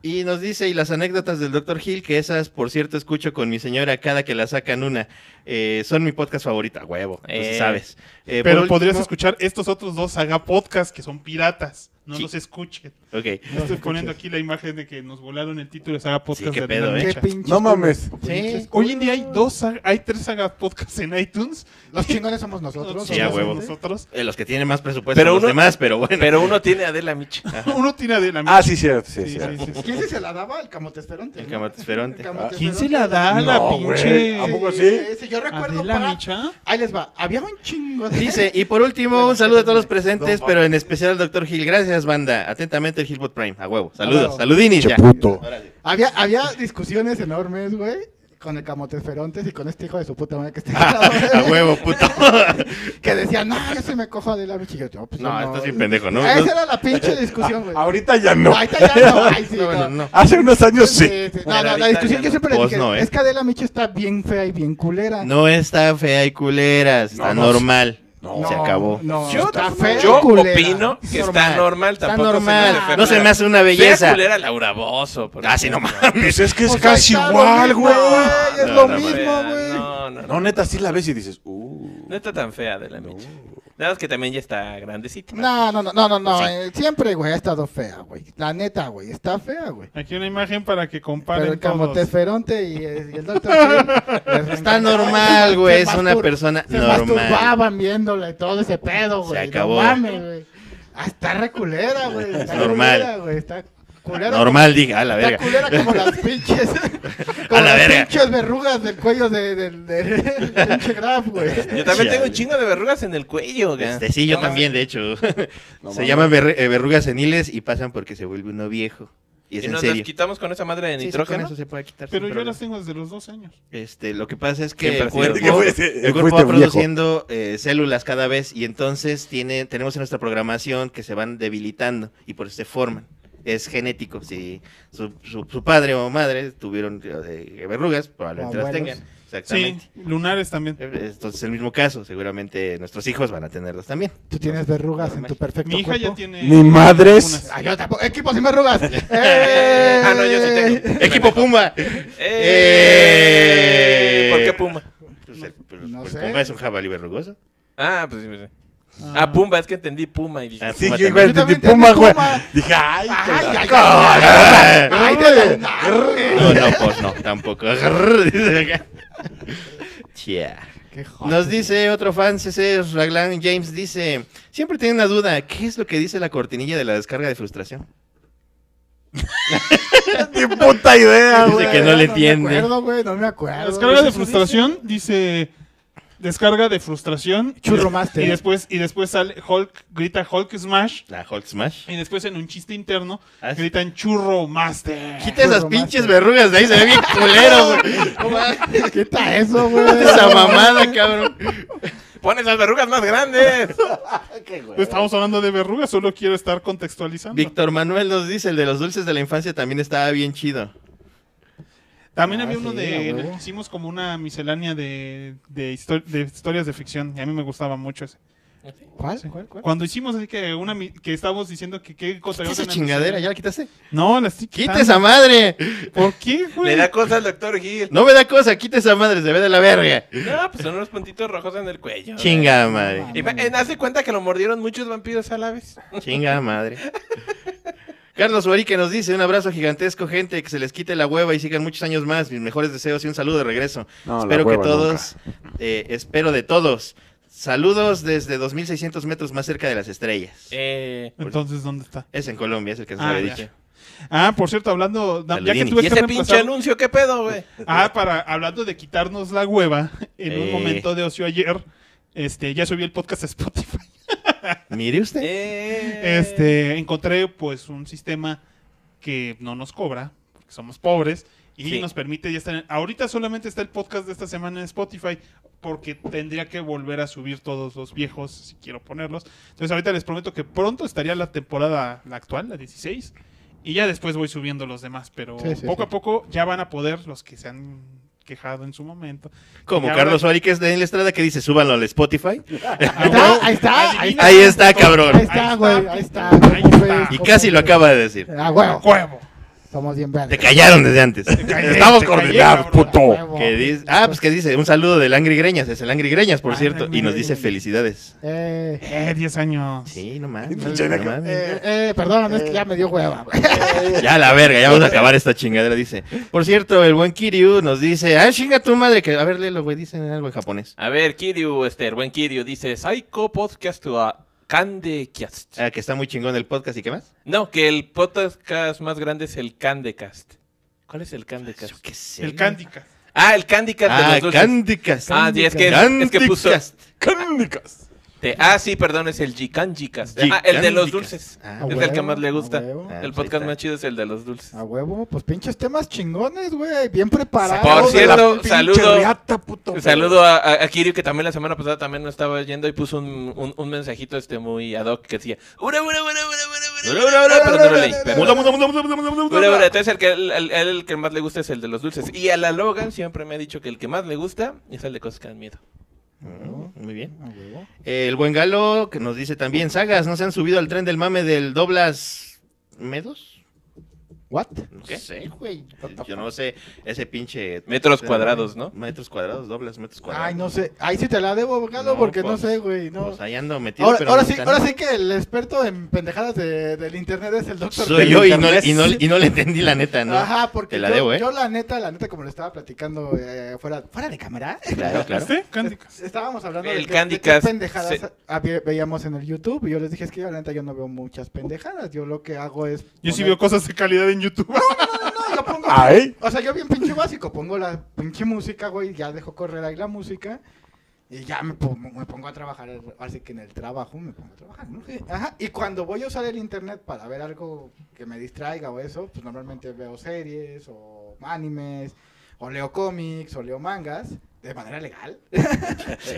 Y nos dice, y las anécdotas del Dr. Hill, que esas, por cierto, escucho con mi señora cada que la sacan una, eh, son mi podcast favorita, huevo, tú sí
Eh.
sabes. Eh,
Pero
por
podrías
último-
escuchar estos otros dos saga podcast que son piratas. No
Sí.
los escuchen.
Ok. eh,
Estoy poniendo aquí la imagen de que nos volaron el título de saga podcast.
qué
de
pedo,
Dinamita.
¿eh?
Qué
Hecha.
pinches
No mames.
culos,
Sí.
pinches
Hoy en día hay
culos.
dos, saga- hay tres sagas podcast en iTunes.
Los chingones somos nosotros.
Sí, a
somos
obviamente.
huevo.
Nosotros.
Eh, los que tienen más presupuesto
Pero
los
uno-
demás, pero bueno.
Pero uno tiene a Adela Micha.
Uno tira de la
Ah, sí, cierto. Sí,
Sí,
cierto.
sí, sí, sí.
¿Quién sí se la daba? El camotesferonte.
El
¿no?
camotesferonte.
El camotesferonte.
Ah, ¿Quién se la da a la
No,
pinche?
güey. ¿A poco sí?
sí, yo recuerdo.
Adela
para-
Micha.
Ahí les va. Había un chingo de.
Dice, y por último, un saludo a todos los presentes, pero en especial al doctor Gil. Gracias, banda. Atentamente, el Gilbot Prime. A huevo.
A
Saludos.
huevo.
Saludini.
Che
Ya.
puto.
Había, había discusiones enormes, güey, con el camotesferontes y con este hijo de su puta madre que está al lado,
A
güey,
huevo, puto.
que decía, no, yo se me cojo de la bicha. Y yo, no, pues yo
No,
no.
estás bien pendejo, ¿no?
Esa
No-
era la pinche discusión, güey.
Ah, Ahorita ya no.
Ahí está ya, no, ahí sí,
No, bueno,
no.
no.
Hace unos años
Sí,
sí.
sí. No,
Pero
no,
ahorita
la discusión
ya
yo
no.
siempre le
Vos
dije,
no, ¿eh?
es que Adela Micha está bien fea y bien culera.
No está fea y culera. Está
No, no.
normal.
No.
Se acabó.
No,
Yo-
está fea y
Yo
culera.
opino que está
Normal.
normal.
Está
tampoco se me
normal.
hace
No se me hace una belleza.
Fea culera Laura Bozo. por
Ah, sí, no
ejemplo.
Pues es que es
Pues ahí
casi
está lo
igual,
mismo,
güey.
Es
No,
lo
no,
mismo,
fea,
güey.
No, no, no.
No, neta, sí la ves y dices, uh.
No está tan fea Adela Micha. Nada más que también ya está grandecita.
No, no, no, no, no, no. eh, siempre, güey, ha estado fea, güey. La neta, güey, está fea, güey.
Aquí una imagen para que
Pero
comparen
el
todos.
camotesferonte y, eh, y el doctor Phil, les
Está
encantaba.
normal,
Se
güey. Es una
mastur-
persona
Se
normal.
masturbaban viéndole todo ese pedo, güey.
acabó.
No mames, güey. Ah, está reculera, güey. Está
normal.
culera, güey, está- Culera
Normal, diga, a la
como- Está
verga.
culera como las pinches. Como
la
las
verga.
pinches verrugas del cuello de- del del- del pinche graf, güey.
Yo también tengo
Chale.
un chingo de verrugas en el cuello, güey.
Este, sí, yo también, de hecho. se llaman ver- eh, verrugas seniles y pasan porque se vuelve uno viejo. Y es
Y
en
nos
serio.
las quitamos con esa madre de
Sí, sí,
nitrógeno.
con eso se puede quitar sin
Pero yo
problema.
las tengo desde los 12 años.
Este, lo que pasa es que
Siempre
el
ha sido.
cuerpo,
¿Qué
fuiste?
el cuerpo va
Fuiste viejo.
produciendo eh, células cada vez y entonces tiene, tenemos en nuestra programación que se van debilitando y por eso se forman. Es genético. Si su, su- su padre o madre tuvieron eh, verrugas, probablemente las
Abuelos.
tengan.
Sí,
Exactamente.
lunares también.
Eh, Entonces, el mismo caso, seguramente nuestros hijos van a tenerlas también.
Tú tienes verrugas en tu perfecto
Mi hija ya
cuerpo?
tiene.
Ni madres.
algunas.
Ah, yo tampoco. Equipo sin verrugas. ¡Eh!
Ah, no, yo sí tengo.
¡Equipo Pumba!
¡Eh!
Eh.
¿Por qué Puma?
Pues el, el-
No
el
sé.
Pumba es un jabalí verrugoso.
Ah, pues sí, pues sí. Ah, Pumba, es que entendí Puma y dije,
Ah,
Sí,
Puma
yo
también.
igual
Yo
entendí
también
Puma,
entendí
güey.
Puma.
Dije, ay,
¡Ay, ay, ay!
¡Ah!
¡Ay, de la-
No, no, pues no, tampoco. Chia.
¡Qué joder!
Nos dice otro fan, CC Raglan James, dice, siempre tiene una duda, ¿qué es lo que dice la cortinilla de la descarga de frustración?
ni puta idea,
Dice
güey.
que no le
No me
entiende.
acuerdo, güey. No me acuerdo.
Descarga de
Eso dice.
frustración, dice. Descarga de frustración.
Churro
Y
Master.
después, y después sale Hulk, grita Hulk Smash.
La Hulk Smash.
Y después en un chiste interno
Ah, sí.
gritan Churro Master.
Quita esas pinches verrugas de ahí, se ve bien culero, güey. No mames,
Quita eso,
quita
güey.
Esa mamada, cabrón.
¡Pon esas verrugas más grandes!
Pues,
Estamos hablando de verrugas, solo quiero estar contextualizando.
Víctor Manuel nos dice, el de los dulces de la infancia también estaba bien chido.
También
Ah,
había uno
sí,
de.
a huevo.
Hicimos como una miscelánea de, de, histo- de historias de ficción. Y a mí me gustaba mucho ese.
¿Cuál? ¿Cuál? ¿Cuál?
Cuando hicimos así que una mi- que estábamos diciendo que qué cosa
Quita esa chingadera, ¿ya la quitaste?
No, la estoy
¡Quita
quitando.
esa madre!
¿Por qué, güey?
Le da cosa al doctor Gil.
No me da cosa, quita esa madre, se ve de la verga.
No, pues son unos puntitos rojos en el cuello.
Chinga madre.
Y va- eh, hace cuenta que lo mordieron muchos vampiros a la vez.
Chinga madre. Carlos Urique nos dice, un abrazo gigantesco, gente, que se les quite la hueva y sigan muchos años más. Mis mejores deseos y un saludo de regreso.
No, la
espero que
hueva
todos, eh, espero de todos. Saludos desde 2600 metros más cerca de las estrellas.
Eh,
Entonces, ¿dónde está?
Es en Colombia, es el que se
Ah,
había
ya.
dicho.
Ah, por cierto, hablando. da- Ya que
Saludini.
tuve
y
que
ese pinche
reemplazar-
anuncio, ¿qué pedo, güey?
Ah, para, hablando de quitarnos la hueva, en
Eh.
un momento de ocio ayer, este, ya subí el podcast a Spotify.
Mire usted.
Eh.
Este, encontré pues un sistema que no nos cobra, porque somos pobres, y
Sí.
nos permite ya estar... en- Ahorita solamente está el podcast de esta semana en Spotify, porque tendría que volver a subir todos los viejos, si quiero ponerlos. Entonces ahorita les prometo que pronto estaría la temporada la actual, la 16, y ya después voy subiendo los demás, pero
Sí, sí,
poco
sí.
a poco ya van a poder los que se han quejado en su momento.
Como
Ya,
Carlos Urique es de la Estrada que dice, súbanlo al Spotify.
Ahí está, ahí está. Ahí
Adivina.
está.
Ahí está,
Ahí
cabrón.
está,
Ahí
güey.
está.
Ahí está.
Ahí está.
Y casi lo acaba de decir.
Ah, huevo.
¡Huevo!
Somos bien
Te
verdes.
callaron desde antes.
callé,
Estamos
te callé,
coordinados,
cabrón.
puto.
Huevo.
Que dice, ah, pues que dice, un saludo del Angry Greñas, es el Angry Greñas, por
Ah,
cierto,
Angry
y nos dice
Greñas.
felicidades.
Eh,
Eh, 10 años.
Sí, no mames.
Pinche
no
naco.
mames.
eh, eh, perdón, es que ya me dio hueva. güey.
Ya la verga, ya vamos a acabar esta chingadera, dice. Por cierto, el buen Kiryu nos dice, ah, chinga tu madre, que a ver, léelo, güey, dicen algo en japonés.
A ver, Kiryu, este, el buen Kiryu dice, Psycho Podcast to a Candecast.
Ah, que está muy chingón el podcast y qué más.
No, que el podcast más grande es el Candecast. ¿Cuál es el Candecast?
qué sé.
El Cándica.
Ah, el Candicast de
Ah,
los dulces.
Candycast.
Ah, sí, es que, es que puso...
Candycast.
Crónicas.
te- ah, sí, perdón, es el Gicanjicast. Ah, el de los
Gicanjicast.
dulces.
Ah,
es el
huevo,
que más le
a
gusta.
huevo.
Ah,
El
pues ahí
podcast
está.
más chido es el de los dulces.
A huevo, pues pinches temas chingones, güey. Bien preparados.
Por
güey.
cierto,
Pinche
saludo.
riata, puto.
Un saludo a, a- a Kiryu, que también la semana pasada también no estaba yendo y puso un, un- un mensajito este muy ad hoc que decía ¡Ura, ura, ura, ura, ura, ura, ura, ura, ura", pero no lo leí. pero-
Muda, muda, muda, muda, muda, muda, muda.
Ura, ura, Entonces, el que, el, el- el que más le gusta es el de los dulces. Y a la Logan siempre me ha dicho que el que más le gusta es el de cosas que dan miedo.
Mm, Muy bien.
A Ah, huevo.
El buen Galo que nos dice también, sagas, ¿no se han subido al tren del mame del Doblas Medos?
¿What?
No
¿Qué?
sé, güey. Yo no sé ese pinche...
Metros cuadrados, ¿no?
Metros cuadrados, doblas metros cuadrados.
Ay, no sé. Ahí sí te la debo, Galo,
No,
porque no
pues,
sé, güey. No.
Pues ahí ando metido,
ahora,
pero
ahora
no
sí,
tan-
ahora sí que el experto en pendejadas de- del internet es el doctor.
Soy yo y no, le- y, no, y no le entendí la neta, ¿no?
Ajá, porque
Te la
yo,
debo, ¿eh?
yo la neta, la neta, como le estaba platicando eh, fuera, fuera de cámara,
Claro, claro.
¿Este? Cándicas.
estábamos hablando
El
de, que-
Candy
de qué
Crush
pendejadas
se-
había- veíamos en el YouTube y yo les dije, es que la neta yo no veo muchas pendejadas, yo lo que hago es...
Yo sí
poner-
veo cosas de calidad en YouTube.
No, yo pongo-
Ay.
O sea, yo bien pinche básico, pongo la pinche música, güey, ya dejo correr ahí la música y ya me, pon- me pongo a trabajar, así que en el trabajo me pongo a trabajar, ¿no? Ajá, y cuando voy a usar el internet para ver algo que me distraiga o eso, pues normalmente veo series o animes o leo cómics o leo mangas de manera legal.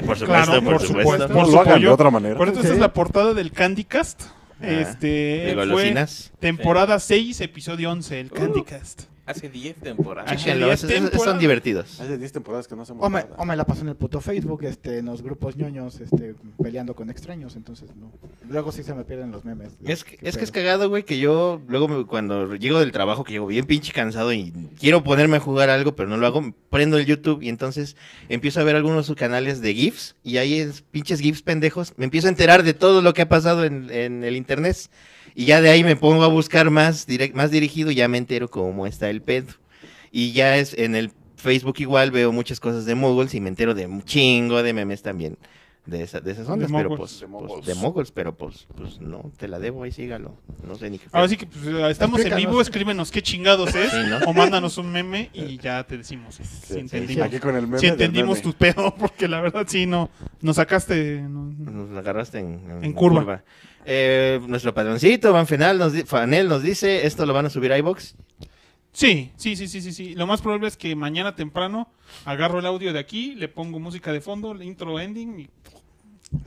Por supuesto,
Claro,
por,
por
supuesto.
supuesto.
No
Por
lo hagan de
pollo.
otra manera.
Por eso esta
Sí. Ah.
es la portada del Candycast.
De
Eh,
Este fue
golosinas.
temporada 6, episodio 11, el
Uh.
Candycast.
Hace 10 temporadas.
Chéquenlo,
ya
esos- esos- esos
temporada.
son divertidos.
Hace 10 temporadas que no hacemos
O me,
nada.
o me la paso en el puto Facebook, este, en los grupos ñoños, este, peleando con extraños, entonces no. Luego sí se me pierden los memes.
Es que,
Pues, Qué
es que es
pedo.
cagado, güey, que yo luego me- cuando llego del trabajo, que llego bien pinche cansado y quiero ponerme a jugar algo, pero no lo hago, prendo el YouTube y entonces empiezo a ver algunos canales de GIFs y ahí es pinches GIFs pendejos, me empiezo a enterar de todo lo que ha pasado en, en el internet y ya de ahí me pongo a buscar más, direc- más dirigido y ya me entero cómo está el pedo. Y ya es en el Facebook igual veo muchas cosas de moguls y me entero de un chingo de memes también. De, esa- de esas
De
ondas, pero
moguls.
pues,
De
pues,
moguls.
de moguls, pero pues, pues no, te la debo, ahí sígalo. No sé ni qué. fue.
Ahora sí que pues, estamos en
Explícanos.
vivo, escríbenos qué chingados es
Sí, ¿no?
o mándanos un meme y ya te decimos si entendimos,
Aquí con el meme
si
del
entendimos
meme.
tu pedo, porque la verdad sí, no, nos sacaste... no-
Nos agarraste en,
En curva.
Eh, nuestro padroncito, Van Fenal, nos di- Fanel nos dice, esto lo van a subir a iBox.
Sí, sí, sí, sí, sí, sí. Lo más probable es que mañana temprano agarro el audio de aquí, le pongo música de fondo, el intro, ending y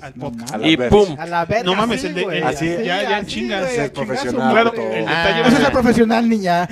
al
No
podcast.
A la
Y
verga.
pum.
A la verga.
No mames, el de-
güey,
el-
así,
ya- ya chingas.
güey,
Ser
a chingar su
profesional,
madre.
Claro, Eh, el
Ah.
detalle,
Eso es ser profesional, niña.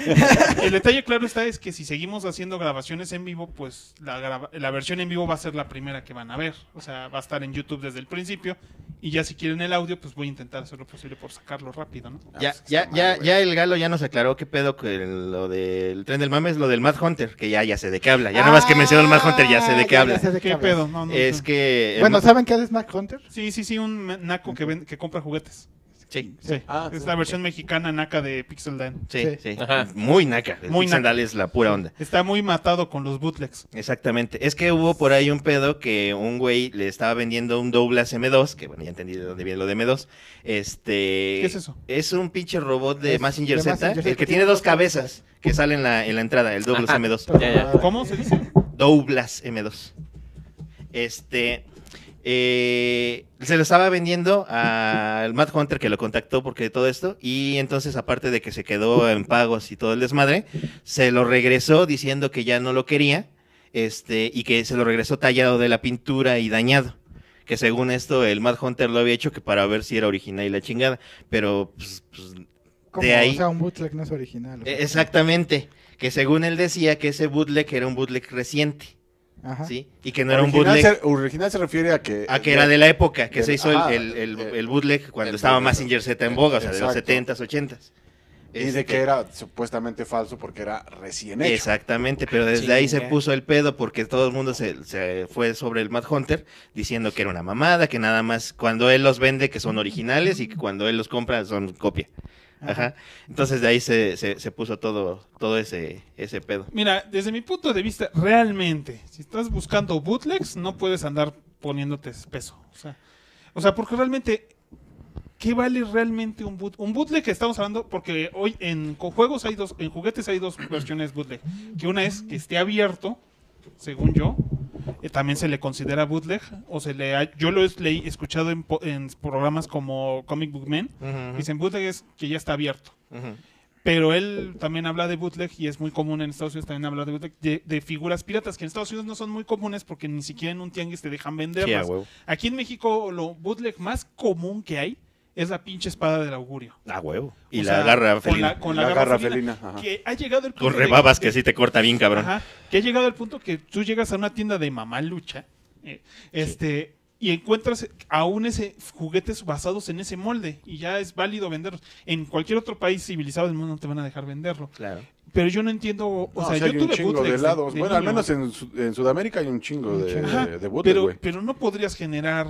el detalle claro está es que si seguimos haciendo grabaciones en vivo, pues la, grava- la versión en vivo va a ser la primera que van a ver. O sea, va a estar en YouTube desde el principio. Y ya si quieren el audio, pues voy a intentar hacer lo posible por sacarlo rápido, ¿no?
Ah,
Ya,
pues,
ya, ya, ya el galo ya nos aclaró qué pedo que lo del tren del mame es lo del Mad Hunter, que ya, ya sé de qué habla. Ya nada más que mencionó el Mad Hunter, ya sé de qué
Ah,
habla.
ya sé de
¿Qué,
hablas.
pedo? No, no,
Es
eh, no.
que... eh, el
Bueno,
Mad-
¿saben qué es Mac Hunter?
Sí, sí, sí, un me- naco que, ven- que compra juguetes.
sí,
Sí.
Ah,
es
sí.
la versión mexicana naca de Pixel Dan.
sí,
Sí.
sí.
Ajá.
Muy naca. El
Muy
Pix
naca.
and Dal es la pura onda.
Está muy matado con los bootlegs.
Exactamente. Es que hubo por ahí un pedo que un güey le estaba vendiendo un Douglas M2, que bueno, ya entendí de dónde viene lo de M2. Este, ¿Qué
es eso?
Es un pinche robot de
Es
Massinger
de
Z,
Mazinger
el
Z.
que tiene dos cabezas que sale en la, en la entrada, el Douglas
Ajá.
M2.
Ya, ya.
¿Cómo se dice?
Douglas M2. Este. eh, se lo estaba vendiendo al Matt Hunter que lo contactó porque de todo esto. Y entonces, aparte de que se quedó en pagos y todo el desmadre, se lo regresó diciendo que ya no lo quería. Este, y que se lo regresó tallado de la pintura y dañado. Que según esto, el Matt Hunter lo había hecho que para ver si era original y la chingada. Pero pues, pues,
Como,
De ahí-
O sea, un bootleg no es original. güey.
eh, exactamente. Que según él decía que ese bootleg era un bootleg reciente.
Ajá.
¿sí? Y que no era un
Original
bootleg.
se- original se refiere a que...
A Ah, que era de la época que
del-
se hizo el-
ajá,
el, el,
el-
el bootleg cuando
el
estaba
bootleg.
Massinger Z en boga, o sea, de los
Exacto.
70s, 80s.
Y de
Este,
que era supuestamente falso porque era recién hecho.
Exactamente, pero desde ahí se
Chinga.
puso el pedo porque todo el mundo se, se fue sobre el Mad Hunter diciendo que era una mamada, que nada más cuando él los vende que son originales y que cuando él los compra son copia. Ajá. Entonces de ahí se, se, se puso todo, todo ese, ese pedo.
Mira, desde mi punto de vista, realmente, si estás buscando bootlegs, no puedes andar poniéndote espeso. O sea, o sea porque realmente, ¿qué vale realmente un boot? Un bootleg que estamos hablando, porque hoy en con juegos hay dos, en juguetes hay dos versiones bootleg. Que una es que esté abierto, según yo, eh, también se le considera bootleg, o se le ha- yo lo he leí- escuchado en, po- en programas como Comic Book Man, dicen bootleg es que ya está abierto.
Ujú.
Pero él también habla de bootleg y es muy común en Estados Unidos también hablar de bootleg de, de figuras piratas que en Estados Unidos no son muy comunes porque ni siquiera en un tianguis te dejan
Sí, a
venderlas.
huevo.
Aquí en México lo bootleg más común que hay es la pinche espada del augurio.
A huevo. Y
O
la
sea,
agarra
con
felina.
la, con
La
la
garra
garra
felina,
felina,
ajá.
que ha llegado el punto
Con
de-
rebabas que
de-
sí te corta bien, cabrón.
Ajá, que ha llegado al punto que tú llegas a una tienda de mamalucha, eh, este, y encuentras aún ese juguetes basados en ese molde y ya es válido venderlos. En cualquier otro país civilizado del mundo no te van a dejar venderlo.
Claro.
Pero yo no entiendo, o
No,
sea,
sí hay
yo
un
tuve
chingo de
bootlegs
helados.
de
bueno, al
niño.
menos en, Sud- en Sudamérica hay un chingo de,
Ajá,
de bootleg,
pero,
güey.
pero no podrías generar,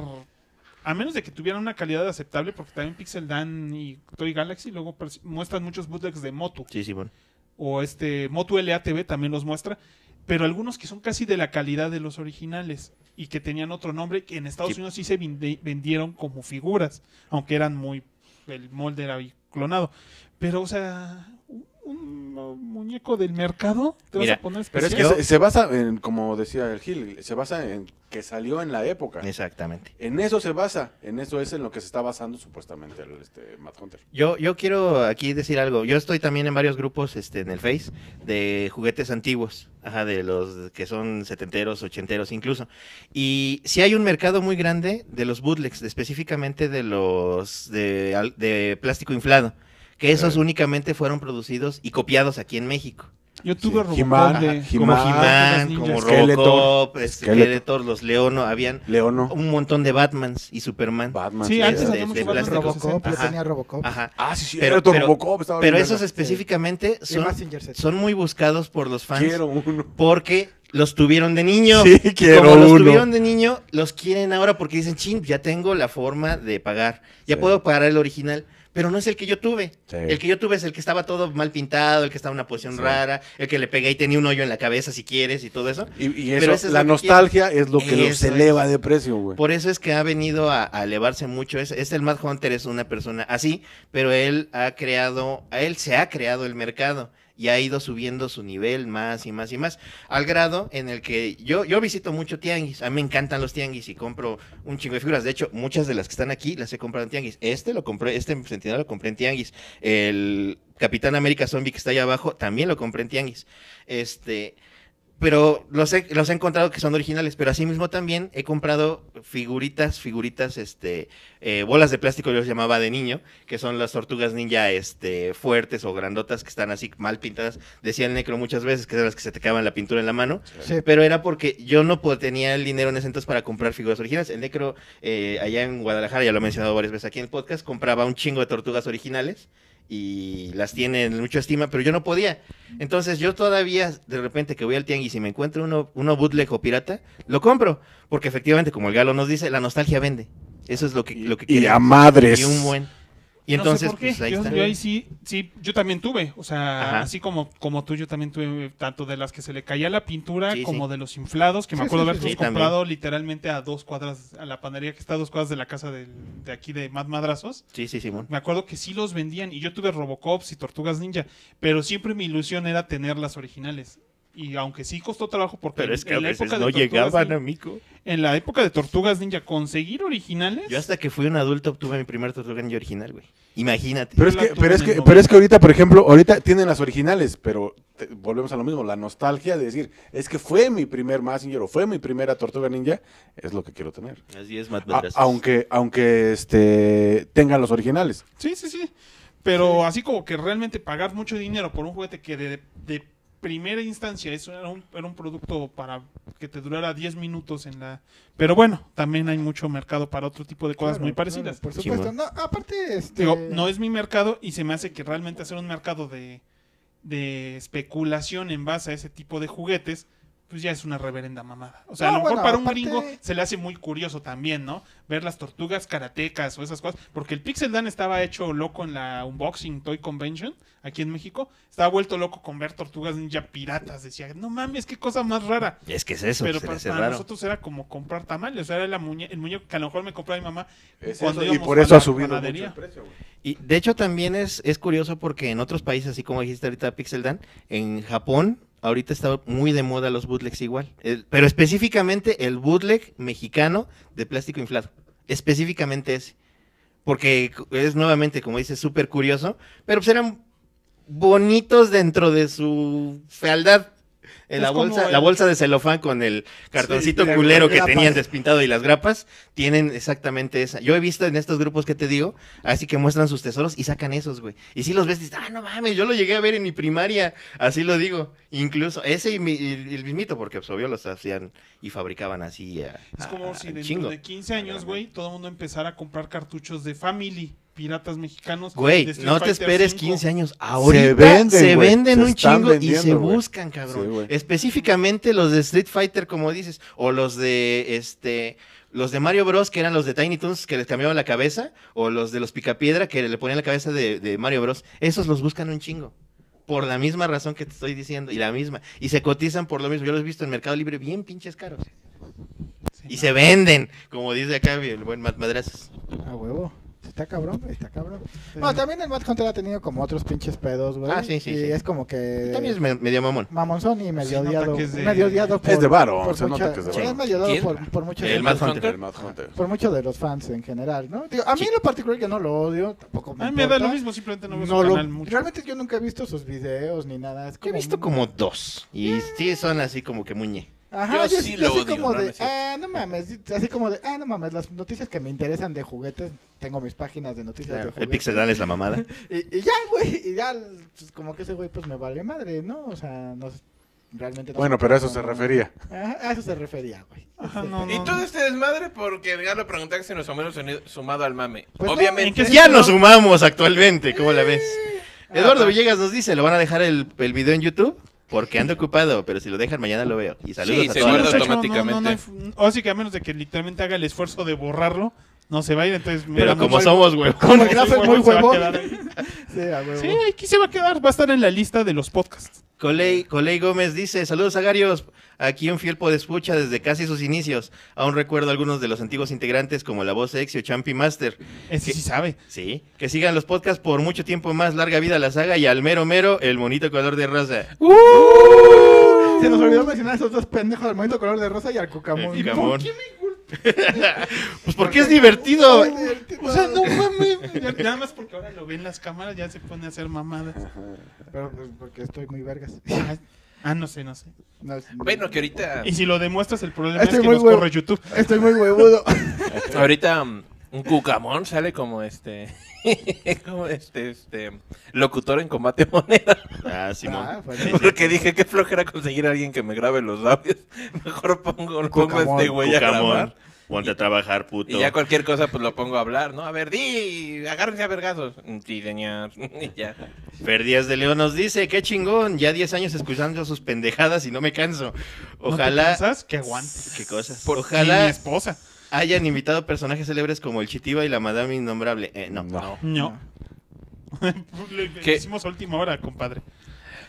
a menos de que tuvieran una calidad aceptable, porque también Pixel Dan y Toy Galaxy luego perci- muestran muchos bootlegs de Motu,
Sí, Simón.
o este Motu LATV también los muestra, pero algunos que son casi de la calidad de los originales y que tenían otro nombre, que en Estados
Sí.
Unidos sí se vinde- vendieron como figuras, aunque eran muy, el molde era ahí clonado, pero o sea... un- Un mu- muñeco del mercado, te vas
Mira,
a poner
Pero es que
especial?
se, se basa en, como decía el Gil, se basa en que salió en la época.
Exactamente.
En eso se basa, en eso es en lo que se está basando supuestamente el este, Matt Hunter.
Yo, yo quiero aquí decir algo. Yo estoy también en varios grupos este, en el Face de juguetes antiguos, ajá, de los que son setenteros, ochenteros incluso. Y sí hay un mercado muy grande de los bootlegs, de- específicamente de los de, al- de plástico inflado, que esos
Eh.
únicamente fueron producidos y copiados aquí en México.
Yo tuve
Sí,
Robocop
He-Man,
de-
ajá,
Como
He-Man,
las
He-Man,
ninjas.
como
Skeletor,
Robocop, este,
Skeletor.
Skeletor, los Leono, habían
Leono,
un montón de Batmans y Superman.
Batman.
Sí, antes
de-
había mucho
de
Batman de los
plástico.
Robocop,
60.
yo
Ajá.
tenía Robocop.
Ajá.
Ah, sí, sí,
Pero-
pero, cierto,
pero-
Robocop. estaba
Pero
bien
esos
verga.
específicamente
Y
son,
Mazinger Z.
son muy buscados por los fans
Quiero uno.
porque los tuvieron de niño.
Sí, quiero
Como los
uno.
tuvieron de niño, los quieren ahora porque dicen, chin, ya tengo la forma de pagar. Ya
Sí.
puedo pagar el original. Pero no es el que yo tuve.
Sí.
El que yo tuve es el que estaba todo mal pintado, el que estaba en una posición
Sí.
rara, el que le pegué y tenía un hoyo en la cabeza si quieres y todo eso.
Y, y
Pero
eso,
eso es
la
lo que
nostalgia es lo que los
Eso es.
eleva de precio, güey.
Por eso es que ha venido a, a elevarse mucho. Es, es el Matt Hunter, es una persona así, pero él ha creado, a él se ha creado el mercado y ha ido subiendo su nivel más y más y más, al grado en el que yo, yo visito mucho tianguis, a mí me encantan los tianguis y compro un chingo de figuras, de hecho muchas de las que están aquí las he comprado en tianguis, este lo compré, este Sentinela lo compré en tianguis, el Capitán América Zombie que está allá abajo también lo compré en tianguis, este, pero los he, los he encontrado que son originales, pero asimismo también he comprado figuritas, figuritas, este, eh, bolas de plástico, yo los llamaba de niño, que son las tortugas ninja, este, fuertes o grandotas que están así mal pintadas, decía el necro muchas veces, que eran las que se te acaban la pintura en la mano,
Sí,
pero era porque yo no po- tenía el dinero en ese entonces para comprar figuras originales. El Necro, eh, allá en Guadalajara, ya lo he mencionado varias veces aquí en el podcast, compraba un chingo de tortugas originales y las tiene en mucha estima, pero yo no podía. Entonces yo todavía, de repente que voy al tianguis y me encuentro uno, uno bootleg o pirata, lo compro, porque efectivamente, como el galo nos dice, la nostalgia vende. Eso es lo que, lo que
Y a
queremos.
madres.
Y un buen. Y
No sé
entonces,
por qué,
pues ahí
yo,
está.
yo ahí sí, sí, yo también tuve, o sea,
Ajá.
así como, como tú, yo también tuve eh, tanto de las que se le caía la pintura
Sí, sí.
como de los inflados, que me
Sí,
acuerdo
sí,
haberlos
sí, también.
comprado literalmente a dos cuadras, a la panadería que está a dos cuadras de la casa del- de aquí de Mad Madrazos.
Sí, sí, Simón.
Me acuerdo que sí los vendían y yo tuve Robocops y Tortugas Ninja, pero siempre mi ilusión era tener las originales. Y aunque sí costó trabajo porque
Pero es que a
en, la
veces
época
no
de Tortugas
llegaban,
Nin-
amigo.
en la época de Tortugas Ninja conseguir originales
Yo hasta que fui un adulto obtuve mi primer Tortuga Ninja original, güey. Imagínate.
Pero es
Yo
que,
la tuve
pero es
en el
que, pero es que ahorita, por ejemplo, ahorita tienen las originales, pero te- volvemos a lo mismo, la nostalgia de decir, es que fue mi primer Messenger o fue mi primera Tortuga Ninja, es lo que quiero tener.
Así es, Matt
A-
Madrazo.
aunque, aunque este tengan los originales.
Sí, sí, sí. Pero así como que realmente pagar mucho dinero por un juguete que de, de primera instancia eso era un, era un producto para que te durara 10 minutos en la... Pero bueno, también hay mucho mercado para otro tipo de cosas
claro,
muy parecidas.
claro, por supuesto.
Simón.
No, aparte, este...
Digo, no es mi mercado y se me hace que realmente hacer un mercado de, de especulación en base a ese tipo de juguetes, pues ya es una reverenda mamada. O sea, a
No,
lo mejor
bueno,
para un
aparte-
gringo se le hace muy curioso también, ¿no? Ver las tortugas karatecas o esas cosas. Porque el Pixel Dan estaba hecho loco en la Unboxing Toy Convention aquí en México. Estaba vuelto loco con ver tortugas ninja piratas. Decía, no mames, qué cosa más rara.
Es que es eso,
Pero
se
para,
le hace
para
raro.
nosotros era como comprar tamales. O sea, era la muñe- el muñeco que a lo mejor me compró mi mamá.
Es
cuando
eso, y
íbamos
por
a
eso
la
ha subido mucho
panadería.
el precio, güey.
Y de hecho también es, es curioso porque en otros países, así como dijiste ahorita Pixel Dan, en Japón ahorita está muy de moda los bootlegs igual. El- pero específicamente el bootleg mexicano de plástico inflado. Específicamente ese. Porque cu- es nuevamente, como dices, súper curioso. Pero pues eran bonitos dentro de su fealdad. En
Es
la,
como
bolsa,
el-
la bolsa de celofán con el cartoncito
Sí, la-
culero que
grapas.
tenían despintado y las grapas tienen exactamente esa. Yo he visto en estos grupos que te digo, así que muestran sus tesoros y sacan esos, güey. Y si los ves, dices, ah, no mames, yo lo llegué a ver en mi primaria. Así lo digo. Incluso ese y, mi- y el mismito, porque pues, obvio los hacían y fabricaban así. a-
Es
a-
como si
al
dentro
Ah, chingo.
de 15 años, güey, todo el mundo empezara a comprar cartuchos de Family, piratas mexicanos.
Güey,
de Street
no te
Fighter
esperes
5.
15 años. Ahorita se venden,
venden, güey. Se
un
están
chingo y se
vendiendo, güey.
buscan, cabrón.
Sí, güey.
Específicamente los de Street Fighter, como dices, o los de este. Los de Mario Bros, que eran los de Tiny Toons que les cambiaban la cabeza, o los de los Picapiedra que le ponían la cabeza de, de Mario Bros, esos los buscan un chingo. Por la misma razón que te estoy diciendo, y la misma. Y se cotizan por lo mismo. Yo los he visto en Mercado Libre bien pinches caros.
Sí,
Y
no.
se venden, como dice acá el buen Mat Madrazos.
A huevo. Está cabrón, güey, está cabrón. Bueno, también el Mad Hunter ha tenido como otros pinches pedos, güey.
Ah, sí, sí,
Y
sí.
es como
Eh,
que.
También es me- medio mamón.
Mamonzón y medio
Sí, nota
odiado.
que es de-
medio odiado por,
Es de varo,
por
se nota
mucha-
que es de
sí,
varo.
es medio odiado
¿Quién?
por, por muchos
El
de-
Mad Hunter.
El Mad Hunter.
por muchos de los fans en general, ¿no? Digo, a mí en lo particular yo no lo odio, tampoco me
A mí Ah, me da
importa.
lo mismo, simplemente no veo
No
su
lo-
canal mucho.
realmente yo nunca he visto sus videos ni nada. Es
Yo he
como-
visto como dos. Y sí, son así como que muñe.
Ajá,
Yo
yo,
sí
sí
lo
así
odio,
como
no, no
de,
es cierto.
ah, no mames, así como de, ah, no mames, las noticias que me interesan de juguetes, tengo mis páginas de noticias de
el
juguetes.
pixelal es la mamada.
Y, y ya, güey, y ya, pues como que ese güey, pues me vale madre, ¿no? O sea, no, realmente no.
Bueno, pero a eso se refería.
Ajá, a eso se refería, güey.
Ajá,
Ese-
no, no.
Y todo este desmadre porque ya lo preguntaba que si nos hubiéramos unido- sumado al mame.
Pues no,
¿en
Obviamente.
qué
Ya nos sumamos actualmente, ¿cómo la ves? Eduardo
Ah,
Ajá.
Villegas nos dice, ¿lo van a dejar el, el video en YouTube? Porque ando ocupado, pero si lo dejan mañana lo veo. Y saludos
Sí,
a
se
Sí,
todos.
guarda
muchacho,
automáticamente.
no, no, no hay f- o sí que a menos de que literalmente haga el esfuerzo de borrarlo, no se va a ir, entonces... mira,
Pero
no
como
soy-
somos,
Como
huevones.
no
el
soy
grafo es muy
huevón, se va a
huevo.
quedar ahí.
Sí, a huevo.
Sí, aquí se va a quedar, va a estar en la lista de los podcasts.
Coley, Coley Gómez dice, saludos Agarios, aquí un fiel podespucha desde casi sus inicios. Aún recuerdo algunos de los antiguos integrantes como la voz Exio, Champi Master.
Ese sí sabe.
Sí, que sigan los podcasts por mucho tiempo más, larga vida a la saga y al mero mero, el monito color de raza.
Se nos olvidó mencionar a esos dos pendejos al momento color de rosa Eh, y al cucamón.
¿Y por qué pues porque es divertido.
O sea, no mames. ya- Nada más porque ahora lo ven las cámaras, ya se pone a hacer mamadas.
Pero pues, porque estoy muy vergas.
Ah, Ah, no sé, no sé.
No, es-
Bueno, que ahorita.
Y si lo demuestras, el problema
Estoy
es que
muy
nos
huevo.
corre YouTube.
Estoy muy huevudo.
Ahorita mm, un cucamón sale como este. como este, este. Locutor en combate moneda.
Ah, Simón.
Ah, bueno.
Porque dije, qué flojera conseguir a alguien que me grabe los labios. Mejor pongo, pongo a
Cucamón,
este güey a
Cucamón,
grabar.
ponte a trabajar, puto.
Y ya cualquier cosa, pues lo pongo a hablar, ¿no? A ver, di, agárrense a vergazos. Mm, Sí, señor. Y ya.
Fer Díaz de León nos dice, qué chingón, ya 10 años escuchando sus pendejadas y no me canso. Ojalá...
¿Sabes? Que aguante.
¿Qué cosas?
Y
Por-
mi
Ojalá
esposa.
hayan invitado personajes célebres como el Chitiba y la Madame Innombrable. Eh, no.
No.
No. Le- le
¿Qué?
hicimos a última hora, compadre.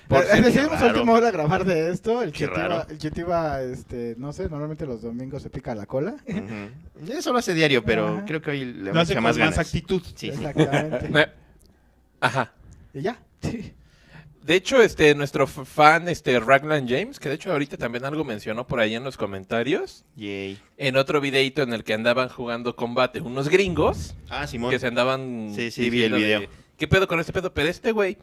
Por
Por cierto,
Eh, Decidimos a
raro.
última hora grabar de esto. El
Qué
chetiba,
raro.
el chetiba, este, no sé, normalmente los domingos se pica la cola.
Ujú. Eso lo hace diario, pero
Ajá.
creo que hoy le
Lo hace
echa
con más,
más ganas.
actitud.
Sí, sí.
Exactamente.
Eh, Ajá.
y ya. Sí.
De hecho, este, nuestro f- fan, este, Raglan James, que de hecho ahorita también algo mencionó por ahí en los comentarios,
Yay.
en otro videito en el que andaban jugando combate unos gringos
Ah, Simón.
que se andaban...
Sí, sí, vi el
diciendo de,
video.
¿Qué pedo con este pedo? Pero este güey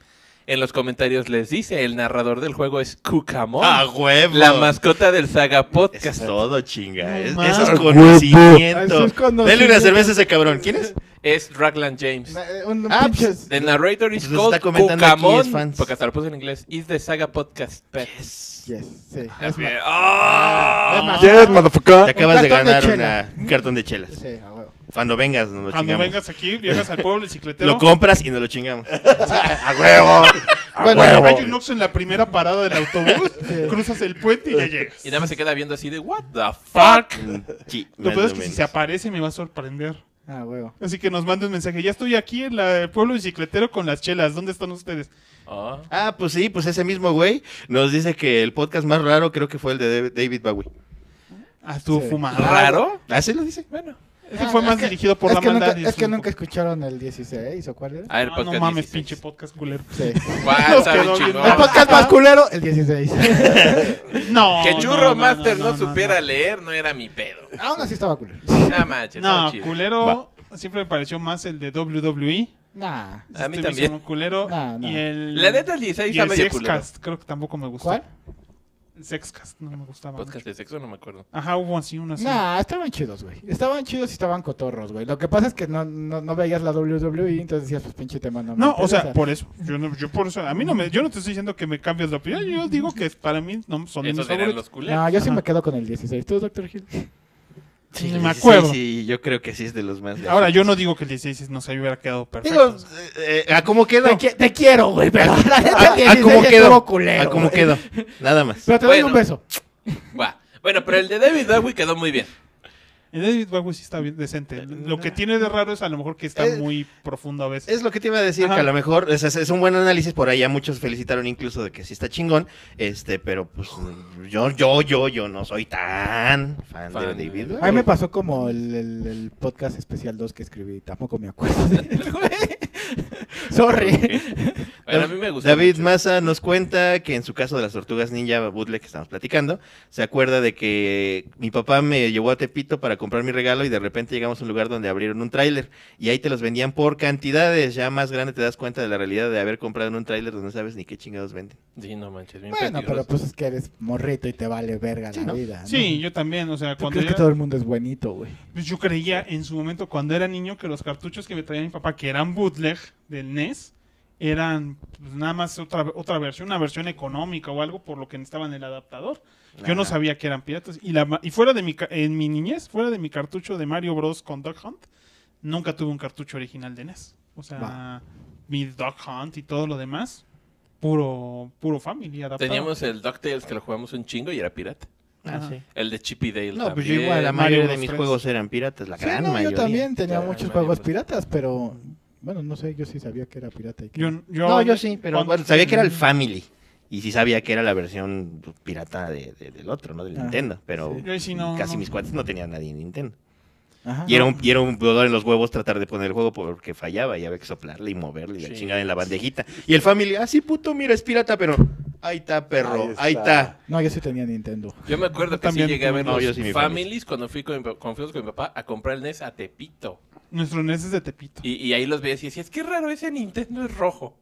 en los comentarios les dice, el narrador del juego es Cucamón,
¡Ah, huevo!
la mascota del Saga
Eso es
Podcast.
todo, chinga. Es-
No
eso es
mames. Ah,
Eso
conocimiento.
es conocimiento.
Dele una cerveza a ese cabrón. ¿Quién es?
Es Raglan James.
Na- eh, Un, un
Ah,
pinche-
The narrator is
Pues lo
called
está comentando aquí, es
Cucamón,
fans.
porque hasta lo puse en inglés, is the Saga Podcast pet.
Yes, sí. Es
Así de,
ma-
¡ah!
Es más-
Yes,
Te
motherfucker.
acabas de
cartón de
ganar
chela.
una- un cartón de chelas.
sí, a huevo.
Cuando vengas, nos lo
Cuando
chingamos.
vengas aquí, llegas al pueblo bicicletero.
Lo compras y nos lo chingamos.
A huevo. A
Bueno,
huevo.
Hay un Oxxo en la primera parada del autobús,
Sí.
cruzas el puente y ya llegas.
Y nada más se queda viendo así de, what the fuck?
Sí,
Lo
más
peor
o
es que si
menos.
se aparece me va a sorprender.
A huevo.
Así que nos manda un mensaje. Ya estoy aquí en la- el pueblo bicicletero con las chelas. ¿Dónde están ustedes?
Ah.
Ah, pues sí, pues ese mismo güey nos dice que el podcast más raro creo que fue el de David Bowie.
Ah, estuvo
Sí.
fumado.
¿Raro?
¿Ah, sí lo dice? Bueno.
Ese
Ah,
fue
es
más
que-
dirigido por
es
la
que nunca,
maldad. y
Es que
un poco-
nunca escucharon el 16, ¿o cuál era?
Ah, el
Ah, no
podcast
mames,
16.
pinche podcast culero.
Sí.
¿Cuál?
Nos
Saben
quedó bien
chingón.
mal.
El podcast más culero, el 16.
No.
Que
no,
Churro
no,
Master no,
no, no, no.
supiera leer no era mi pedo.
Aún así estaba culero.
Nada más,
No, culero siempre me pareció más el de E. WWE.
Nah.
A mí
Este me
también.
hizo un culero.
No, no.
Y el,
La neta, el 16
y
está
el
medio culero.
Sexcast, creo que tampoco me gustó.
¿Cuál?
Sexcast, no me gustaba.
Podcast de sexo, no me acuerdo.
Ajá, hubo así una así.
Nah, estaban chidos, güey. Estaban chidos y estaban cotorros, güey. Lo que pasa es que no, no, no veías la WWE, entonces decías, pues pinche tema no. me
No, o sea,
interesa.
por eso. Yo, no, yo por eso. A mí no me. Yo no te estoy diciendo que me cambies de opinión. Yo digo que para mí no son de mis
Esos eran
favoritos.
los culeros.
No, yo sí
Ajá.
me quedo con el 16. ¿Tú, Doctor Hill?
Sí,
El
me
16,
acuerdo.
Sí, yo creo que sí es de los más. de
Ahora,
hace.
yo no digo que el 16 no se hubiera quedado
Digo,
perfecto.
eh, eh, ¿a cómo quedó?
Te, qui- te quiero, güey, pero la neta
¿A,
el
a
16
cómo
estuvo
quedó?
culero,
¿A cómo
güey.
quedó? Nada más.
Pero te doy un
Bueno.
beso.
Va. Bueno, pero el de David Bowie quedó muy bien.
el David Bowie sí está bien
eh,
decente. Lo que tiene de raro es a lo mejor que está
Eh,
muy profundo a veces.
Es lo que te iba a decir,
Ajá.
que a lo mejor es, es- es un buen análisis, por allá muchos felicitaron incluso de que sí está chingón, este, pero pues yo, yo, yo, yo no soy tan fan,
Fan.
de David.
A mí me pasó como el, el- el podcast especial 2 que escribí. Tampoco me acuerdo de él, güey. Sorry.
Bueno, a mí me gustó.
David
mucho.
Massa nos cuenta que en su caso de las tortugas ninja bootleg que estamos platicando, se acuerda de que mi papá me llevó a Tepito para comprar mi regalo y de repente llegamos a un lugar donde abrieron un tráiler y ahí te los vendían por cantidades. Ya más grande te das cuenta de la realidad de haber comprado en un tráiler donde no sabes ni qué chingados venden.
Sí, no manches. Bien
Bueno, pero
peligroso.
pues es que eres morrito y te vale verga la
Ah,
vida. ¿no?
Sí, yo también. O sea,
¿Tú
cuando
crees
era-
que todo el mundo es buenito, güey?
pues, yo creía en su momento, cuando era niño, que los cartuchos que me traía mi papá, que eran bootleg del NES, eran pues, nada más otra, otra versión, una versión económica o algo por lo que necesitaban el adaptador. Yo no
Ajá.
sabía que eran piratas. Y, la, ma- y fuera de mi, ca- en mi niñez, fuera de mi cartucho de Mario Bros. con Duck Hunt, nunca tuve un cartucho original de NES. O sea,
Va.
mi Duck Hunt y todo lo demás, puro, puro family adaptado.
Teníamos el DuckTales que lo jugamos un chingo y era pirata.
Ah,
Ajá.
El de Chippy Dale.
No, pues yo
también.
igual, la
Mario
mayoría de
Bros.
mis
3.
juegos eran piratas, la
Sí,
gran
no,
mayoría.
yo también tenía
Claro,
muchos
Mario
juegos
Bros.
piratas, pero bueno, no sé, yo sí sabía que era pirata. Y que...
Yo, yo,
No, yo sí, pero
cuando-
bueno, mm. sabía que era el Family. Y sí sabía que era la versión pirata de- de- del otro, ¿no? Del
Ah,
Nintendo. Pero
sí. Yo ahí sí no,
casi
no.
mis cuates no tenían nadie en Nintendo.
Ajá.
Y era un, y era un dolor en los huevos tratar de poner el juego porque fallaba y había que soplarle y moverle y la
Sí.
chingada en la bandejita. Y el Family, ah, sí, puto, mira, es pirata, pero ahí está, perro,
Ahí
ahí
está.
está.
No, yo sí tenía Nintendo.
Yo me acuerdo
Yo
que sí
también
llegué a ver
tuve-
No,
los
yo sí, mi
families cuando fui con mi, pa- cuando fuimos con mi papá a comprar el NES a Tepito.
Nuestro NES es de Tepito.
Y, y ahí los veía y decía, es que raro, ese Nintendo es rojo.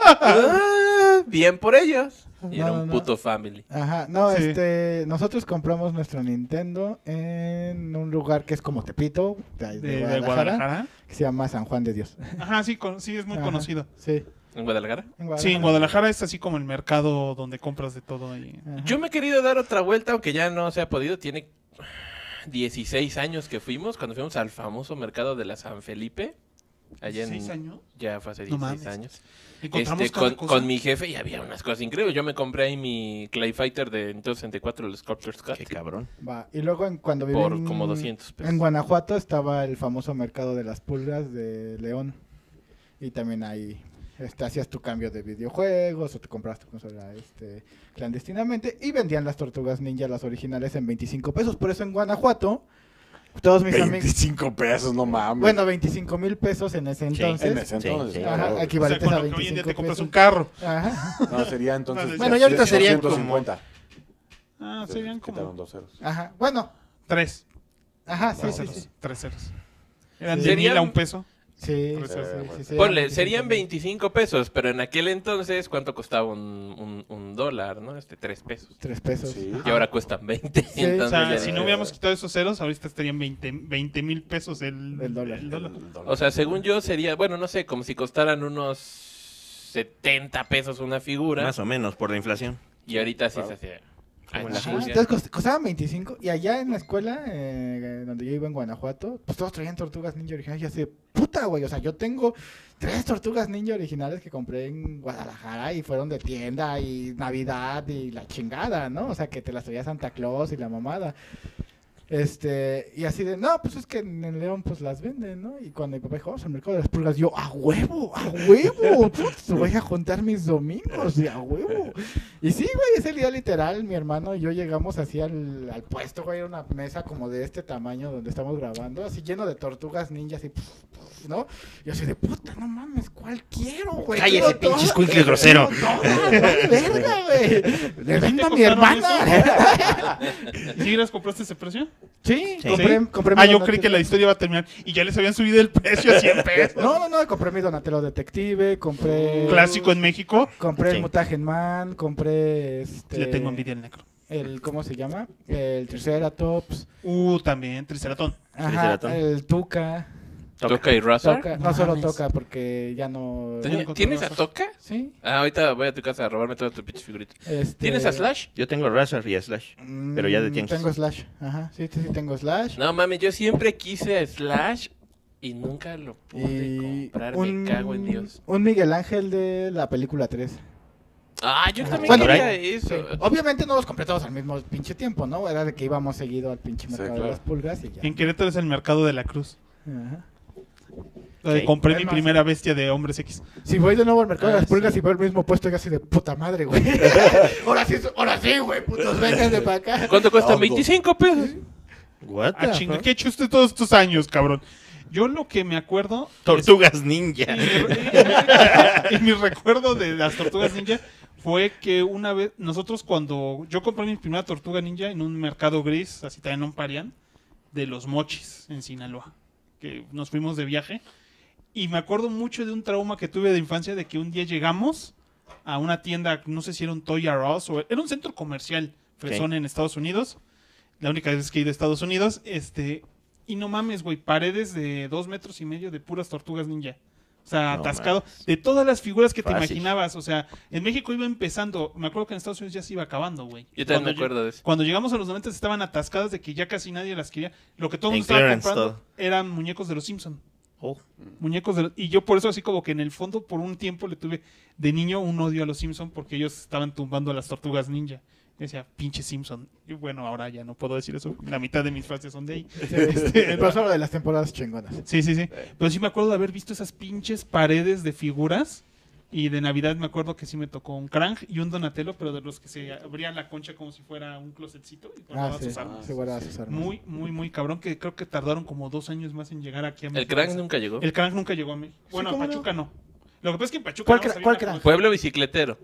Ah, bien por ellos. Y era
No,
un
no,
puto family.
Ajá, no,
Sí.
este, nosotros compramos nuestro Nintendo en un lugar que es como Tepito, de, de
de, de
Guadalajara,
Guadalajara.
que se llama San Juan de Dios.
Ajá, sí, con- sí, es muy
Ajá,
conocido.
Sí,
¿En Guadalajara?
Sí, en Guadalajara es así como el mercado donde compras de todo. ahí.
Ajá.
Yo me he querido dar otra vuelta, aunque ya no se ha podido. Tiene 16 años que fuimos, cuando fuimos al famoso mercado de la San Felipe. Allá en...
¿Seis años?
Ya fue hace
No
16
mames.
años.
Encontramos
Este,
cada
con,
cosa.
con mi jefe y había unas cosas increíbles. Yo me compré ahí mi Clay Fighter de Nintendo 64, el Sculptor's Cut,
Qué cabrón.
Va, Y luego en, cuando viví
por
en-
como 200
Pues,
pesos.
En Guanajuato estaba el famoso mercado de las pulgas de León. Y también ahí este, hacías tu cambio de videojuegos o te comprabas tu consola este, clandestinamente. Y vendían las tortugas ninja, las originales, en 25 pesos. Por eso en Guanajuato, todos mis amigos.
25 pesos, no mames.
Bueno, 25 mil pesos en ese
Sí,
entonces.
en ese
Sí,
entonces.
sí.
claro.
Ajá,
O sea,
equivalentes
con
a
lo que hoy en
25
día te compras
pesos.
un carro.
Ajá,
No, sería entonces.
Bueno,
ya ahorita serían como-
250.
Ah, serían
Quitaron
como
dos ceros.
ajá. Bueno,
tres.
ajá, sí,
Tres
sí,
ceros.
sí.
Tres ceros. Eran
Sí.
de mil a
Serían-
un peso.
Sí,
Tres
sí,
ceros,
sí,
bueno.
sí, sí,
Ponle,
eran 25,000.
serían 25 pesos, pero en aquel entonces, ¿cuánto costaba un, un- un dólar, no? Este, 3 pesos.
Tres pesos.
Sí.
Y ahora cuestan 20.
Sí.
Ah. O
entonces
sea,
ya
si
dije,
no hubiéramos quitado esos ceros, ahorita estarían 20 20 mil pesos el,
El dólar.
O sea, según yo sería, bueno, no sé, como si costaran unos 70 pesos una figura.
Más o menos, por la inflación.
Y ahorita sí
Wow.
se hacía.
Como
Ah,
la
Ajá,
chinga.
entonces cost- costaban 25 y allá en la escuela eh, donde yo iba en Guanajuato, pues todos traían tortugas ninja originales y así, de, puta güey, o sea, yo tengo tres tortugas ninja originales que compré en Guadalajara y fueron de tienda y Navidad y la chingada, ¿no? O sea, que te las traía Santa Claus y la mamada. Este, y así de, no, pues es que en el León pues las venden, ¿no? Y cuando mi papá dijo, vamos al mercado de las pulgas, yo, a huevo, a huevo, putz, voy a juntar mis domingos, y a huevo. Y sí, güey, ese día literal, mi hermano y yo llegamos así al, al puesto, güey, era una mesa como de este tamaño donde estamos grabando, así lleno de tortugas ninjas y, puf, puf, ¿no? Y yo así de, puta, no mames, ¿cuál quiero, güey?
Cállese,
Quiero
pinche
todas,
escuincle grosero.
quiero todas, vale, verga, güey! ¡Le vendo a mi hermana!
¿Y si las compraste ese precio?
Sí,
Sí.
compré, compré mi
Ah, yo
Donatello.
creí que la historia iba a terminar y ya les habían subido el precio a 100 pesos.
No, no, no, compré mi Donatello Detective, compré...
Clásico en México.
Compré
Sí.
el Mutagen Man, compré este...
Le tengo envidia al negro.
El, ¿Cómo se llama? El Triceratops.
Uh, también, Triceratón.
Ajá,
Triceratón.
el Tuca.
¿Toca y Razor?
Toca, no,
No
solo
mames.
Toca porque ya no...
Tenía-
Toño, ¿Tienes a Toca?
¿Sí?
Ah, ahorita voy a tu casa a robarme todas tus pinches figuritas.
este-
¿Tienes a Slash?
Yo tengo Razor y a Slash.
Mm,
Pero ya de tianguis.
Tengo Slash, ajá, sí, sí, sí, tengo Slash.
No mames, yo siempre quise a Slash y nunca lo pude
Y
comprar. Me cago en Dios.
un Miguel Ángel de la película 3.
Ah, yo también
Bueno,
quería
por
eso.
Obviamente no los compré todos al mismo pinche tiempo, ¿no? Era de que íbamos seguido al pinche
Sí,
mercado
claro.
de las pulgas y ya.
En Querétaro es el mercado de la cruz.
Ajá.
donde
Sí.
compré mi
Además-
primera bestia de hombres X.
Si voy de nuevo al mercado de
Ah,
las pulgas
sí.
y veo el mismo puesto, yo así de puta madre, güey. ahora sí, ahora sí, güey, putos, vengan de para acá.
¿Cuánto cuesta?
Todo.
25 pesos.
What
Ah,
the
chinga,
fuck?
¿qué he hecho usted todos estos años, cabrón? Yo lo que me acuerdo.
Tortugas ninja.
y mi recuerdo de las tortugas ninja fue que una vez, nosotros cuando yo compré mi primera tortuga ninja en un mercado gris, así también en un parián, de los mochis en Sinaloa, que nos fuimos de viaje. Y me acuerdo mucho de un trauma que tuve de infancia de que un día llegamos a una tienda, no sé si era un Toy R Us o era un centro comercial, fresón en Estados Unidos. La única vez que he ido a Estados Unidos, este, y no mames, güey, paredes de dos metros y medio de puras tortugas ninja. O sea,
No
atascado de todas las figuras que te
Fácil.
imaginabas. O sea, en México iba empezando. Me acuerdo que en Estados Unidos ya se iba acabando, güey.
Yo también me
Cuando lle-
acuerdo de eso.
Cuando llegamos a los 90 estaban atascadas de que ya casi nadie las quería. Lo que todo el
En
mundo estaba
clearance,
comprando
todo.
eran muñecos de los Simpson.
Oh,
Muñecos de los- Y yo por eso así como que en el fondo por un tiempo le tuve de niño un odio a los Simpson porque ellos estaban tumbando a las tortugas ninja. Y decía, pinche Simpson. Y bueno, ahora ya no puedo decir eso. La mitad de mis frases son de ahí. Este,
Pero solo de las temporadas chingonas.
Sí, sí, sí. Pero sí me acuerdo de haber visto esas pinches paredes de figuras. Y de Navidad me acuerdo que sí me tocó un Krang y un Donatello, pero de los que se abrían la concha como si fuera un closetcito y guardaban
Ah, sí,
sus armas.
se guardaba sus armas.
Muy, muy, muy cabrón, que creo que tardaron como dos años más en llegar aquí a
El
México.
crank nunca llegó.
El Krang nunca llegó a México. Bueno, a
¿cómo no?
Pachuca no? Lo que pasa es que en Pachuca
¿Cuál
nada más
Krang-
había
cuál
una
Krang?
Pueblo bicicletero.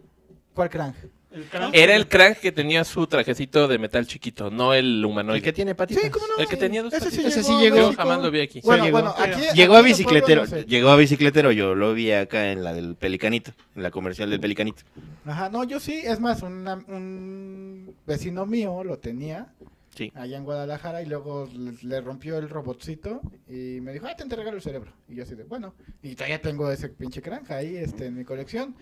¿Cuál crank?
cosa. El Krang-
Era el crank que tenía su trajecito de metal chiquito, no el
el que
humanoide.
tiene patitas.
El que tenía dos
Ese sí
patitas.
llegó.
Ese sí
a
llegó.
México.
Yo jamás lo vi aquí.
Bueno,
Sí,
bueno,
llegó.
aquí.
Llegó a
aquí en el pueblo
bicicletero.
no sé.
Llegó a bicicletero. Yo lo vi acá en la del Pelicanito. En la comercial del Pelicanito.
Ajá, no, yo sí, es más, una- un vecino mío lo tenía
Sí.
allá en Guadalajara y luego le, le rompió el robotcito y me dijo, ah, te regalo el cerebro. Y yo así de, bueno, y todavía tengo ese pinche granja ahí este, en mi colección.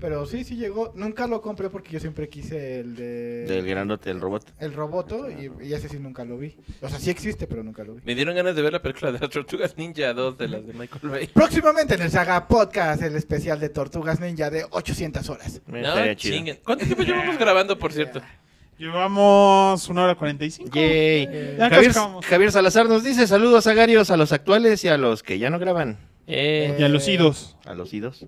Pero sí, sí llegó, nunca lo compré porque yo siempre quise el de...
Del grandote, el robot.
El roboto y, y ese sí nunca lo vi. O sea, sí existe, pero nunca lo vi.
Me dieron ganas de ver la película de las Tortugas Ninja 2 de las de Michael Bay.
Próximamente en el Saga Podcast, el especial de Tortugas Ninja de 800 horas.
Me
No,
estaría chido.
chinguen. ¿Cuánto tiempo llevamos grabando, por cierto?
Llevamos una hora cuarenta y cinco.
Yay.
Ya
Javier,
cascamos.
Javier Salazar nos dice saludos agarios a los actuales y a los que ya no graban,
Eh,
Y a los idos.
a los idos.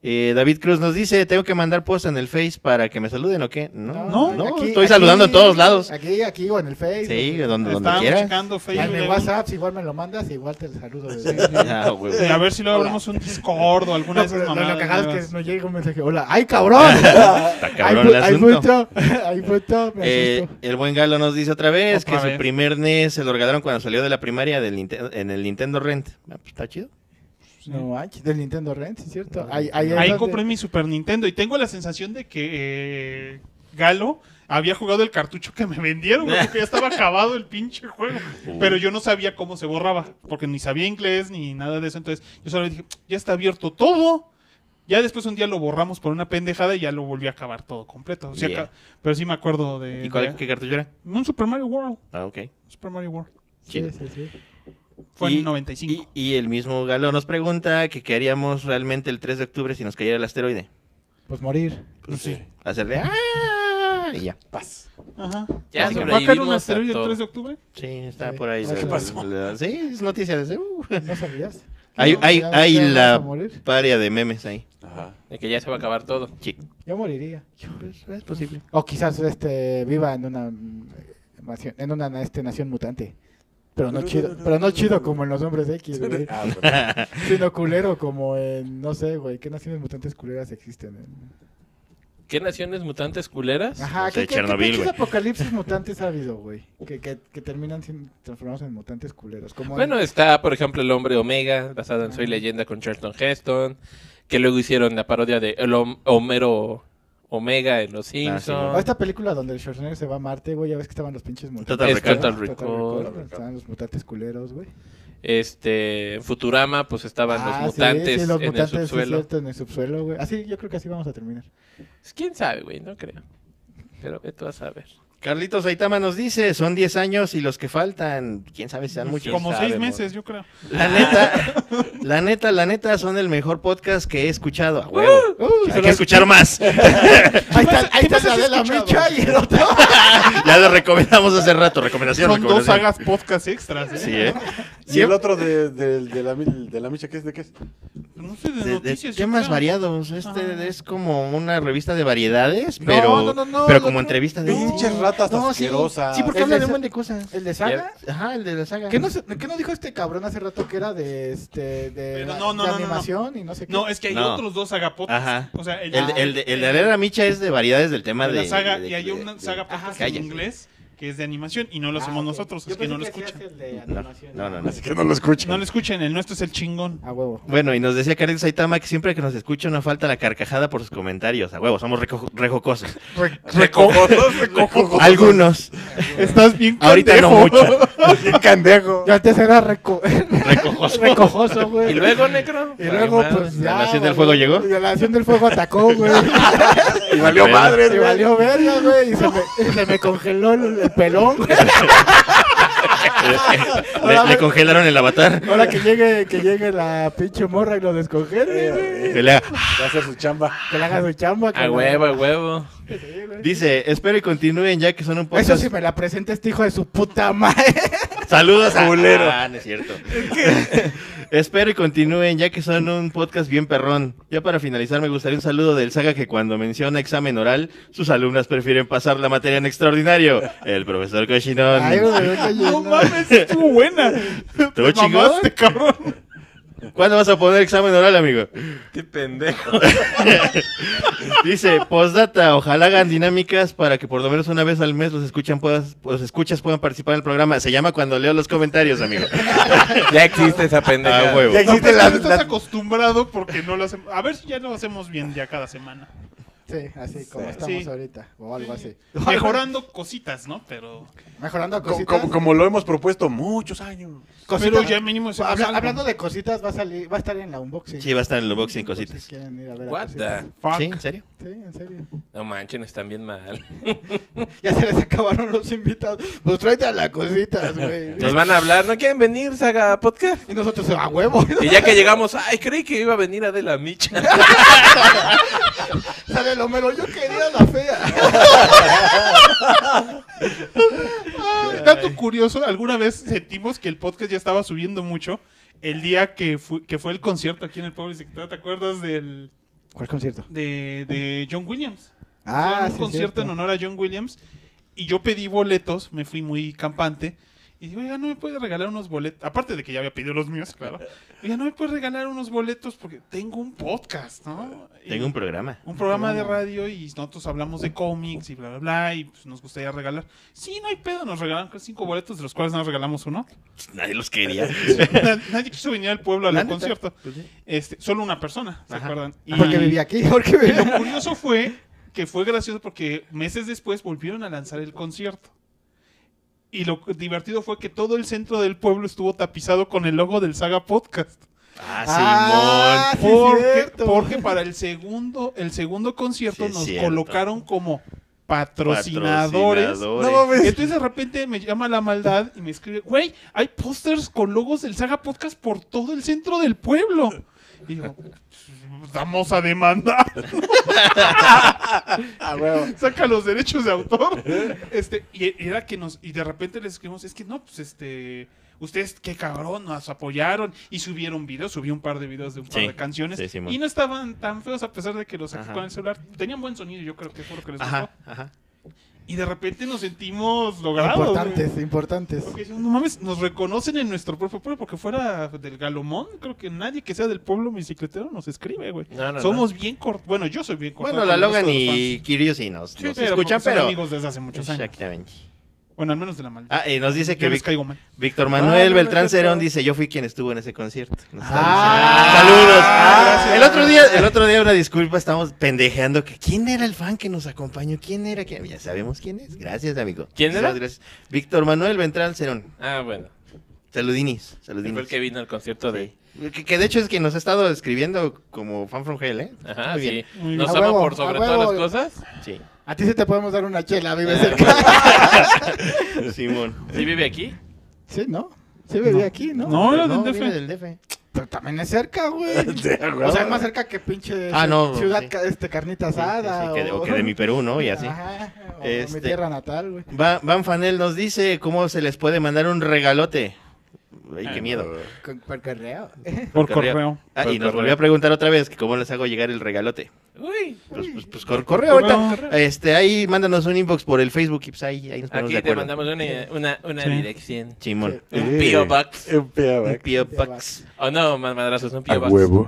Eh, David Cruz nos dice, tengo que mandar post en el Face para que me saluden o qué. No, no,
aquí-
estoy
aquí-
saludando en todos lados.
Aquí, aquí o en el Facebook.
Sí, donde, donde
Estábamos
quieras.
checando
En
Facebook.
mi
de-
WhatsApp, si igual me lo mandas, igual te saludo. desde-
Ah, güey.
de a ver si luego abrimos un Discord o
No,
alguna de
pero
esas
lo-
mamadas.
lo cagado es
nuevas.
que nos llega un mensaje. Hola, ¡ay, cabrón!
Está cabrón el
ahí
asunto.
ahí puto, me
Eh,
asusto.
el buen Galo nos dice otra vez
Otra
que
vez.
su primer NES se lo regalaron cuando salió de la primaria del Ninte- en el Nintendo Rent. Ah, pues, está chido.
Pues, No manches, del Nintendo Rent, sí, es cierto.
Ah,
Ahí, ahí, es
Ahí
donde-
compré mi Super Nintendo y tengo la sensación de que eh, Galo había jugado el cartucho que me vendieron, güey, porque ya estaba acabado el pinche juego. Pero yo no sabía cómo se borraba, porque ni sabía inglés ni nada de eso. Entonces yo solo dije, ya está abierto todo. Ya después un día lo borramos por una pendejada y ya lo volví a acabar todo completo. O sea,
Yeah.
acá- Pero sí me acuerdo de,
¿Y cuál,
de-
qué cartucho era?
un Super Mario World.
Ah, ok.
Super Mario World.
Sí,
Chido.
sí, sí.
Fue en
Y-
el 95.
Y, y el mismo Galo nos pregunta que qué haríamos realmente el 3 de octubre si nos cayera el asteroide.
Pues morir.
Pues sí.
Hacerle ¡ah! y ya.
Paz.
Ajá.
Ya
¿Va a caer
sobrevivimos
un
a
asteroide el
todo.
3 de octubre?
Sí, está
Sí.
por ahí.
¿Qué
la-
pasó?
la- sí, es noticia de ese. uh.
¿No sabías?
Hay,
No,
hay,
ya-
hay
ya vas a
la
morir.
paria de memes ahí.
Ajá.
de que ya se va a acabar todo.
Sí.
Yo moriría.
Es posible.
O quizás este viva en una mm, nación, en una este, nación mutante. Pero no chido, pero no chido como en los hombres X, güey.
Ah, bueno.
Sino culero como en, no sé, güey, ¿qué naciones mutantes culeras existen? en-
¿Qué naciones mutantes culeras?
No
Ajá,
sé,
¿qué, qué,
Chernobyl,
qué pinches
güey.
apocalipsis mutantes ha habido, güey? Que, que, que terminan sin transformarse en mutantes culeros. Como
Bueno,
en-
está, por ejemplo, El Hombre Omega, basado en Soy Leyenda con Charlton Heston, que luego hicieron la parodia de El Hom- Homero Omega en Los
Ah,
Simpsons.
o esta película donde el Schwarzenegger se va a Marte, güey, ya ves que estaban los pinches mutantes.
Total
Es
Recall.
Total
Total
Recall.
Recall, Estaban los mutantes culeros, güey.
Este, en Futurama, pues estaban
Ah,
los
sí,
mutantes
sí, los
en
mutantes, sí,
el
es
subsuelo. Pues,
cierto, en el subsuelo, güey. Así, yo creo que así vamos a terminar.
¿Quién sabe, güey? No creo. Pero vete a saber.
Carlitos Aitama nos dice, son 10 años y los que faltan, quién sabe si sean muchos.
Pues Como
Sabe,
seis
amor.
meses, yo creo.
La neta, la neta, la neta, son el mejor podcast que he escuchado. A huevo.
Uh,
Hay que escuchar más.
Ahí está, ahí
qué
está
más
la
has
de la
escuchado?
mecha y el otro.
ya lo recomendamos hace rato. Recomendación,
Son dos
recomendación.
sagas podcast extras. ¿eh?
Sí, ¿eh?
Y el otro de, de- de la, mil- de la micha, ¿qué es? ¿De qué es?
No sé, de,
De- de
noticias. Ah. yo
temas
creo.
variados. Este
Ajá.
es como una revista de variedades, pero,
no, no, no,
pero
lo
como
otro-
entrevista de.
Pinches ratas
sí,
asquerosas.
sí, porque
Es
habla de
de
un
esa-
montón de cosas.
¿El de Saga?
Ajá, el de la saga.
¿Qué no, se- qué no dijo este cabrón hace rato que era de, este, de,
Pero
la-
no, no,
de
no, no, no.
animación y no sé qué?
No, es que hay
No.
otros dos sagapotas.
Ajá.
O sea, el,
El, el, de- el de la Arena Micha es de variedades del tema
Ah. de
de.
la saga.
de-
y hay
de-
una
de-
saga
Ajá,
podcast en
calla.
inglés que es de animación y no lo hacemos
Ah, ok.
nosotros,
Yo
así que no lo
pensé
escuchan.
hacías el de
No,
animación.
no, no, no.
Que no lo escuchan.
No lo escuchen, el nuestro es el chingón.
A huevo.
Bueno, y nos decía Karen Saitama que siempre que nos escucha no falta la carcajada por sus comentarios. A huevo, somos reco- rejocosos.
Recojosos, recojosos.
Algunos.
Estás bien
Ahorita no mucho.
Bien candejo.
Yo antes era reco-
Recojosos.
recojoso, güey.
Y luego, negro.
Y luego, pues
¿La
ya.
Nación del
güey.
Fuego llegó?
La Nación del Fuego atacó, güey.
Y valió
Bueno.
madre,
Se valió verga, güey. Y se me, se me congeló el, el pelón, güey.
Le, le congelaron el avatar.
Ahora que llegue, que llegue la pinche morra y lo descongele, güey.
Que le haga-
Va a hacer su chamba.
Que le haga su chamba.
A
cabrón.
huevo, a huevo.
Sí, güey.
Dice, espero y continúen ya que son un poco.
Eso sí me la presenta este hijo de su puta madre.
Saludos a
Culero.
Ah, no es cierto. Espero y continúen, ya que son un podcast bien perrón. Ya para finalizar, me gustaría un saludo del Saga que cuando menciona examen oral, sus alumnas prefieren pasar la materia en extraordinario. El profesor Cochinón.
Ay, güey, me está
No
yendo.
mames, estuvo buena.
¿Estuvo
Te mamaste, cabrón.
¿Cuándo vas a poner examen oral, amigo?
Qué pendejo.
Dice, postdata, ojalá hagan dinámicas para que por lo menos una vez al mes los escuchan puedas, los escuchas puedan participar en el programa. Se llama cuando leo los comentarios, amigo.
Ya existe esa pendeja.
Ah, huevo.
Ya
No,
existe
pues,
la-
no estás
la-
acostumbrado porque no lo hacemos. A ver si ya lo hacemos bien ya cada semana.
Sí, así como
Sí.
estamos ahorita. O algo así.
Mejorando cositas, ¿no? Pero,
Mejorando
Co- co-
cositas.
Como, como lo hemos propuesto muchos años.
pero ya mínimo hacemos
Habla-
algo.
hablando de cositas, va a salir, va a estar en la unboxing.
Sí, va a estar en el unboxing
Por si
cositas.
quieren ir a ver a
What
cositas.
the-
Fuck.
¿Sí? ¿En serio?
Sí, en serio.
No manchen, están bien mal.
Ya se les acabaron los invitados. Pues tráete a las cositas, güey.
Nos van a hablar, ¿no quieren venir, Saga Podcast?
Y nosotros a huevo.
Y ya que llegamos, ay, creí que iba a venir Adela Micha.
Sale el Homero, yo quería la fea.
Ah, Dato curioso, alguna vez sentimos que el podcast ya estaba subiendo mucho el día que, fu- que fue el concierto aquí en el Pueblo Sector. ¿Te acuerdas del
¿Cuál concierto?
de, de John Williams? Fue
Ah,
un
sí,
concierto
cierto.
en honor a John Williams y yo pedí boletos, me fui muy campante. Y digo, oiga, no me puede regalar unos boletos. Aparte de que ya había pedido los míos, claro. Oiga, no me puede regalar unos boletos porque tengo un podcast, ¿no? Y-
Tengo un programa.
un programa de radio y nosotros hablamos de cómics y bla, bla, bla, y pues, nos gustaría regalar. Sí, no hay pedo, nos regalan cinco boletos, de los cuales nos regalamos uno.
Nadie los quería. Pues
Na- Nadie quiso venir al pueblo
La
al
neta.
concierto. Este, solo una persona, ¿se
Ajá.
acuerdan? Y,
Ah, Porque vivía aquí, porque
y
vivía
lo curioso fue que fue gracioso porque meses después volvieron a lanzar el concierto. Y lo divertido fue que todo el centro del pueblo estuvo tapizado con el logo del Saga Podcast.
Ah,
sí,
Porque,
cierto.
porque para el segundo, el segundo concierto
Sí, es
nos
cierto.
colocaron como
Simón.
patrocinadores.
Patrocinadores.
Entonces de repente me llama la maldad y me escribe, güey, hay pósters con logos del Saga Podcast por todo el centro del pueblo. Y digo, vamos a demandar,
A huevo.
saca los derechos de autor. Este, y era que nos, y de repente les escribimos, es que no, pues este, ustedes qué cabrón, nos apoyaron y subieron videos, subí un par de videos de un par
Sí,
de canciones.
sí, Simón.
y no estaban tan feos a pesar de que los saqué
Ajá.
con el celular. Tenían buen sonido, yo creo que fue lo que les gustó.
Ajá, ajá.
Y de repente nos sentimos logrados. güey.
Importantes, importantes.
Porque decimos, no mames, nos reconocen en nuestro propio pueblo, porque fuera del Galomón, creo que nadie que sea del pueblo bicicletero nos escribe, güey.
No, no, no.
Somos bien cortos. Bueno, yo soy bien corto.
Bueno, la Logan y Kiryu sí nos,
Sí,
nos
pero
escuchan,
porque son
pero...
amigos desde hace muchos años.
Exactamente.
Bueno, al menos de la maldita.
Ah, eh, nos dice
Yo
que
les
Vic-
caigo mal.
Víctor Manuel
no, no,
Beltrán
no, no.
Cerón dice, yo fui quien estuvo en ese concierto. Nos está
Ah,
diciendo. Saludos.
ah,
el otro día, el otro día, una disculpa, estamos pendejeando que quién era el fan que nos acompañó, quién era, ¿Quién- ya sabemos quién es. Gracias, amigo.
¿Quién
Muchas
era?
Gracias. Víctor Manuel Beltrán Cerón.
Ah, bueno.
Saludinis,
Fue
saludinis.
el que vino al concierto de...
Sí. Que, que de hecho es que nos ha estado escribiendo como fan from hell, ¿eh?
Ajá,
Muy
sí.
bien.
Muy
Nos
bien. A
ama
huevo,
por
a
sobre
huevo.
todas las cosas.
Sí.
A ti sí te podemos dar una chela, vive cerca.
Simón.
¿Sí vive aquí?
Sí, ¿no? Sí vivía aquí, ¿no?
No, era
No,
del
viene
DF.
del DF.
Pero también es cerca, güey. o sea, es más cerca que pinche
Ah, no,
ciudad
sí.
ca- este, carnita asada.
Sí, sí, que de-
o...
o que de mi Perú, ¿no? Y así.
Ajá, o
Este-
mi tierra natal, güey.
Va- Van Fanel nos dice cómo se les puede mandar un regalote. Ay,
Ah,
qué miedo.
Con, por correo.
Por
correo.
correo.
Ah,
Por
y nos
correo.
volvió a preguntar otra vez que cómo les hago llegar el regalote.
Uy.
Pues, pues, pues, cor- correo ahorita. Este, ahí mándanos un inbox por el Facebook y pues, ahí, ahí nos ponemos de
Aquí te
acuerdo.
mandamos una, una, una
Sí.
dirección.
Simón.
Un P.O. Box.
Un P.O.
Un
Box.
P.O.
P.O.
Box.
Oh, no, más madrazos, un
A
P.O. Box.
huevo.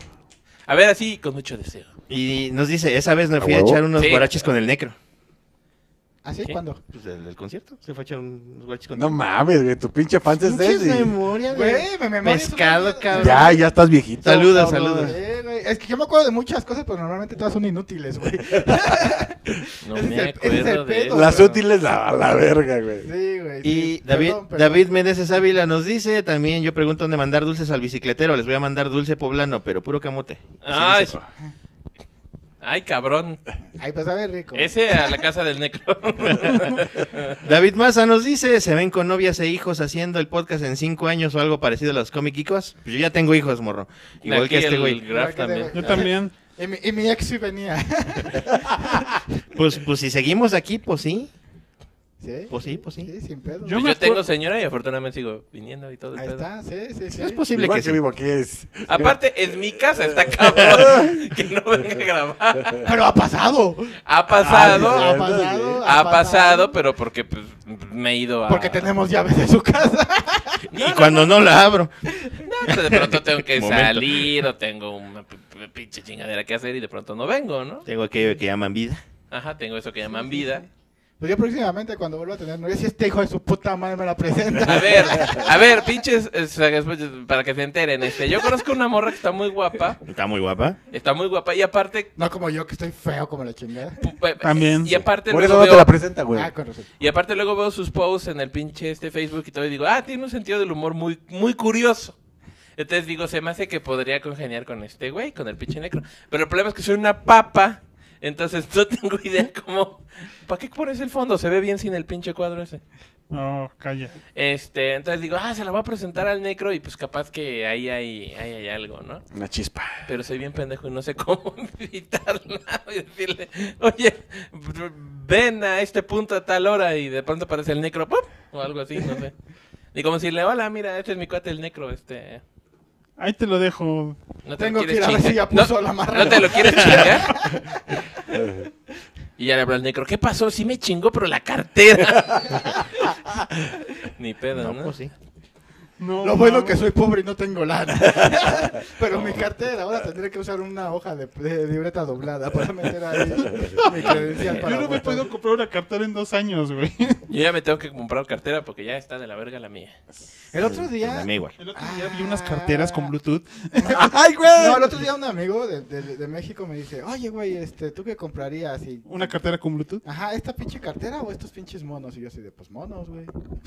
A ver, así, con mucho deseo.
Y nos dice, esa vez me
¿A
fui a
huevo?
echar unos
Sí.
guaraches con el necro.
¿Así?
¿Qué?
¿Cuándo?
Pues del, del concierto. Se fue a echar unos guaraches con
No mames, güey, tu pinche fan es
Pinches
ese.
memoria,
Güey, me memoria es una
Pescado,
mierda.
cabrón.
Ya, ya estás viejito.
Saludos,
cabrón.
saludos.
Eh, güey, es que yo me acuerdo de muchas cosas, pero normalmente todas son inútiles, güey.
No
Ese es
me
el- ese es el
acuerdo de
pedo,
eso.
Las útiles a la verga, güey.
Sí, güey.
Y
sí.
David,
Perdón, perdón.
David Meneses Ávila nos dice también, yo pregunto dónde mandar dulces al bicicletero, les voy a mandar dulce poblano, pero puro camote.
Ay,
dice.
ay, cabrón.
Ay, pues a ver, rico.
Ese a la casa del necro.
David Maza nos dice, se ven con novias e hijos haciendo el podcast en cinco años o algo parecido a los comic Geekos? Pues yo ya tengo hijos, morro. Igual
Aquí
que este
el
güey.
Graf también.
Ah.
Yo también.
Y mi, y mi ex sí venía.
Pues, pues si seguimos aquí, pues sí.
¿Sí?
Pues sí, pues sí.
Sí, sin
Yo
pedo.
Pues Yo,
me
tengo
acuerdo-
señora y afortunadamente sigo viniendo y todo el
Ahí
pedo.
está, sí, sí, sí.
Es posible
Igual
que,
que,
sí.
vivo aquí es.
Aparte, es mi casa, está cabrón. que no venga a grabar.
Pero ha pasado.
pues, Ha pasado.
Ah,
Ha
sí,
pasado.
ha pasado, pero porque pues, me he ido a.
Porque tenemos llaves de su casa.
Y cuando no la abro.
No, de pronto tengo que
Momento.
salir o tengo una p- p- pinche chingadera que hacer y de pronto no vengo, ¿no?
Tengo aquello que llaman vida.
Ajá, tengo eso que llaman vida.
Pues yo próximamente, cuando vuelva a tener novia, si este hijo de su puta madre me la presenta.
A ver, a ver, pinches, eh, sagas, pues, para que se enteren, este, yo conozco una morra que está muy guapa,
Está muy guapa.
está muy guapa y aparte...
No como yo, que estoy feo como la chingada.
pu- pu-
También.
Y aparte,
Por eso
luego
no te la
veo,
presenta, güey.
Ah, con razón.
y aparte luego veo sus posts en el pinche este Facebook y todo y digo, ah, tiene un sentido del humor muy, muy curioso. Entonces digo, se me hace que podría congeniar con este güey, con el pinche necro. Pero el problema es que soy una papa, entonces no tengo idea cómo... ¿Para qué pones el fondo? Se ve bien sin el pinche cuadro ese.
No, calla.
Este, entonces digo, ah, se la voy a presentar al necro y pues capaz que ahí hay, ahí hay algo, ¿no?
Una chispa.
Pero soy bien pendejo y no sé cómo invitarla y decirle, oye, ven a este punto a tal hora y de pronto aparece el necro, ¡pum! o algo así, no sé. Y como decirle, hola, mira, este es mi cuate el necro, este...
Ahí te lo dejo.
No te
Tengo
lo
que
quieres
ir a ver
chingar".
si ya puso
no,
la marra.
¿No te lo quieres chingar? Y ya le habló al necro, ¿qué pasó? Sí me chingó, pero la cartera. Ni pedo, ¿no?
No, pues sí.
No,
Lo bueno
mames.
que soy pobre y no tengo lana. Pero mi cartera, ahora tendré que usar una hoja de, de libreta doblada para meter ahí mi credencial para
Yo no me
votar.
puedo comprar una cartera en dos años, güey.
Yo ya me tengo que comprar cartera porque ya está de la verga la mía.
El otro día...
A mí igual.
El otro día vi unas carteras
Ah.
con Bluetooth.
¡Ay, güey!
No, el otro día un amigo de, de- de México me dice, oye, güey, este, ¿tú qué comprarías? Y,
Una cartera con Bluetooth.
Ajá, ¿esta pinche cartera o estos pinches monos? Y yo así de, pues monos, güey.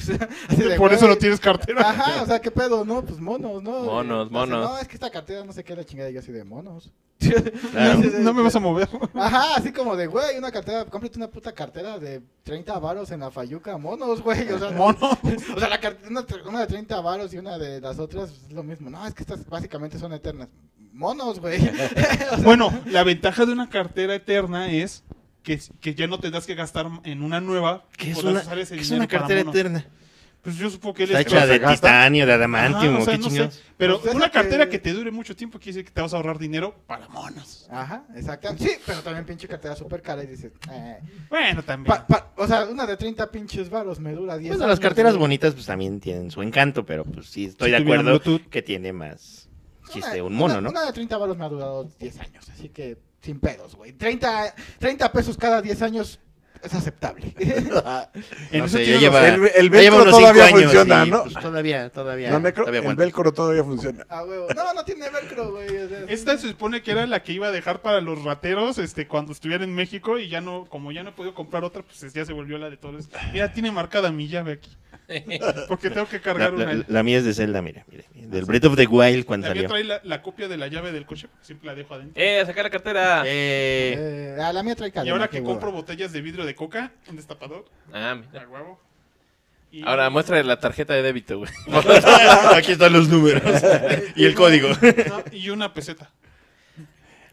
Por eso no
lo
tienes cartera.
Ajá, o sea, ¿qué pedo? No, pues monos, ¿no?
Monos,
Y me
monos.
dice, No, es que esta cartera no sé qué la chingada. Y yo así de, monos.
Claro.
Así de-
No me vas a mover.
Ajá, así como de, güey, una cartera, cómprate una puta cartera de 30 varos en la Fayuca, monos, güey. O sea,
Mono.
O sea, la cartera, una, una de 30 varos y una de las otras pues, es lo mismo. No, es que estas básicamente son eternas. Monos, güey.
Bueno, la ventaja de una cartera eterna es que, que ya no tendrás que gastar en una nueva.
¿Qué es
Podrás
una,
usar Pues ese
qué es
dinero
una
para
cartera
mono.
eterna?
Pues yo supongo que él
Está
es-
hecha de
se gasta.
titanio, de
Ajá,
adamantium,
o
o
sea,
qué
no sé.
chingados.
Pero
Pues es
una
lo
cartera
que-
que te dure mucho tiempo quiere decir que te vas a ahorrar dinero para monos.
Ajá, exactamente. Sí, pero también pinche cartera súper cara y dices, eh.
Bueno, también.
Pa- pa- o sea, una de 30 pinches varos me dura 10
Bueno, las
años,
carteras
güey.
bonitas pues también tienen su encanto, pero pues sí, estoy
Si
de
tuvieran
acuerdo
Bluetooth. eh,
que tiene más chiste
Una-
un mono,
una-
¿no?
Una de 30 varos me ha durado 10 años, así que sin pedos, güey. 30, 30 pesos cada 10 años es aceptable.
En
No
eso
sé, ya
tiene
lleva,
El- el
ya
velcro
lleva unos
todavía
cinco años
funciona,
y,
¿no?
pues, todavía, todavía,
No, necro-
todavía
el
aguanta.
velcro todavía funciona.
A huevo. No, no tiene velcro, güey. o sea,
Esta se supone que era la que iba a dejar para los rateros este, cuando estuviera en México y ya no, como ya no he podido comprar otra, pues ya se volvió la de todos. Mira, tiene marcada mi llave aquí.
¡Eh,
Porque tengo que
La,
cargar
la-
una.
la mía es de Zelda, mira, mira, mira, del Breath of the Wild cuando
También
salió.
trae la, la copia de la llave del coche, porque siempre la dejo adentro.
¡Eh, a sacar la cartera!
Eh,
eh, a la mía trae
Y
cadena.
ahora
qué
que compro
hueva.
botellas de vidrio de coca, un destapador,
Ah, mira.
a huevo. Y-
Ahora muestra la tarjeta de débito, güey.
aquí están los números y el código.
No, y una peseta.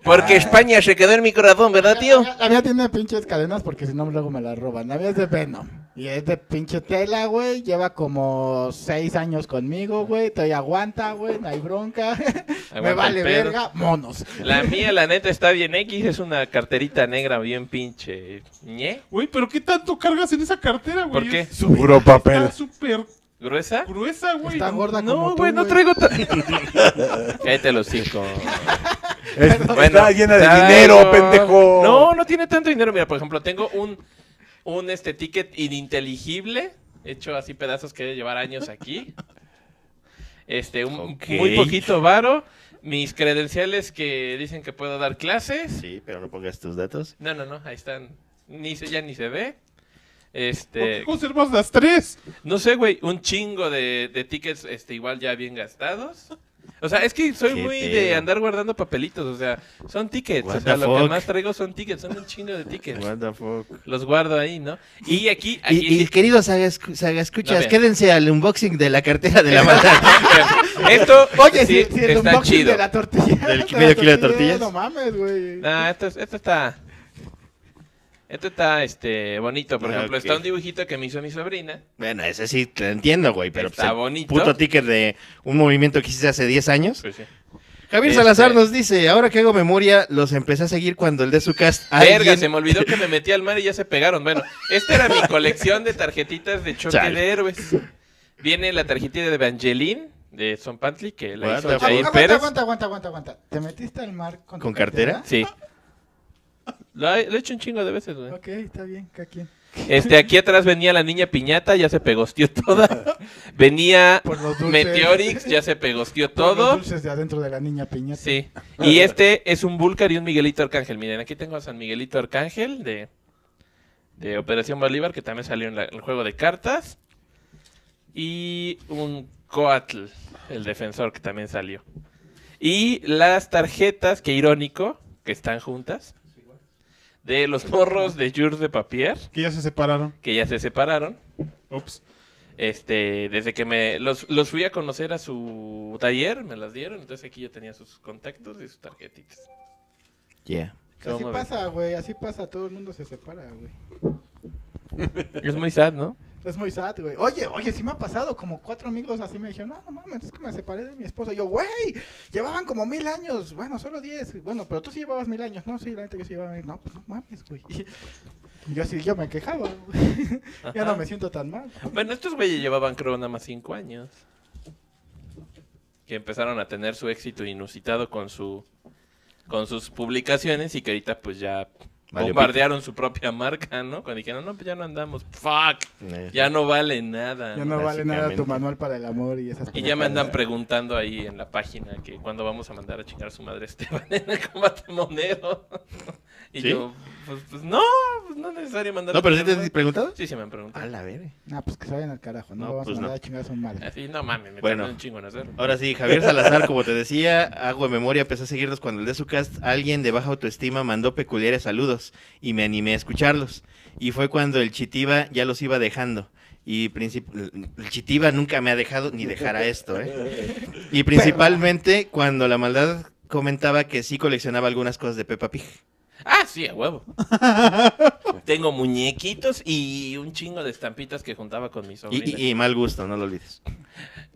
Porque España se quedó en mi corazón, ¿verdad, Ah, tío?
La mía tiene pinches cadenas porque si no luego me las roban. La mía es de Venom. Y es de pinche tela, güey. Lleva como seis años conmigo, güey. Todavía aguanta, güey. No hay bronca. me
el
vale
pedo.
verga. Monos.
La mía, la neta, está bien X. Es una carterita negra bien pinche. ¿Ñe?
Güey, pero ¿qué tanto cargas en esa cartera, güey?
¿Por qué?
Es-
Puro papel.
Está súper
¿Gruesa?
gruesa, güey.
Está gorda como
No,
tú,
güey, no traigo... ta- Cállate los cinco.
Es-
Bueno,
está llena de
traigo-
dinero, pendejo.
No, no tiene tanto dinero. Mira, por ejemplo, tengo un, un este ticket ininteligible, hecho así pedazos que debe llevar años aquí. Este, un
Ok.
muy poquito varo. Mis credenciales que dicen que puedo dar clases.
Sí, pero no pongas tus datos.
No, no, no, ahí están. Ni se, ya ni se ve.
¿Por qué
Este,
conservas las tres?
no sé, güey, un chingo de, de tickets, este, igual ya bien gastados. O sea, es que soy
Qué
muy de
pedo.
andar guardando papelitos, o sea, son tickets,
What
o sea,
the
lo que
fuck?
más traigo son tickets, son un chingo de tickets.
What the fuck.
Los guardo ahí, ¿no? Y aquí, aquí
Y, y queridos saga, escu- saga escuchas,
No, vean.
quédense al unboxing de la cartera de la maldad.
esto
Oye,
sí,
si, si el
está
unboxing
chido. Ah,
de la tortilla.
Del medio
la
kilo de
tortilla,
tortillas.
No mames, güey.
Nah, esto, es- esto está. Esto está este bonito, por
Ah,
ejemplo,
ok.
está un dibujito que me hizo mi sobrina.
bueno, ese sí te lo entiendo, güey, pero
Está
pues, el
bonito.
puto ticket de un movimiento que hiciste hace 10 años.
Pues sí.
Javier
Este-
Salazar nos dice, ahora que hago memoria, los empecé a seguir cuando el de su cast
Verga,
alguien-
se me olvidó que me metí al mar y ya se pegaron. Bueno, esta era mi colección de tarjetitas de choque
Chale.
de héroes. Viene la tarjetita de Evangeline de Son Pantli, que la
What
hizo
the
Agu-
Jair
aguanta,
Pérez.
aguanta, aguanta, aguanta, aguanta. ¿Te metiste al mar con, tu
¿Con cartera?
Sí. Lo he, lo he hecho un chingo de veces, güey.
Ok, está bien, cada quien.
Este, aquí atrás venía la niña piñata, ya se pegosteó toda. Venía
Por los dulces.
Meteorix, ya se pegosteó
Por los
todo.
dulces de adentro de la niña piñata.
Sí. Y este es un Vulcar y un Miguelito Arcángel. Miren, aquí tengo a San Miguelito Arcángel de, de Operación Bolívar, que también salió en la- el juego de cartas. Y un Coatl, el defensor, que también salió. Y las tarjetas, que irónico, que están juntas, de los morros de Jules de Papier,
Que ya se separaron.
que ya se separaron.
Ups.
Este, desde que me los, los fui a conocer a su taller, me las dieron, entonces aquí yo tenía sus contactos y sus tarjetitas.
Yeah.
Así
¿Cómo ves?
pasa, güey, así pasa, todo el mundo se separa, güey.
Es muy sad, ¿no?
Es muy sad, güey. Oye, oye, sí me ha pasado, como cuatro amigos así me dijeron, no, no mames, es que me separé de mi esposa. Y yo, güey, llevaban como mil años, bueno, solo diez. Bueno, pero tú sí llevabas mil años, no, sí, la gente que sí llevaba mil, no, pues no mames, güey. Y Yo sí, yo me quejaba, güey. Ya no me siento tan mal.
Bueno, estos güeyes llevaban creo nada más cinco años. Que empezaron a tener su éxito inusitado con su con sus publicaciones y que ahorita pues ya
Valió
bombardearon su propia marca, ¿no? Cuando dijeron, no, pues ya no andamos. Fuck.
Eh,
Ya no vale nada.
Ya
¿no?
no vale nada tu
Básicamente.
manual para el amor y esas
Y ya me
pendejadas.
andan preguntando ahí en la página que cuándo vamos a mandar a chingar a su madre Esteban en el combate monero. Y
¿Sí?
yo, pues, pues, no, pues no es necesario mandar
No, pero si
chingar
te
a su
has
madre.
preguntado.
Sí, sí me han preguntado.
A la verga.
Ah, pues que se vayan al carajo, no,
No,
vamos
pues
a mandar
no.
a chingar a su madre.
Así, no mames, me
Bueno.
tardé un chingo en hacerlo.
Ahora sí, Javier Salazar, como te decía, hago de memoria, empecé a seguirlos cuando el de su cast, alguien de baja autoestima mandó peculiares saludos y me animé a escucharlos. Y fue cuando el Chitiba ya los iba dejando. Y princip- el Chitiba nunca me ha dejado ni dejará esto, ¿eh? Y principalmente cuando la maldad comentaba que sí coleccionaba algunas cosas de Peppa Pig.
Ah, sí, a huevo. Tengo muñequitos y un chingo de estampitas que juntaba con mis sobrinas.
Y, y- y mal gusto, no lo olvides.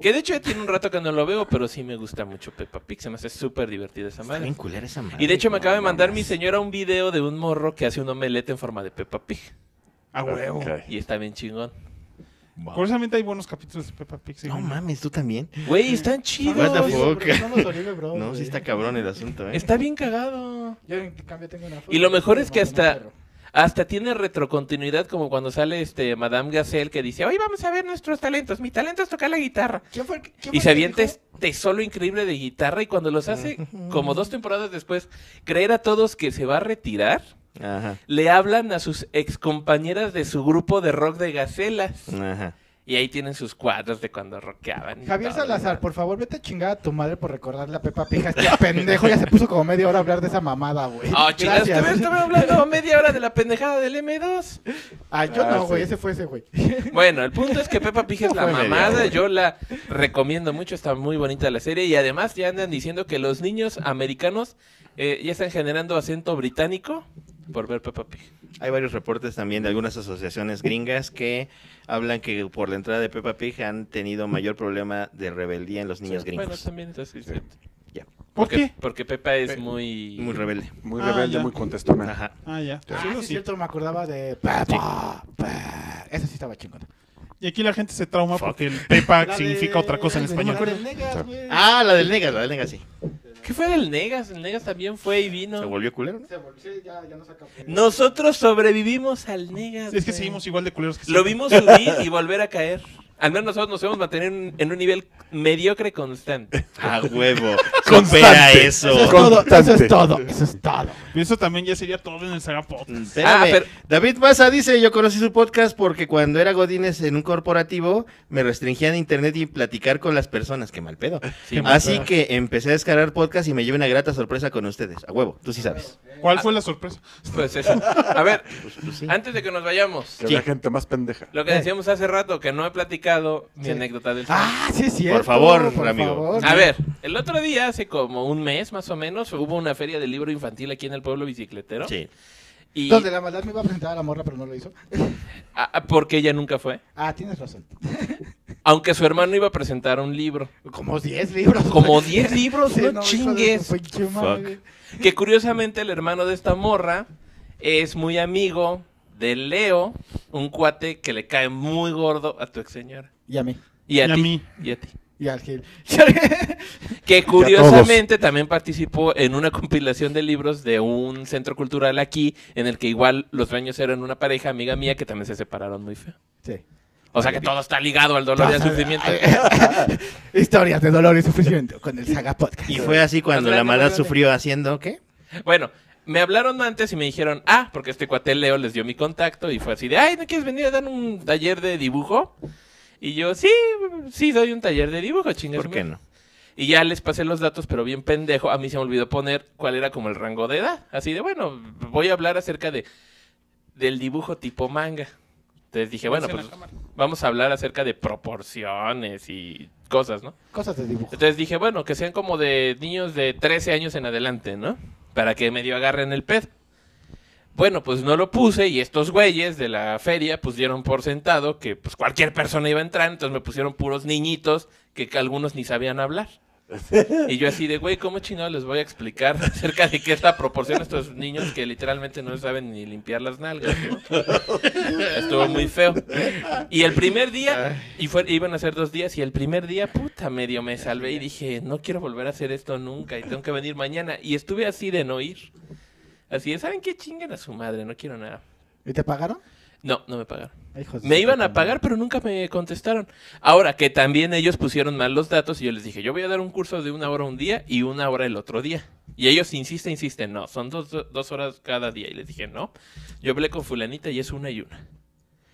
Que de hecho ya tiene un rato que no lo veo, pero sí me gusta mucho Peppa Pig. Se me hace súper divertida esa
Está bien
madre.
culera esa madre.
Y de hecho
no
me acaba de mandar mi
mames.
señora un video de un morro que hace un omelete en forma de Peppa Pig.
A
Ah,
Ah,
huevo.
Caray.
Y está bien chingón.
Curiosamente hay buenos capítulos de Peppa Pig. sí,
No
güey.
mames, tú también.
Güey, están
What the
chidos.
fuck? No,
No,
sí está cabrón el asunto, ¿eh?
Está bien cagado.
Yo en cambio tengo una foto
Y lo mejor
de
es que
mamá con un
hasta
perro.
hasta tiene retrocontinuidad como cuando sale este Madame Gazelle que dice, "Hoy vamos a ver nuestros talentos. Mi talento es tocar la guitarra."
¿Quién fue el que- quién fue
Y
el
se
que
avienta
dijo?
este solo increíble de guitarra y cuando los hace, como dos temporadas después, creer a todos que se va a retirar,
Ajá,
le hablan a sus excompañeras de su grupo de rock de gacelas.
ajá.
Y ahí tienen sus cuadros de cuando rockeaban. y
Javier
todo,
Salazar,
¿no?
por favor, vete a chingar a tu madre por recordarle a Pepa Pija. Este pendejo ya se puso como media hora a hablar de esa mamada, güey.
Ah, chingas,
Gracias.
estaba, estaba hablando media hora de la pendejada del M2.
Ah, yo
Ah,
no, güey,
sí.
ese fue ese, güey.
Bueno, el punto es que Peppa Pig es la
fue media
mamada,
hora.
yo la recomiendo mucho, está muy bonita la serie y además ya andan diciendo que los niños americanos eh, ya están generando acento británico por ver Peppa Pig.
Hay varios reportes también de algunas asociaciones gringas que hablan que por la entrada de Peppa Pig han tenido mayor problema de rebeldía en los niños
Sí,
gringos.
Bueno, también entonces,
Ya.
¿Por
porque,
qué?
Porque Peppa es muy...
Muy rebelde.
Muy
Ah,
rebelde,
ya.
muy contestona.
Ajá.
Ah, ya.
Ah,
Sí,
sí, es
sí.
cierto, me acordaba de Pepa. Pe- Esa sí estaba chingona.
Y aquí la gente se trauma porque el Peppa
La
significa
de-
otra cosa en
la de-
español.
la de Negas, güey.
Ah, la del Negas, la del Negas sí.
¿Qué fue del Negas? El Negas también fue y vino.
Se volvió culero, ¿no?
Se vol- sí, ya- ya no saca-
Nosotros sobrevivimos al Negas.
Es que
güey.
seguimos igual de culeros que
Lo
siempre.
vimos subir y volver a caer. Al menos nosotros nos hemos mantenido en- en un nivel mediocre constante.
A Ah, huevo. Supera eso.
Eso es todo, eso es todo, eso es todo.
Y Eso también ya sería todo en el Saga Pop.
Mm, Espérame.
Ah, pero-
David Maza dice, yo conocí su podcast porque cuando era Godínez en un corporativo me restringían internet y platicar con las personas, qué mal pedo.
Sí,
Así que empecé a descargar podcast y me llevé una grata sorpresa con ustedes. A huevo, tú sí sabes.
¿Cuál fue la sorpresa?
Pues eso. A ver,
Pues, pues sí.
antes de que nos vayamos,
Que la gente más pendeja.
lo que decíamos hace rato, que no he platicado mi
Sí.
anécdota del
Ah, sí, sí.
Por favor, amigo.
A ver, el otro día, hace como un mes más o menos, hubo una feria de libro infantil aquí en el pueblo bicicletero.
Sí.
Y
Donde la maldad me iba a presentar a la morra, pero no lo hizo.
Ah, ah, porque ella nunca fue.
Ah, tienes razón.
Aunque su hermano iba a presentar un libro.
Como 10 libros.
Como
güey.
10 libros,
Sí,
no,
no, hijo de
chingues.
su pinche madre.
Que curiosamente el hermano de esta morra es muy amigo de Leo, un cuate que le cae muy gordo a tu ex señora.
Y a mí.
Y a,
Y a
ti.
mí.
Y a ti.
Y al Gil.
Que curiosamente también participó en una compilación de libros de un centro cultural aquí, en el que igual los dueños eran una pareja amiga mía que también se separaron muy feo.
Sí.
O sea que todo está ligado al dolor y al sufrimiento.
Historias de dolor y sufrimiento con el Saga Podcast.
Y fue así cuando
Adelante,
la maldad
adelante.
sufrió haciendo, ¿qué?
Bueno, me hablaron antes y me dijeron, ah, porque este cuate Leo les dio mi contacto y fue así de, ay, ¿no quieres venir a dar un taller de dibujo? Y yo, sí, sí, doy un taller de dibujo, chingas.
¿Por qué no?
Y ya les pasé los datos, pero bien pendejo, a mí se me olvidó poner cuál era como el rango de edad. Así de, bueno, voy a hablar acerca de del dibujo tipo manga. Entonces dije, bueno, pues vamos a hablar acerca de proporciones y cosas, ¿no?
Cosas de dibujo.
Entonces dije, bueno, que sean como de niños de 13 años en adelante, ¿no? Para que medio agarren el pez. Bueno, pues no lo puse y estos güeyes de la feria pues dieron por sentado que pues cualquier persona iba a entrar, entonces me pusieron puros niñitos que que algunos ni sabían hablar. Y yo así de, güey, ¿cómo chino les voy a explicar acerca de qué es la proporción de estos niños que literalmente no saben ni limpiar las nalgas? ¿no? Estuvo muy feo. Y el primer día, y fue, iban a ser dos días, y el primer día, puta, medio me salvé y dije, no quiero volver a hacer esto nunca y tengo que venir mañana. Y estuve así de no ir. Así de, ¿saben qué chinguen a su madre? No quiero nada.
¿Y te pagaron?
No, no me pagaron.
Hijos de
Me
su
iban a
puta
pagar, pero nunca me contestaron. Ahora que también ellos pusieron mal los datos y yo les dije, yo voy a dar un curso de una hora un día y una hora el otro día. Y ellos insisten, insisten, no, son dos, dos horas cada día. Y les dije, no, yo hablé con fulanita y es una y una.